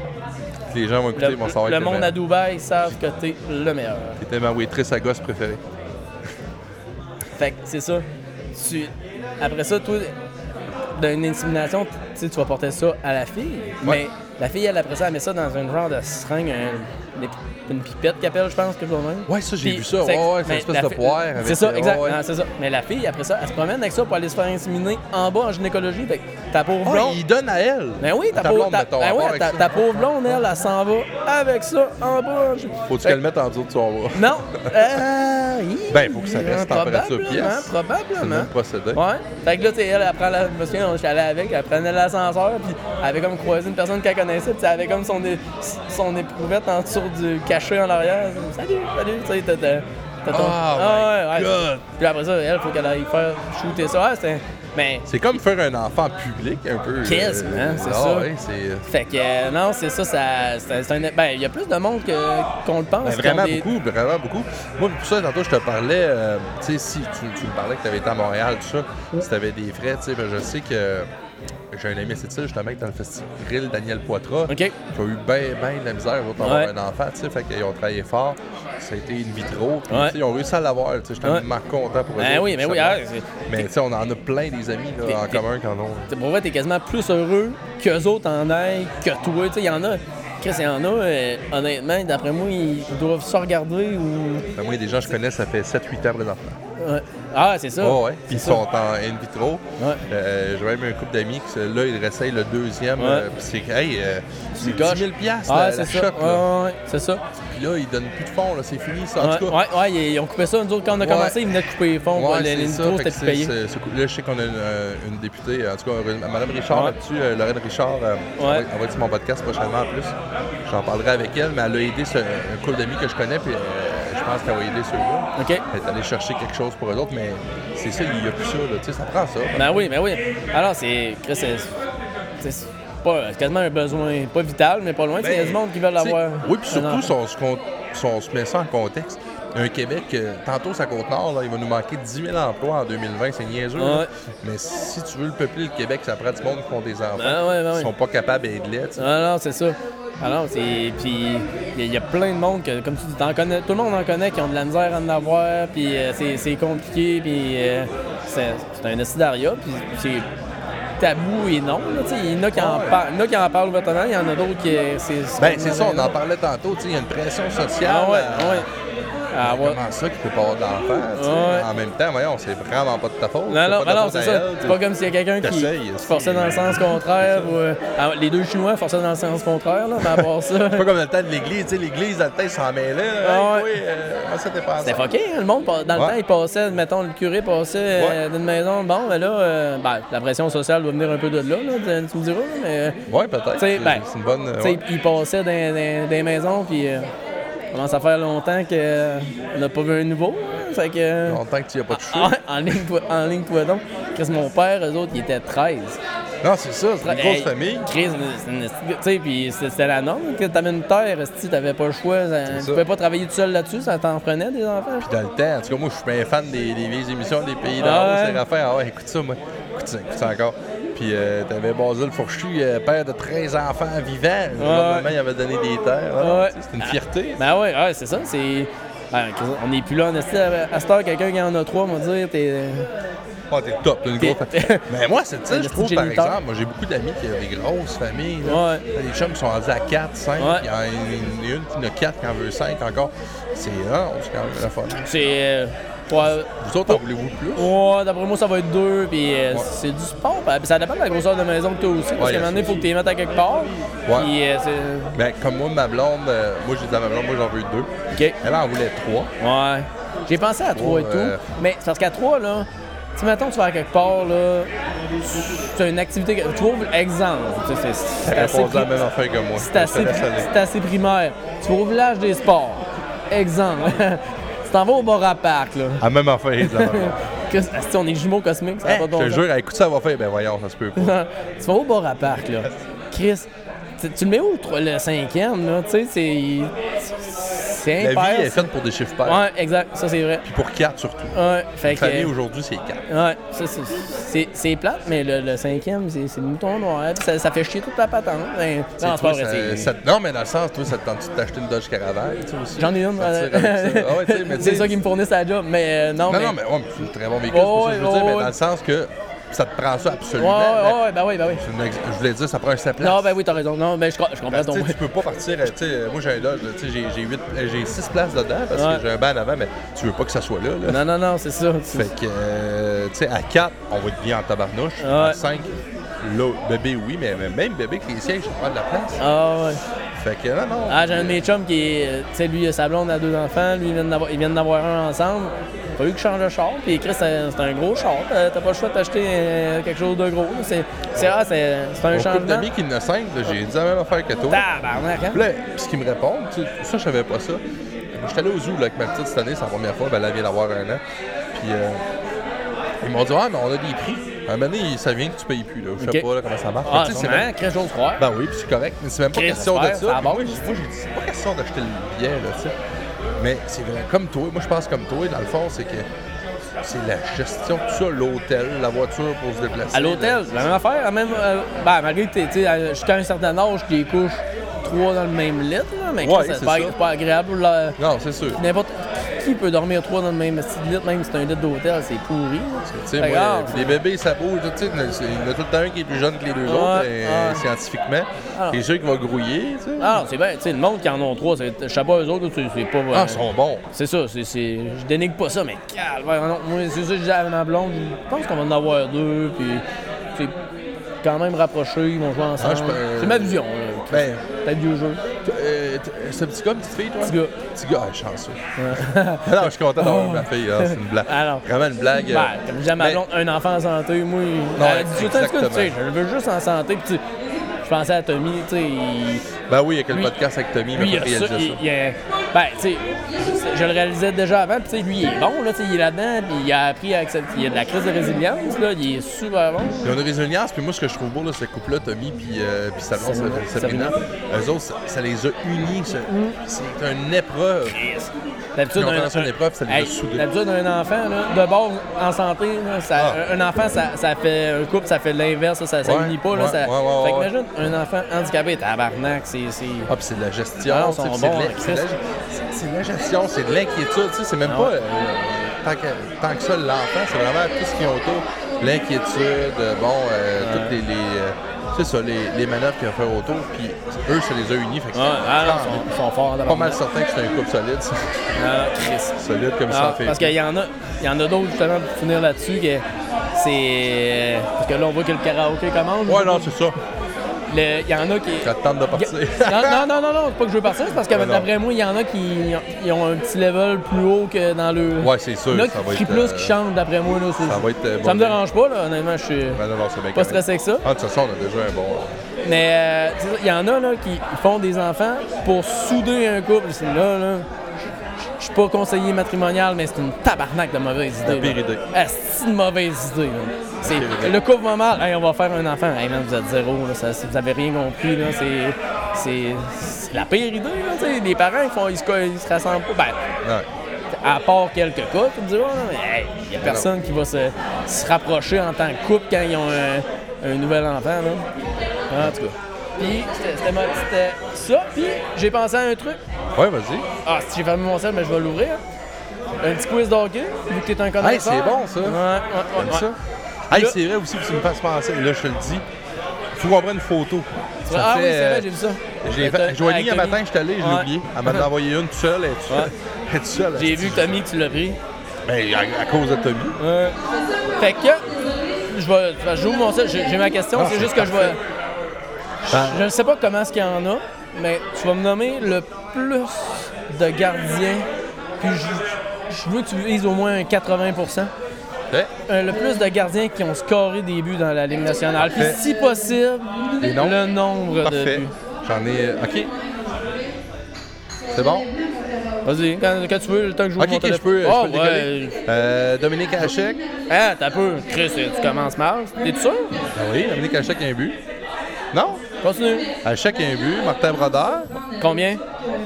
[SPEAKER 1] Les gens vont écouter,
[SPEAKER 2] Le,
[SPEAKER 1] ils vont savoir
[SPEAKER 2] le
[SPEAKER 1] que
[SPEAKER 2] monde
[SPEAKER 1] ma-
[SPEAKER 2] à Dubaï savent que t'es le meilleur.
[SPEAKER 1] C'était ma waitress à gosse préférée.
[SPEAKER 2] Fait que c'est ça. Tu- Après ça, toi, d'une insémination, tu sais, tu vas porter ça à la fille.
[SPEAKER 1] Ouais.
[SPEAKER 2] Mais la fille, elle, après ça, elle met ça dans une genre de seringue, un- des- une pipette qu'elle appelle, je pense, que je vois même.
[SPEAKER 1] Ouais, ça, j'ai
[SPEAKER 2] Puis,
[SPEAKER 1] vu ça. Ouais, ouais,
[SPEAKER 2] c'est-
[SPEAKER 1] c'est une
[SPEAKER 2] mais
[SPEAKER 1] espèce
[SPEAKER 2] la
[SPEAKER 1] de
[SPEAKER 2] fi-
[SPEAKER 1] poire. avec-
[SPEAKER 2] C'est ça,
[SPEAKER 1] ouais,
[SPEAKER 2] exact.
[SPEAKER 1] ouais.
[SPEAKER 2] Non, c'est ça. Mais la fille, après ça, elle se promène avec ça pour aller se faire inséminer en bas en gynécologie. Fait que ta pauvre
[SPEAKER 1] Ah,
[SPEAKER 2] blonde.
[SPEAKER 1] il donne à elle.
[SPEAKER 2] Ben oui,
[SPEAKER 1] À
[SPEAKER 2] ta,
[SPEAKER 1] ta
[SPEAKER 2] pauvre-
[SPEAKER 1] blonde,
[SPEAKER 2] ta-
[SPEAKER 1] mettons,
[SPEAKER 2] ben
[SPEAKER 1] à
[SPEAKER 2] ouais,
[SPEAKER 1] part avec
[SPEAKER 2] ta-
[SPEAKER 1] ça.
[SPEAKER 2] ta pauvre blonde, elle, elle s'en va avec ça en bas en gyn-
[SPEAKER 1] Faut-tu qu'elle le mette en dessous de son bras?
[SPEAKER 2] Non. Euh, hi.
[SPEAKER 1] Ben, faut que ça reste température
[SPEAKER 2] Probablement, hein,
[SPEAKER 1] pièce. C'est le
[SPEAKER 2] Probablement.
[SPEAKER 1] même procédé.
[SPEAKER 2] Ouais. Fait que là, tu sais, elle, elle prend la. Je me souviens, j'étais allé avec, elle prenait l'ascenseur, puis elle avait comme croisé une personne qu'elle connaissait, puis elle avait comme son, é- son éprouvette en dessous du cachet en arrière. Salut, salut, tu sais, t'as- t'as. t'as ton-
[SPEAKER 1] Oh
[SPEAKER 2] Ah,
[SPEAKER 1] my God.
[SPEAKER 2] Puis après ça, elle, faut qu'elle aille faire shooter ça. Ah, c'est. Mais.
[SPEAKER 1] C'est comme faire un enfant public, un peu. euh,
[SPEAKER 2] Quasiment, hein, c'est
[SPEAKER 1] ah,
[SPEAKER 2] ça.
[SPEAKER 1] ouais, c'est...
[SPEAKER 2] Fait que euh, non, c'est ça, ça c'est c'est un. Ben, il y a plus de monde que- qu'on le pense.
[SPEAKER 1] Ben,
[SPEAKER 2] qui ont
[SPEAKER 1] vraiment
[SPEAKER 2] des-
[SPEAKER 1] beaucoup, vraiment beaucoup. Moi, pour ça, tantôt, je te parlais, euh, tu sais, si tu, tu me parlais que tu avais été à Montréal, tout ça, si tu avais des frais, tu sais, ben, je sais que j'ai un ami, c'est ça, justement, qui est dans le festival Daniel Poitras,
[SPEAKER 2] OK.
[SPEAKER 1] qui a eu bien, bien de la misère pour avoir
[SPEAKER 2] Ouais.
[SPEAKER 1] un enfant, tu sais, fait qu'ils ont travaillé fort, ça a été une vitro, puis,
[SPEAKER 2] Ouais.
[SPEAKER 1] tu sais, ils ont réussi à l'avoir, tu sais, j'étais
[SPEAKER 2] Ouais.
[SPEAKER 1] tellement content pour eux.
[SPEAKER 2] Ben
[SPEAKER 1] autres,
[SPEAKER 2] oui, ben oui,
[SPEAKER 1] justement.
[SPEAKER 2] ah, c'est-
[SPEAKER 1] Mais, tu sais, on en a plein des amis,
[SPEAKER 2] T'es-
[SPEAKER 1] là, en
[SPEAKER 2] t'es-
[SPEAKER 1] commun, qui en ont.
[SPEAKER 2] T'sais, pour vrai, t'es quasiment plus heureux qu'eux autres en aient que toi. Il y en a, Chris, il y en a, euh, honnêtement, d'après moi, ils doivent se regarder ou.
[SPEAKER 1] Ben, moi, il y a des gens que je connais, ça fait 7-8 ans, les enfants.
[SPEAKER 2] Ouais. Ah, c'est ça.
[SPEAKER 1] Oh, ouais. Puis
[SPEAKER 2] C'est
[SPEAKER 1] ils
[SPEAKER 2] ça.
[SPEAKER 1] sont en in vitro.
[SPEAKER 2] Ouais.
[SPEAKER 1] Euh, J'ai même un couple d'amis qui, là, ils réessayent le deuxième.
[SPEAKER 2] Ouais.
[SPEAKER 1] euh, Puis c'est, hey, euh, c'est 10 000 piastres,
[SPEAKER 2] Ah,
[SPEAKER 1] la,
[SPEAKER 2] c'est
[SPEAKER 1] la
[SPEAKER 2] ça.
[SPEAKER 1] shot, là.
[SPEAKER 2] Ouais, ouais, c'est ça.
[SPEAKER 1] Puis là, ils donnent plus de fonds, là, c'est fini. ça. En
[SPEAKER 2] Ouais,
[SPEAKER 1] tout cas,
[SPEAKER 2] ouais, ouais, ils- ils ont coupé ça. Nous autres, quand on a commencé,
[SPEAKER 1] Ouais.
[SPEAKER 2] ils venaient de couper les fonds. quoi.
[SPEAKER 1] Ouais,
[SPEAKER 2] les les
[SPEAKER 1] c'est ça.
[SPEAKER 2] micros,
[SPEAKER 1] Fait
[SPEAKER 2] c'était
[SPEAKER 1] que
[SPEAKER 2] plus
[SPEAKER 1] c'est-
[SPEAKER 2] payé.
[SPEAKER 1] c'est- c'est cool. Là, je sais qu'on a une, euh, une députée, en tout cas, une- Madame Richard
[SPEAKER 2] Ouais.
[SPEAKER 1] là-dessus, euh, Lorraine Richard, euh, elle va- elle va être sur mon podcast prochainement en plus. J'en parlerai avec elle, mais elle a aidé ce- un couple d'amis que je connais, puis euh, je pense qu'elle va aider ceux-là.
[SPEAKER 2] OK.
[SPEAKER 1] Elle est allée chercher quelque chose pour eux autres, mais c'est ça, il n'y a plus ça, là. Tu sais, ça prend ça.
[SPEAKER 2] Ben oui, ben oui. Alors, c'est. Chris, c'est- c'est- c'est pas- c'est quasiment un besoin, pas vital, mais pas loin. Il y a du monde qui veulent
[SPEAKER 1] T'sais,
[SPEAKER 2] l'avoir.
[SPEAKER 1] Ben, Oui, puis
[SPEAKER 2] Ah, non.
[SPEAKER 1] surtout, si on, se con- si on se met ça en contexte, un Québec, euh, tantôt, sa Côte-Nord, là, il va nous manquer 10 000 emplois en 2020, c'est niaiseux. là.
[SPEAKER 2] Ouais.
[SPEAKER 1] Mais si tu veux le peupler, le Québec, ça prend du monde qui font des enfants.
[SPEAKER 2] Ah ouais, ben
[SPEAKER 1] Ils
[SPEAKER 2] oui.
[SPEAKER 1] sont pas capables d'être là, tu sais.
[SPEAKER 2] Ah non, c'est ça. Alors, c'est. Puis, il y a- il y, a plein de monde, que, comme tu dis, t'en connais, tout le monde en connaît qui ont de la misère à en avoir, puis euh, c'est- c'est compliqué, puis euh, c'est c'est un acidariat, puis c'est tabou et non. là, tu sais. Il y en a qui en
[SPEAKER 1] Ouais.
[SPEAKER 2] parlent- il y en a qui en parlent ouvertement, il y en a d'autres qui. c'est-
[SPEAKER 1] Ben, c'est ça, on en
[SPEAKER 2] parle.
[SPEAKER 1] parlait tantôt, tu sais, il y a une pression sociale. euh,
[SPEAKER 2] Ah ouais,
[SPEAKER 1] à-
[SPEAKER 2] ouais. Ah ouais. Ah
[SPEAKER 1] Comment ça qu'il peut pas avoir d'enfants, tu sais.
[SPEAKER 2] Ouais.
[SPEAKER 1] En même temps, voyons, c'est vraiment pas de ta faute.
[SPEAKER 2] Non,
[SPEAKER 1] c'est pas
[SPEAKER 2] non,
[SPEAKER 1] de la
[SPEAKER 2] non, non,
[SPEAKER 1] faute
[SPEAKER 2] c'est
[SPEAKER 1] à
[SPEAKER 2] ça.
[SPEAKER 1] elle,
[SPEAKER 2] C'est pas comme s'il y a quelqu'un qui,
[SPEAKER 1] T'essayes,
[SPEAKER 2] qui
[SPEAKER 1] c'est-
[SPEAKER 2] forçait dans le sens contraire. Ou, euh, ah, les deux Chinois forçaient dans le sens contraire, là, mais à part ça.
[SPEAKER 1] C'est pas comme dans le temps de l'église, tu sais, l'église, dans le temps, ils s'en mêlaient.
[SPEAKER 2] Ah
[SPEAKER 1] là. Hey,
[SPEAKER 2] ouais.
[SPEAKER 1] oui, euh, ah, ça t'es pas
[SPEAKER 2] C'était
[SPEAKER 1] ensemble.
[SPEAKER 2] fucké, hein, le monde, pa- dans le
[SPEAKER 1] Ouais.
[SPEAKER 2] temps, il passait, mettons, le curé passait euh, d'une maison, bon, mais là, euh, ben, la pression sociale doit venir un peu de là, là, tu- tu me diras, là, mais, euh,
[SPEAKER 1] Ouais, peut-être.
[SPEAKER 2] tu sais, ben,
[SPEAKER 1] C'est une bonne. euh,
[SPEAKER 2] tu sais,
[SPEAKER 1] ouais.
[SPEAKER 2] il passait dans dans- dans les maisons, puis euh, commence à faire longtemps qu'on n'a pas vu un nouveau, hein, fait que...
[SPEAKER 1] Longtemps que tu n'y as pas touché.
[SPEAKER 2] Ah, en ligne, toi, en ligne, toi donc. Chris, mon père, eux autres, ils étaient 13.
[SPEAKER 1] Non, c'est ça, c'est une grosse
[SPEAKER 2] Hey,
[SPEAKER 1] famille.
[SPEAKER 2] Chris, c'est une- tu sais, puis c'est- c'était la norme. que T'avais une terre, si t'avais pas le choix, ça- tu
[SPEAKER 1] ça.
[SPEAKER 2] pouvais pas travailler tout seul là-dessus, ça t'en prenait des enfants.
[SPEAKER 1] Dans le temps, en tout cas, moi, je suis bien fan des, des vieilles émissions des pays
[SPEAKER 2] Ah
[SPEAKER 1] d'en haut,
[SPEAKER 2] ouais.
[SPEAKER 1] Séraphin. Ah ouais, écoute ça, moi. Écoute ça, écoute ça encore. Puis, euh, t'avais Basile Fourchu, euh, père de 13 enfants vivants. Normalement, il avait donné des terres. là.
[SPEAKER 2] Ouais.
[SPEAKER 1] Tu sais, C'était une fierté.
[SPEAKER 2] Ben ouais, ouais, c'est ça, c'est. ben, Chris, on n'est plus là en esti. À à cette heure, quelqu'un qui en a trois, on va dire, t'es.
[SPEAKER 1] Ah, t'es top, t'as une
[SPEAKER 2] T'es-
[SPEAKER 1] grosse famille. Mais moi, c'est ça,
[SPEAKER 2] T'es
[SPEAKER 1] je
[SPEAKER 2] le
[SPEAKER 1] trouve,
[SPEAKER 2] petit
[SPEAKER 1] par
[SPEAKER 2] géniteur.
[SPEAKER 1] exemple, moi, j'ai beaucoup d'amis qui ont des grosses familles. là.
[SPEAKER 2] Ouais.
[SPEAKER 1] Les chums sont rendus à 4, 5.
[SPEAKER 2] Ouais.
[SPEAKER 1] Il y en a une, une qui en a 4, qui en veut 5 encore. C'est énorme, c'est quand même la fun.
[SPEAKER 2] C'est. euh, ouais,
[SPEAKER 1] Vous autres, en voulez-vous plus?
[SPEAKER 2] Ouais, d'après moi, ça va être deux, puis euh,
[SPEAKER 1] Ouais.
[SPEAKER 2] c'est du sport. ben, puis ça dépend de la grosseur de maison que t'as aussi, parce
[SPEAKER 1] Ouais,
[SPEAKER 2] qu'à un moment donné, il faut que t'y mettes à quelque part.
[SPEAKER 1] Ouais.
[SPEAKER 2] Puis euh, c'est.
[SPEAKER 1] Ben, comme moi, ma blonde, euh, moi, j'ai dit à ma blonde, moi, j'en veux deux.
[SPEAKER 2] Ok.
[SPEAKER 1] Elle en voulait trois.
[SPEAKER 2] Ouais. J'ai pensé à 3 et tout,
[SPEAKER 1] euh,
[SPEAKER 2] mais c'est parce qu'à 3, là, tu mettons, tu vas à quelque part, là, tu as une activité, que- tu trouves exemple, tu sais, c'est- c'est
[SPEAKER 1] Elle
[SPEAKER 2] assez,
[SPEAKER 1] répondait à la
[SPEAKER 2] pri-
[SPEAKER 1] même affaire que moi.
[SPEAKER 2] c'est assez,
[SPEAKER 1] Je te laisse
[SPEAKER 2] pri-
[SPEAKER 1] aller.
[SPEAKER 2] c'est assez primaire. Tu vas au village des sports, exemple. tu t'en vas au bar à parc, là.
[SPEAKER 1] À même affaire, ils avaient raison.
[SPEAKER 2] Que- asti, on est jumeaux cosmiques, ça n'a pas
[SPEAKER 1] Eh, Je
[SPEAKER 2] de Eh, bon
[SPEAKER 1] te
[SPEAKER 2] sens.
[SPEAKER 1] jure, elle écoute ça, elle va faire. Ben voyons, ça se peut pas.
[SPEAKER 2] tu vas au bar à parc, là. Chris, tu, tu le mets où, le tro- le cinquième, là? Tu sais, c'est. C'est
[SPEAKER 1] La
[SPEAKER 2] impair.
[SPEAKER 1] vie est
[SPEAKER 2] ça.
[SPEAKER 1] faite pour des chiffres pairs.
[SPEAKER 2] Ouais, exact, ça c'est vrai.
[SPEAKER 1] Puis pour quatre surtout.
[SPEAKER 2] Ouais, fait
[SPEAKER 1] Une famille
[SPEAKER 2] que.
[SPEAKER 1] aujourd'hui, c'est quatre.
[SPEAKER 2] Ouais, ça c'est- c'est c'est plate, mais le, le cinquième, c'est c'est le mouton noir. Puis ça, ça fait chier toute la patente. Ben, non,
[SPEAKER 1] Tu
[SPEAKER 2] c'est pas
[SPEAKER 1] sais, toi,
[SPEAKER 2] vrai,
[SPEAKER 1] ça-
[SPEAKER 2] c'est-
[SPEAKER 1] ça te- Non, mais dans le sens, toi, ça te tente de t'acheter une Dodge Caravan, tu sais aussi.
[SPEAKER 2] J'en ai une.
[SPEAKER 1] Sortir
[SPEAKER 2] euh,
[SPEAKER 1] avec ça. Ah ouais, tu sais, mais tu
[SPEAKER 2] c'est
[SPEAKER 1] sais-
[SPEAKER 2] ça qui me fournit sa job. Mais euh, non,
[SPEAKER 1] Non,
[SPEAKER 2] mais.
[SPEAKER 1] non, mais ouais, mais c'est un très bon véhicule, c'est pour ça que je veux
[SPEAKER 2] Ouais,
[SPEAKER 1] dire, mais
[SPEAKER 2] ouais,
[SPEAKER 1] dans le sens que ça te prend ça
[SPEAKER 2] Ouais,
[SPEAKER 1] absolument.
[SPEAKER 2] ouais,
[SPEAKER 1] mais
[SPEAKER 2] ouais, ben oui, ben oui.
[SPEAKER 1] c'est une ex- Je voulais dire, ça prend un sept places.
[SPEAKER 2] Non, ben oui, t'as raison. Ah, Non, mais je, crois- je comprends
[SPEAKER 1] Parce que,
[SPEAKER 2] ton
[SPEAKER 1] tu sais, tu peux pas partir, euh, tu sais, euh, moi j'ai un Dodge, là, tu sais, j'ai- j'ai huit- euh, j'ai 6 places dedans parce
[SPEAKER 2] Ouais.
[SPEAKER 1] que j'ai un ban avant, mais tu veux pas que ça soit là. là.
[SPEAKER 2] Non, non, non, c'est ça. tu-
[SPEAKER 1] Fait que, euh, tu sais, à 4, on va être bien en tabarnouche.
[SPEAKER 2] Ouais.
[SPEAKER 1] À 5, là, bébé, oui, mais mais même bébé avec les sièges, ça prend de la place.
[SPEAKER 2] Ah, ouais.
[SPEAKER 1] Fait que, non, non.
[SPEAKER 2] Ah, j'ai un de mes chums qui est. euh, Tu sais, lui, il a sa blonde a deux enfants, lui, il vient d'en avoir- ils viennent d'avoir un ensemble. Pas eu que change de char, puis Chris, c'est un c'est un gros char. euh, T'as pas le choix de t'acheter euh, quelque chose de gros. là. C'est c'est rare, c'est c'est un
[SPEAKER 1] Mon couple
[SPEAKER 2] changement.
[SPEAKER 1] d'amis qui en a 5, j'ai dit la même affaire que toi.
[SPEAKER 2] Tabarnak, hein?
[SPEAKER 1] Puis là, puis ce qu'ils me répondent, tu sais, ça, je savais pas ça. J'étais allé au zoo là, avec ma petite cette année, c'est la première fois, ben, elle vient d'avoir un an. Puis euh, ils m'ont dit, ah, mais on a des prix. À un moment donné, ça vient que tu payes plus. Là. Je sais
[SPEAKER 2] Ok.
[SPEAKER 1] pas là, comment ça marche.
[SPEAKER 2] Ah,
[SPEAKER 1] Fait que, tu sais,
[SPEAKER 2] c'est
[SPEAKER 1] c'est même-
[SPEAKER 2] vrai, Chris, j'ose croire.
[SPEAKER 1] Ben oui, puis c'est correct, mais c'est même pas
[SPEAKER 2] Chris,
[SPEAKER 1] question de
[SPEAKER 2] j'espère,
[SPEAKER 1] ça.
[SPEAKER 2] ça
[SPEAKER 1] Puis Moi,
[SPEAKER 2] avance.
[SPEAKER 1] j'ai moi, j'ai dit, c'est pas question d'acheter le billet, là, tu sais. Mais c'est vrai, comme toi, moi, je pense comme toi, dans le fond, c'est que c'est la gestion, tout ça, l'hôtel, la voiture pour se déplacer.
[SPEAKER 2] À l'hôtel, la même affaire, la même. euh, ben, malgré que t'es- tu sais, à- jusqu'à un certain âge, tu les couches trois dans le même lit, là, mais Chris,
[SPEAKER 1] Ouais,
[SPEAKER 2] c'est
[SPEAKER 1] c'est
[SPEAKER 2] pas,
[SPEAKER 1] ça.
[SPEAKER 2] c'est pas agréable. là.
[SPEAKER 1] Non, c'est sûr.
[SPEAKER 2] N'importe. qui peut dormir trois dans le même petit lit, même si c'est un lit d'hôtel, c'est pourri.
[SPEAKER 1] Tu
[SPEAKER 2] C'est
[SPEAKER 1] sais,
[SPEAKER 2] pas
[SPEAKER 1] moi,
[SPEAKER 2] grave,
[SPEAKER 1] puis
[SPEAKER 2] ça.
[SPEAKER 1] les bébés, ça bouge. Tu sais, il y en a- c'est- il y en a tout le temps un qui est plus jeune que les deux autres, euh,
[SPEAKER 2] ouais.
[SPEAKER 1] scientifiquement.
[SPEAKER 2] Ah.
[SPEAKER 1] C'est sûr qu'il va grouiller, tu sais.
[SPEAKER 2] Ah, non, c'est bien, tu sais, le monde qui en ont trois, c'est- chapeau à eux autres, c'est c'est pas. euh,
[SPEAKER 1] Ah, ils sont bons.
[SPEAKER 2] C'est ça, c'est, c'est- je dénigre pas ça, mais calvaire, non. Moi, c'est ça que je dis à ma blonde, je pense qu'on va en avoir deux, puis c'est quand même rapproché, ils vont jouer ensemble.
[SPEAKER 1] Ah, je peux-
[SPEAKER 2] C'est ma vision, là.
[SPEAKER 1] Ben,
[SPEAKER 2] Peut-être vieux jeu.
[SPEAKER 1] t- euh, t- euh, c'est un petit gars, petite fille, toi?
[SPEAKER 2] Petit gars.
[SPEAKER 1] Petit gars, ah, chanceux. non, je suis content d'avoir ma fille. hein, c'est une blague.
[SPEAKER 2] Ah, non.
[SPEAKER 1] Vraiment une blague. euh,
[SPEAKER 2] Ben, comme je dis à ma
[SPEAKER 1] mais-
[SPEAKER 2] blonde, un enfant en santé, moi,
[SPEAKER 1] Non,
[SPEAKER 2] à 18 ans, en tout cas,
[SPEAKER 1] exactement.
[SPEAKER 2] tu sais, je le veux juste en santé, puis tu sais, je pensais à Tommy, tu sais, il-
[SPEAKER 1] Ben oui, il y a que le
[SPEAKER 2] Lui-
[SPEAKER 1] podcast avec Tommy,
[SPEAKER 2] Lui,
[SPEAKER 1] mais
[SPEAKER 2] il
[SPEAKER 1] pas
[SPEAKER 2] a
[SPEAKER 1] réalisé
[SPEAKER 2] ça.
[SPEAKER 1] ça.
[SPEAKER 2] il- il a- ben, tu sais, je- je le réalisais déjà avant. Puis, tu sais, lui, il est bon, là, tu sais, il est là-dedans. Puis, il a appris à accepter. Il a de la crise de résilience, là. Il est super bon.
[SPEAKER 1] Puis on a résilience, puis moi, ce que je trouve beau, là, ce couple-là, Tommy puis, euh, puis Sabrina,
[SPEAKER 2] Sabrina.
[SPEAKER 1] Sa- Sabrina, eux autres, ça, ça les a unis. ça-
[SPEAKER 2] Mm.
[SPEAKER 1] C'est une épreuve.
[SPEAKER 2] D'habitude,
[SPEAKER 1] Ils ont
[SPEAKER 2] un,
[SPEAKER 1] traversé une
[SPEAKER 2] un-
[SPEAKER 1] épreuve, ça les a soudés.
[SPEAKER 2] d'habitude, un enfant, là, de base, en santé, là, ça-
[SPEAKER 1] Ah.
[SPEAKER 2] un enfant, ça, ça fait un couple, ça fait l'inverse, ça, ça, ça
[SPEAKER 1] Ouais,
[SPEAKER 2] unit pas. Là,
[SPEAKER 1] ouais,
[SPEAKER 2] ça,
[SPEAKER 1] ouais, ouais,
[SPEAKER 2] fait
[SPEAKER 1] ouais.
[SPEAKER 2] qu'imagine, un enfant handicapé, tabarnak, c'est. c'est-
[SPEAKER 1] Ah, puis c'est de la gestion,
[SPEAKER 2] Ah, ils
[SPEAKER 1] tu sais,
[SPEAKER 2] sont
[SPEAKER 1] puis c'est de
[SPEAKER 2] bons,
[SPEAKER 1] la-
[SPEAKER 2] hein,
[SPEAKER 1] c'est de la-
[SPEAKER 2] Christ.
[SPEAKER 1] c'est- c'est de la gestion, c'est de l'inquiétude, tu sais, c'est même
[SPEAKER 2] Ah
[SPEAKER 1] pas
[SPEAKER 2] ouais.
[SPEAKER 1] euh, tant, que, tant que ça l'enfant, c'est vraiment tout ce qui est autour, l'inquiétude, euh, bon, euh, toutes les, les, euh, c'est ça, les, les manœuvres qu'ils ont fait autour, puis eux, ça les a unis, fait que
[SPEAKER 2] Ouais, ah, non,
[SPEAKER 1] c'est
[SPEAKER 2] ils sont- ils sont forts,
[SPEAKER 1] pas mal
[SPEAKER 2] tabarnak.
[SPEAKER 1] certain que c'est un couple solide, ça.
[SPEAKER 2] Ah, Christ.
[SPEAKER 1] solide comme ça
[SPEAKER 2] Ah,
[SPEAKER 1] en fait.
[SPEAKER 2] parce qu'il y en a, il y en a d'autres justement pour finir là-dessus que c'est parce que là on voit que le karaoké commence.
[SPEAKER 1] Ouais, non, c'est ça.
[SPEAKER 2] Le- Il y en a qui.
[SPEAKER 1] Ça te tente de partir.
[SPEAKER 2] Non, non, non, non, non, c'est pas que je veux partir, c'est parce que
[SPEAKER 1] Ouais, non.
[SPEAKER 2] d'après moi, il y en a qui ils ont un petit level plus haut que dans le.
[SPEAKER 1] Ouais, c'est sûr,
[SPEAKER 2] Il y en a
[SPEAKER 1] ça va
[SPEAKER 2] qui
[SPEAKER 1] être,
[SPEAKER 2] crient plus,
[SPEAKER 1] euh,
[SPEAKER 2] qui chantent d'après moi. Là, c'est-
[SPEAKER 1] ça va être, euh,
[SPEAKER 2] ça me
[SPEAKER 1] bon.
[SPEAKER 2] dérange pas, là, honnêtement, je suis
[SPEAKER 1] Ben non, non, c'est bien
[SPEAKER 2] pas
[SPEAKER 1] correct.
[SPEAKER 2] stressé que ça.
[SPEAKER 1] Ah, de toute façon, on a déjà un bon.
[SPEAKER 2] Mais euh, tu sais, il y en a là, qui font des enfants pour souder un couple. C'est là, là. je- Je suis pas conseiller matrimonial, mais c'est une tabarnak de mauvaise idée.
[SPEAKER 1] pire
[SPEAKER 2] là.
[SPEAKER 1] idée.
[SPEAKER 2] Ah, c'est une mauvaise idée. là. C'est-
[SPEAKER 1] vrai.
[SPEAKER 2] le couple va mal, Hey, on va faire un enfant. Hey, man, vous êtes zéro, là, ça- vous avez rien compris. là. C'est- C'est c'est la pire idée. là, tu sais. les parents, ils, font, ils, se, co- ils se rassemblent pas. Ben,
[SPEAKER 1] euh, Ouais.
[SPEAKER 2] à part quelques cas, tu me diras, là, mais hey, il n'y a personne qui va se, se rapprocher en tant que couple quand ils ont un, un nouvel enfant. Là. En tout cas. Puis, c'était- c'était ma- c'était ça. Puis, j'ai pensé à un truc.
[SPEAKER 1] Ouais, vas-y.
[SPEAKER 2] Ah, si j'ai fermé mon sel, mais je vais l'ouvrir. Un petit quiz d'hockey, vu que t'es un connaisseur.
[SPEAKER 1] Hey, c'est bon, ça.
[SPEAKER 2] Ouais, ouais, ouais.
[SPEAKER 1] Comme ça.
[SPEAKER 2] ouais.
[SPEAKER 1] Hey,
[SPEAKER 2] Là-
[SPEAKER 1] c'est vrai aussi, que tu me fasses penser. Là, je te le dis. Faut qu'on prenne une photo.
[SPEAKER 2] ah oui, c'est
[SPEAKER 1] euh,
[SPEAKER 2] vrai, j'ai vu ça.
[SPEAKER 1] J'ai
[SPEAKER 2] Euh,
[SPEAKER 1] fait.
[SPEAKER 2] t'as-
[SPEAKER 1] Je l'ai mis
[SPEAKER 2] avec
[SPEAKER 1] un
[SPEAKER 2] Tommy.
[SPEAKER 1] matin, je suis allé, je l'ai
[SPEAKER 2] Ouais.
[SPEAKER 1] oublié. Elle m'a envoyé une toute seule, elle est toute seule. Elle est toute seule.
[SPEAKER 2] J'ai vu que Tommy, tu l'as pris.
[SPEAKER 1] Ben, à, à cause de Tommy.
[SPEAKER 2] Ouais. Fait que, je vais, enfin, j'ouvre mon sel, j'ai j'ai ma question,
[SPEAKER 1] Ah,
[SPEAKER 2] c'est
[SPEAKER 1] c'est
[SPEAKER 2] juste que je vais...
[SPEAKER 1] Ah.
[SPEAKER 2] Je ne sais pas comment est-ce qu'il y en a, mais tu vas me nommer le plus de gardiens, puis je, je veux que tu vises au moins un 80%.
[SPEAKER 1] Ouais.
[SPEAKER 2] Euh, le plus de gardiens qui ont scoré des buts dans la Ligue nationale. Puis
[SPEAKER 1] Parfait.
[SPEAKER 2] si possible,
[SPEAKER 1] Les noms.
[SPEAKER 2] le nombre de
[SPEAKER 1] Parfait.
[SPEAKER 2] buts.
[SPEAKER 1] J'en ai. euh, OK. C'est bon?
[SPEAKER 2] Vas-y, quand, quand tu veux, le temps que je joue
[SPEAKER 1] Ok,
[SPEAKER 2] mon
[SPEAKER 1] ok, je
[SPEAKER 2] téléphone.
[SPEAKER 1] peux, je
[SPEAKER 2] Ah,
[SPEAKER 1] peux décoller. Euh, Dominique Hachek.
[SPEAKER 2] ouais. Ah, t'as peu. Chris, tu commences mal. T'es sûr?
[SPEAKER 1] Ah oui, Dominique Hachek a un but. Non?
[SPEAKER 2] Continue.
[SPEAKER 1] Hachek a un but. Martin Brodeur.
[SPEAKER 2] Combien?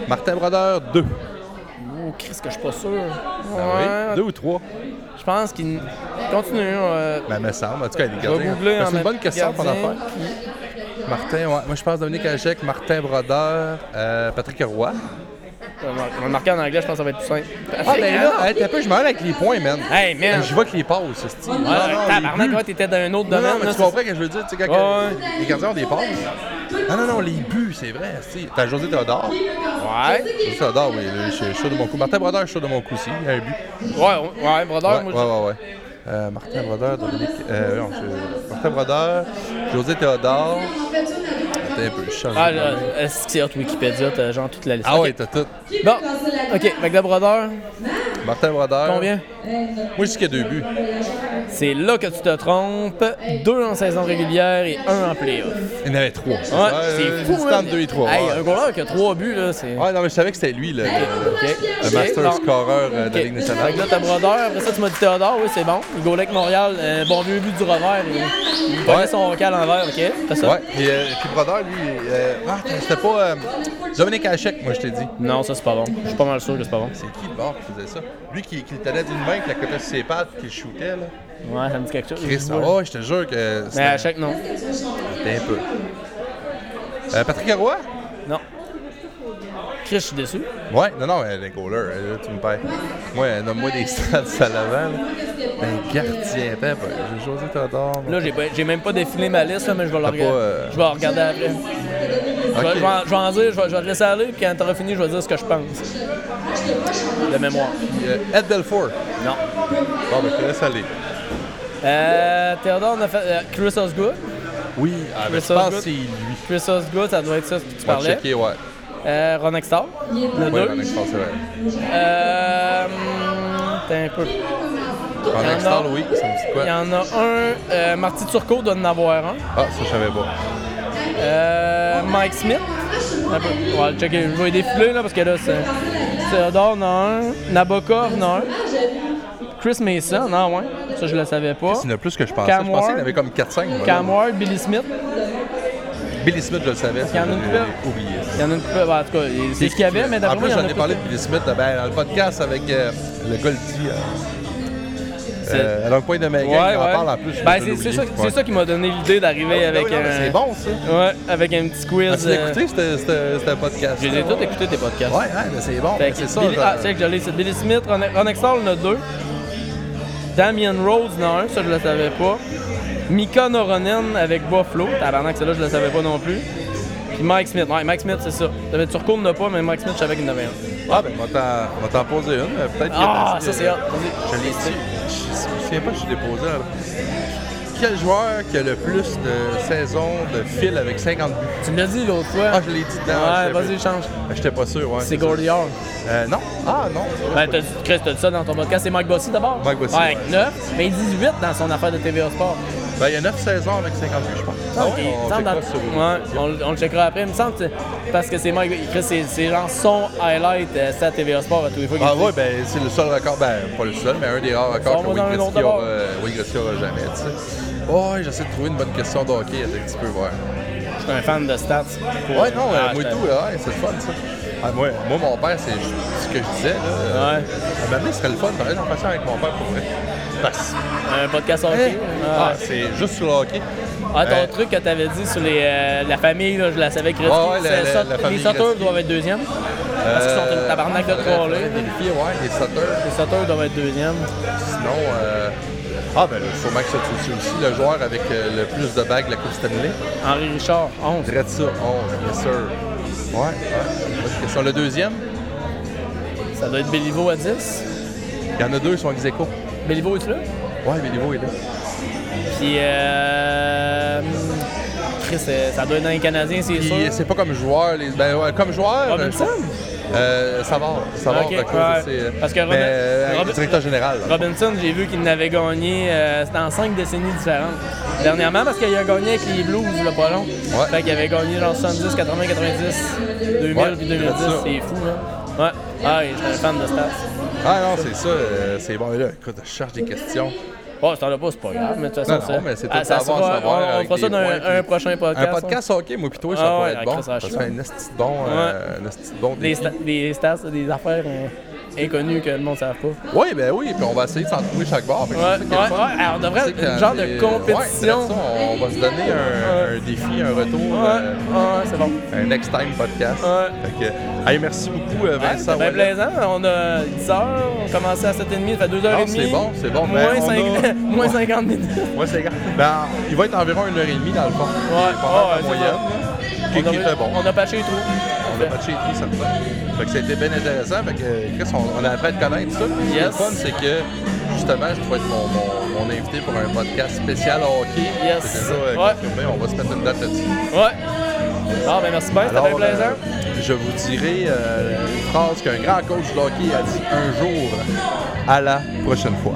[SPEAKER 1] Martin Brodeur, deux.
[SPEAKER 2] Oh, Chris, que je suis pas sûr.
[SPEAKER 1] Ah
[SPEAKER 2] Ouais,
[SPEAKER 1] oui? Deux ou trois?
[SPEAKER 2] Je pense qu'il... Continue. euh,
[SPEAKER 1] Ben, me semble. En tout cas, il est
[SPEAKER 2] Je vais
[SPEAKER 1] gardien.
[SPEAKER 2] googler
[SPEAKER 1] Ben,
[SPEAKER 2] en
[SPEAKER 1] C'est une
[SPEAKER 2] même
[SPEAKER 1] bonne question qu'on a
[SPEAKER 2] gardien.
[SPEAKER 1] faire. Martin, ouais. Moi, je pense Dominique Hachek, Martin Brodeur, euh, Patrick Roy.
[SPEAKER 2] On va- on va le marquer en anglais, je pense que ça va être plus simple. hein?
[SPEAKER 1] Ah, ben là, hey, t'as un peu, je m'en vais avec les points, man.
[SPEAKER 2] Hey, man.
[SPEAKER 1] Je vois que les passes, c'est style.
[SPEAKER 2] Ouais, tabarnak, ouais, t'étais dans un autre
[SPEAKER 1] Non,
[SPEAKER 2] domaine.
[SPEAKER 1] non, mais
[SPEAKER 2] là,
[SPEAKER 1] tu
[SPEAKER 2] c'est-
[SPEAKER 1] comprends ce que je veux dire, tu sais, quand
[SPEAKER 2] Ouais, ouais.
[SPEAKER 1] les gardiens ont des passes. Non, non, non, les buts, c'est vrai, tu T'as José Théodore.
[SPEAKER 2] Ouais.
[SPEAKER 1] José Théodore, oui, là, je suis chaud de mon coup. Martin Brodeur, je suis chaud de mon coup aussi, il a un but.
[SPEAKER 2] Ouais, ouais, brother.
[SPEAKER 1] Ouais, ouais,
[SPEAKER 2] moi, je-
[SPEAKER 1] ouais. ouais. Euh, Martin Brodeur, Dominique. Euh, non, je- Martin Brodeur, José Théodore. Attends un peu, je change.
[SPEAKER 2] Ah, là, est-ce que c'est hot Wikipédia, t'as genre toute la liste.
[SPEAKER 1] Ah
[SPEAKER 2] Ok.
[SPEAKER 1] ouais, t'as tout.
[SPEAKER 2] Bon, ok, avec le brother,
[SPEAKER 1] Martin Brodeur.
[SPEAKER 2] combien?
[SPEAKER 1] Moi, je dis qu'il y a deux buts.
[SPEAKER 2] C'est là que tu te trompes. Deux en saison régulière et un en playoff.
[SPEAKER 1] Il y en avait trois. Euh,
[SPEAKER 2] Ouais, c'est fou,
[SPEAKER 1] C'est
[SPEAKER 2] hein.
[SPEAKER 1] entre deux et trois.
[SPEAKER 2] Hey,
[SPEAKER 1] ouais.
[SPEAKER 2] un goaler qui a trois buts, là, c'est...
[SPEAKER 1] Ouais, non, mais je savais que c'était lui, le, le-
[SPEAKER 2] Ok.
[SPEAKER 1] le
[SPEAKER 2] Ok,
[SPEAKER 1] master
[SPEAKER 2] bon.
[SPEAKER 1] scoreur euh, de
[SPEAKER 2] Ok.
[SPEAKER 1] la Ligue
[SPEAKER 2] Fait que là,
[SPEAKER 1] nationale.
[SPEAKER 2] t'as Brodeur, après ça, tu m'as dit Théodore, oui, c'est bon. Il goalait avec Montréal, euh, bon vieux but du revers. Il, il prenait son rocal en vert, ok? T'as ça?
[SPEAKER 1] Ouais, puis, euh, puis Brodeur, lui, euh, ah, attends, c'était pas euh, Dominique Hachek, moi, je t'ai dit.
[SPEAKER 2] Non, ça, c'est pas bon. Je suis pas mal sûr que c'est pas bon.
[SPEAKER 1] C'est qui le bord qui faisait ça? Lui qui, qui le tenait d'une main, qui la cotait sur ses pattes, qui le shootait, là.
[SPEAKER 2] Ouais, ça me dit quelque chose.
[SPEAKER 1] Chris, ah ouais, je te jure que
[SPEAKER 2] Mais à
[SPEAKER 1] c'était
[SPEAKER 2] chaque, non.
[SPEAKER 1] c'était un peu. Euh, Patrick Roy?
[SPEAKER 2] Non. Chris, je suis déçu.
[SPEAKER 1] Ouais, non, non, les goalers, euh, là, tu me perds. Moi, euh, nomme-moi des stats de Salavant. là. Un gardien, attends, ben, j'ai José Théodore.
[SPEAKER 2] Là, j'ai pas- j'ai même pas défilé ma liste, là, mais je vais la
[SPEAKER 1] T'as
[SPEAKER 2] regarder.
[SPEAKER 1] pas, euh,
[SPEAKER 2] Je vais la regarder après. Je vais-
[SPEAKER 1] Ok.
[SPEAKER 2] Je, vais, en- je vais en dire, je vais, je vais te laisser aller, puis quand t'auras fini, je vais dire ce que je pense. De mémoire.
[SPEAKER 1] Euh, Ed Delfort.
[SPEAKER 2] Non.
[SPEAKER 1] Bon, ben, je te laisse aller.
[SPEAKER 2] Euh, Théodore, on a fait euh, Chris Osgood.
[SPEAKER 1] Oui, ah, ben, je
[SPEAKER 2] Chris
[SPEAKER 1] pense que
[SPEAKER 2] Osgood.
[SPEAKER 1] c'est lui.
[SPEAKER 2] Chris Osgood, ça doit être ça ce que tu
[SPEAKER 1] On va
[SPEAKER 2] parlais.
[SPEAKER 1] checker, ouais.
[SPEAKER 2] Euh, Ron Extor, le
[SPEAKER 1] Ouais,
[SPEAKER 2] 2.
[SPEAKER 1] René, je pense que c'est vrai.
[SPEAKER 2] Euh, hum, t'as un peu. Il y en
[SPEAKER 1] René
[SPEAKER 2] a-
[SPEAKER 1] Stall, oui, ça me dit
[SPEAKER 2] Il y
[SPEAKER 1] quoi?
[SPEAKER 2] en a un. euh, Marty Turcot doit en avoir un.
[SPEAKER 1] Ah, ça, je savais pas.
[SPEAKER 2] Euh, Mike Smith. Un peu. On va le checker. Je vais défiler là parce que là, c'est. Théodore, on a un. Nabokov, on a un. Chris Mason, non, ouais. Ça, je le savais pas.
[SPEAKER 1] Il y en a plus que je pensais.
[SPEAKER 2] Cam
[SPEAKER 1] je pensais qu'il y en
[SPEAKER 2] Ward.
[SPEAKER 1] avait comme 4-5. moi, là.
[SPEAKER 2] Cam Ward, Billy Smith.
[SPEAKER 1] Billy Smith, je le savais.
[SPEAKER 2] y en
[SPEAKER 1] ça,
[SPEAKER 2] a une
[SPEAKER 1] J'avais oublié. ça.
[SPEAKER 2] Il y en a une couple. ben, en tout cas, il- c'est ce qu'il y avait, mais
[SPEAKER 1] En
[SPEAKER 2] d'après moi,
[SPEAKER 1] plus,
[SPEAKER 2] il y en a
[SPEAKER 1] j'en ai
[SPEAKER 2] pas-
[SPEAKER 1] parlé de Billy Smith ben, dans le podcast avec euh, le Goldi.
[SPEAKER 2] C'est-
[SPEAKER 1] Euh, alors, point de Megan,
[SPEAKER 2] Ouais,
[SPEAKER 1] il en
[SPEAKER 2] ouais.
[SPEAKER 1] parle en plus. je
[SPEAKER 2] Ben,
[SPEAKER 1] l'ai
[SPEAKER 2] c'est c'est
[SPEAKER 1] oublié.
[SPEAKER 2] ça, c'est
[SPEAKER 1] Ouais.
[SPEAKER 2] ça qui m'a donné l'idée d'arriver avec
[SPEAKER 1] Ah oui, non, mais
[SPEAKER 2] un.
[SPEAKER 1] C'est bon, ça.
[SPEAKER 2] Ouais, avec un petit quiz.
[SPEAKER 1] As-tu
[SPEAKER 2] euh,
[SPEAKER 1] écouté ce- ce ce podcast?
[SPEAKER 2] Je les ai tous écoutés, tes podcasts.
[SPEAKER 1] Ouais, ouais, mais c'est bon.
[SPEAKER 2] Fait
[SPEAKER 1] mais
[SPEAKER 2] que
[SPEAKER 1] Ben, C'est ça.
[SPEAKER 2] Billy,
[SPEAKER 1] genre-
[SPEAKER 2] ah, c'est que j'allais, c'est Billy Smith, Ron Ron Extall, on a deux. Damien Rhodes, il y en a un, ça je le savais pas. Mika Noronen avec Buffalo, tabarnak, celle-là je le savais pas non plus. Puis Mike Smith, ouais, Mike Smith, c'est ça. T'avais Turco, on n'a pas, mais Mike Smith, je savais qu'il en avait un.
[SPEAKER 1] Ah, ben, on va t'en- on va t'en poser une. euh, Peut-être que-
[SPEAKER 2] Ah,
[SPEAKER 1] parce
[SPEAKER 2] ça
[SPEAKER 1] que-
[SPEAKER 2] c'est hot.
[SPEAKER 1] Je l'ai su. Je me souviens pas que je suis déposé. là. Quel joueur qui a le plus de saisons de fil avec 50 buts?
[SPEAKER 2] Tu me l'as dit l'autre fois.
[SPEAKER 1] Ah, je l'ai dit dedans.
[SPEAKER 2] Ouais,
[SPEAKER 1] je savais.
[SPEAKER 2] vas-y, change.
[SPEAKER 1] Ah, J'étais pas sûr, ouais.
[SPEAKER 2] C'est
[SPEAKER 1] ça.
[SPEAKER 2] Gordy Hall.
[SPEAKER 1] Euh, non. Ah, non. c'est vrai,
[SPEAKER 2] Ben, t'as Chris, t'as dit ça dans ton podcast, c'est Mike Bossy d'abord.
[SPEAKER 1] Mike Bossy,
[SPEAKER 2] Ouais, avec
[SPEAKER 1] ouais.
[SPEAKER 2] 9, mais 18 dans son affaire de TVA Sport.
[SPEAKER 1] c'est- Ben, il y a 9 saisons avec 50 buts, je pense. Ah,
[SPEAKER 2] Ok,
[SPEAKER 1] ouais, on
[SPEAKER 2] il me semble
[SPEAKER 1] checkera
[SPEAKER 2] dans-
[SPEAKER 1] sur-
[SPEAKER 2] Ouais, on, le- on le checkera après, il me semble, que- parce que c'est Mike, Chris, c'est, c'est genre son highlight, euh, c'est à TVA Sport à tous les fois. qu'il
[SPEAKER 1] Ah
[SPEAKER 2] le
[SPEAKER 1] ouais,
[SPEAKER 2] fait.
[SPEAKER 1] ben c'est le seul record, ben pas le seul, mais un des rares records que
[SPEAKER 2] Sors-moi dans un
[SPEAKER 1] Wayne
[SPEAKER 2] autre
[SPEAKER 1] Gretzky
[SPEAKER 2] d'abord.
[SPEAKER 1] aura, euh, Wayne Gretzky aura jamais, tu sais. Oh, ouais, j'essaie de trouver une bonne question de hockey, attends que tu peux voir.
[SPEAKER 2] Je suis un fan de stats. Pour-
[SPEAKER 1] Ouais, non,
[SPEAKER 2] Ah,
[SPEAKER 1] euh, moi
[SPEAKER 2] je-
[SPEAKER 1] tout, ouais, c'est le fun, ça. Ah, moi, moi, mon père, c'est ju- ce que je disais, là. euh, à
[SPEAKER 2] Ouais.
[SPEAKER 1] un moment donné, ce serait le fun, j'aurais d'en passer avec mon père pour vrai. Parce
[SPEAKER 2] Un podcast hockey.
[SPEAKER 1] Ah,
[SPEAKER 2] Ah,
[SPEAKER 1] c'est juste sur le hockey.
[SPEAKER 2] Ah, ton
[SPEAKER 1] Euh,
[SPEAKER 2] truc que t'avais dit sur les, euh, la famille, là, je la savais, Chris.
[SPEAKER 1] Ouais, ouais, la-
[SPEAKER 2] c'est
[SPEAKER 1] la-
[SPEAKER 2] Sut-
[SPEAKER 1] la famille
[SPEAKER 2] les Sutters
[SPEAKER 1] Gretzky. Euh,
[SPEAKER 2] doivent être deuxième. Parce qu'ils sont une tabarnak de
[SPEAKER 1] faudrait-
[SPEAKER 2] trois, là.
[SPEAKER 1] faudrait vérifier, ouais, les sauteurs.
[SPEAKER 2] Les Sutters doivent être deuxième.
[SPEAKER 1] Sinon, euh, ah, ben là, il faut Max Sotsuki aussi, le joueur avec euh, le plus de bagues de la Coupe Stanley.
[SPEAKER 2] Henri Richard, 11.
[SPEAKER 1] Drette ça, 11, bien sûr. Ouais, ouais. Bonne question. Le deuxième,
[SPEAKER 2] Ça doit être Béliveau à 10.
[SPEAKER 1] il y en a deux qui sont ex aequo.
[SPEAKER 2] Béliveau est là?
[SPEAKER 1] Ouais, Béliveau est là.
[SPEAKER 2] Puis, euh, Chris, euh, ça doit être dans les Canadiens, c'est
[SPEAKER 1] Puis, euh,
[SPEAKER 2] sûr.
[SPEAKER 1] c'est pas comme joueur. Les... Ben ouais, comme joueur.
[SPEAKER 2] Robinson?
[SPEAKER 1] Euh, Savard. Savard,
[SPEAKER 2] Ok,
[SPEAKER 1] à cause
[SPEAKER 2] ouais.
[SPEAKER 1] de ses-
[SPEAKER 2] Parce que
[SPEAKER 1] Mais,
[SPEAKER 2] Robin-
[SPEAKER 1] euh,
[SPEAKER 2] Robin-
[SPEAKER 1] directeur général. là.
[SPEAKER 2] Robinson, j'ai vu qu'il n'avait gagné euh, c'est dans cinq décennies différentes. Dernièrement, parce qu'il a gagné avec les Blues, le pas long.
[SPEAKER 1] Ouais.
[SPEAKER 2] Fait qu'il avait gagné genre 70, 80, 90, 2000
[SPEAKER 1] Ouais,
[SPEAKER 2] puis
[SPEAKER 1] c'est
[SPEAKER 2] 2010.
[SPEAKER 1] ça.
[SPEAKER 2] C'est fou, hein? Ouais. Ah, oui, j'étais un fan de stats.
[SPEAKER 1] Ah non, c'est ça. euh, c'est bon. Et Là, écoute, je cherche des questions.
[SPEAKER 2] Oh, ça l'a pas, c'est pas grave, mais de toute façon,
[SPEAKER 1] Non, non,
[SPEAKER 2] ça-
[SPEAKER 1] mais c'est
[SPEAKER 2] ah,
[SPEAKER 1] tout
[SPEAKER 2] ça
[SPEAKER 1] savoir,
[SPEAKER 2] se fera-
[SPEAKER 1] savoir
[SPEAKER 2] On, on
[SPEAKER 1] avec
[SPEAKER 2] fera ça
[SPEAKER 1] des
[SPEAKER 2] dans
[SPEAKER 1] points,
[SPEAKER 2] un, un
[SPEAKER 1] puis-
[SPEAKER 2] prochain podcast.
[SPEAKER 1] Un podcast hockey, moi, puis toi, ça
[SPEAKER 2] Ah
[SPEAKER 1] pourrait
[SPEAKER 2] ouais,
[SPEAKER 1] être bon.
[SPEAKER 2] Chris, ça
[SPEAKER 1] Ça serait un esti de bon. euh, un esti de bon
[SPEAKER 2] Des,
[SPEAKER 1] début.
[SPEAKER 2] sta- des stats, des affaires euh, inconnues que le monde ne savent pas.
[SPEAKER 1] Oui, ben oui, puis on va essayer de s'en trouver chaque bord. fait que
[SPEAKER 2] Ouais,
[SPEAKER 1] c'est ça qui est le
[SPEAKER 2] ouais,
[SPEAKER 1] fun.
[SPEAKER 2] ouais, alors, on devrait
[SPEAKER 1] C'est que
[SPEAKER 2] être
[SPEAKER 1] dans
[SPEAKER 2] un genre de
[SPEAKER 1] les-
[SPEAKER 2] compétition.
[SPEAKER 1] ouais, après ça, on va se donner un, un défi, un retour,
[SPEAKER 2] Ouais,
[SPEAKER 1] euh,
[SPEAKER 2] ouais, c'est bon.
[SPEAKER 1] un next time podcast.
[SPEAKER 2] Ouais.
[SPEAKER 1] Fait que, hey, merci beaucoup, euh,
[SPEAKER 2] Ouais,
[SPEAKER 1] Vincent.
[SPEAKER 2] c'est bien
[SPEAKER 1] Wallet.
[SPEAKER 2] plaisant. On a 10 heures, on commençait à 7h30, ça fait 2h30.
[SPEAKER 1] Non, c'est bon, c'est bon.
[SPEAKER 2] Moins,
[SPEAKER 1] Ben, on
[SPEAKER 2] cinq-
[SPEAKER 1] a-
[SPEAKER 2] moins 50 minutes.
[SPEAKER 1] Ouais, c'est grave. Ben, il va être environ une heure et demie dans le fond.
[SPEAKER 2] Ouais, Ah
[SPEAKER 1] Pas mal
[SPEAKER 2] ouais,
[SPEAKER 1] la
[SPEAKER 2] c'est
[SPEAKER 1] moyenne.
[SPEAKER 2] ça.
[SPEAKER 1] Qui-
[SPEAKER 2] On
[SPEAKER 1] qui
[SPEAKER 2] a-
[SPEAKER 1] était bon.
[SPEAKER 2] On a patché les trous.
[SPEAKER 1] On a patché et tout, ça me fait. Fait que c'était bien intéressant. Fait que, euh, Chris, on, on est en train de connaître ça. Puis
[SPEAKER 2] Yes.
[SPEAKER 1] Le fun, c'est que, justement, je pourrais être mon, mon- mon invité pour un podcast spécial hockey.
[SPEAKER 2] Yes.
[SPEAKER 1] C'est déjà euh,
[SPEAKER 2] Ouais.
[SPEAKER 1] confirmé. On va se mettre une date là-dessus.
[SPEAKER 2] Ouais. Ah, ben merci bien, c'était
[SPEAKER 1] Alors,
[SPEAKER 2] bien plaisant.
[SPEAKER 1] euh, je vous dirai euh, une phrase qu'un grand coach de hockey a dit un jour. À la prochaine fois.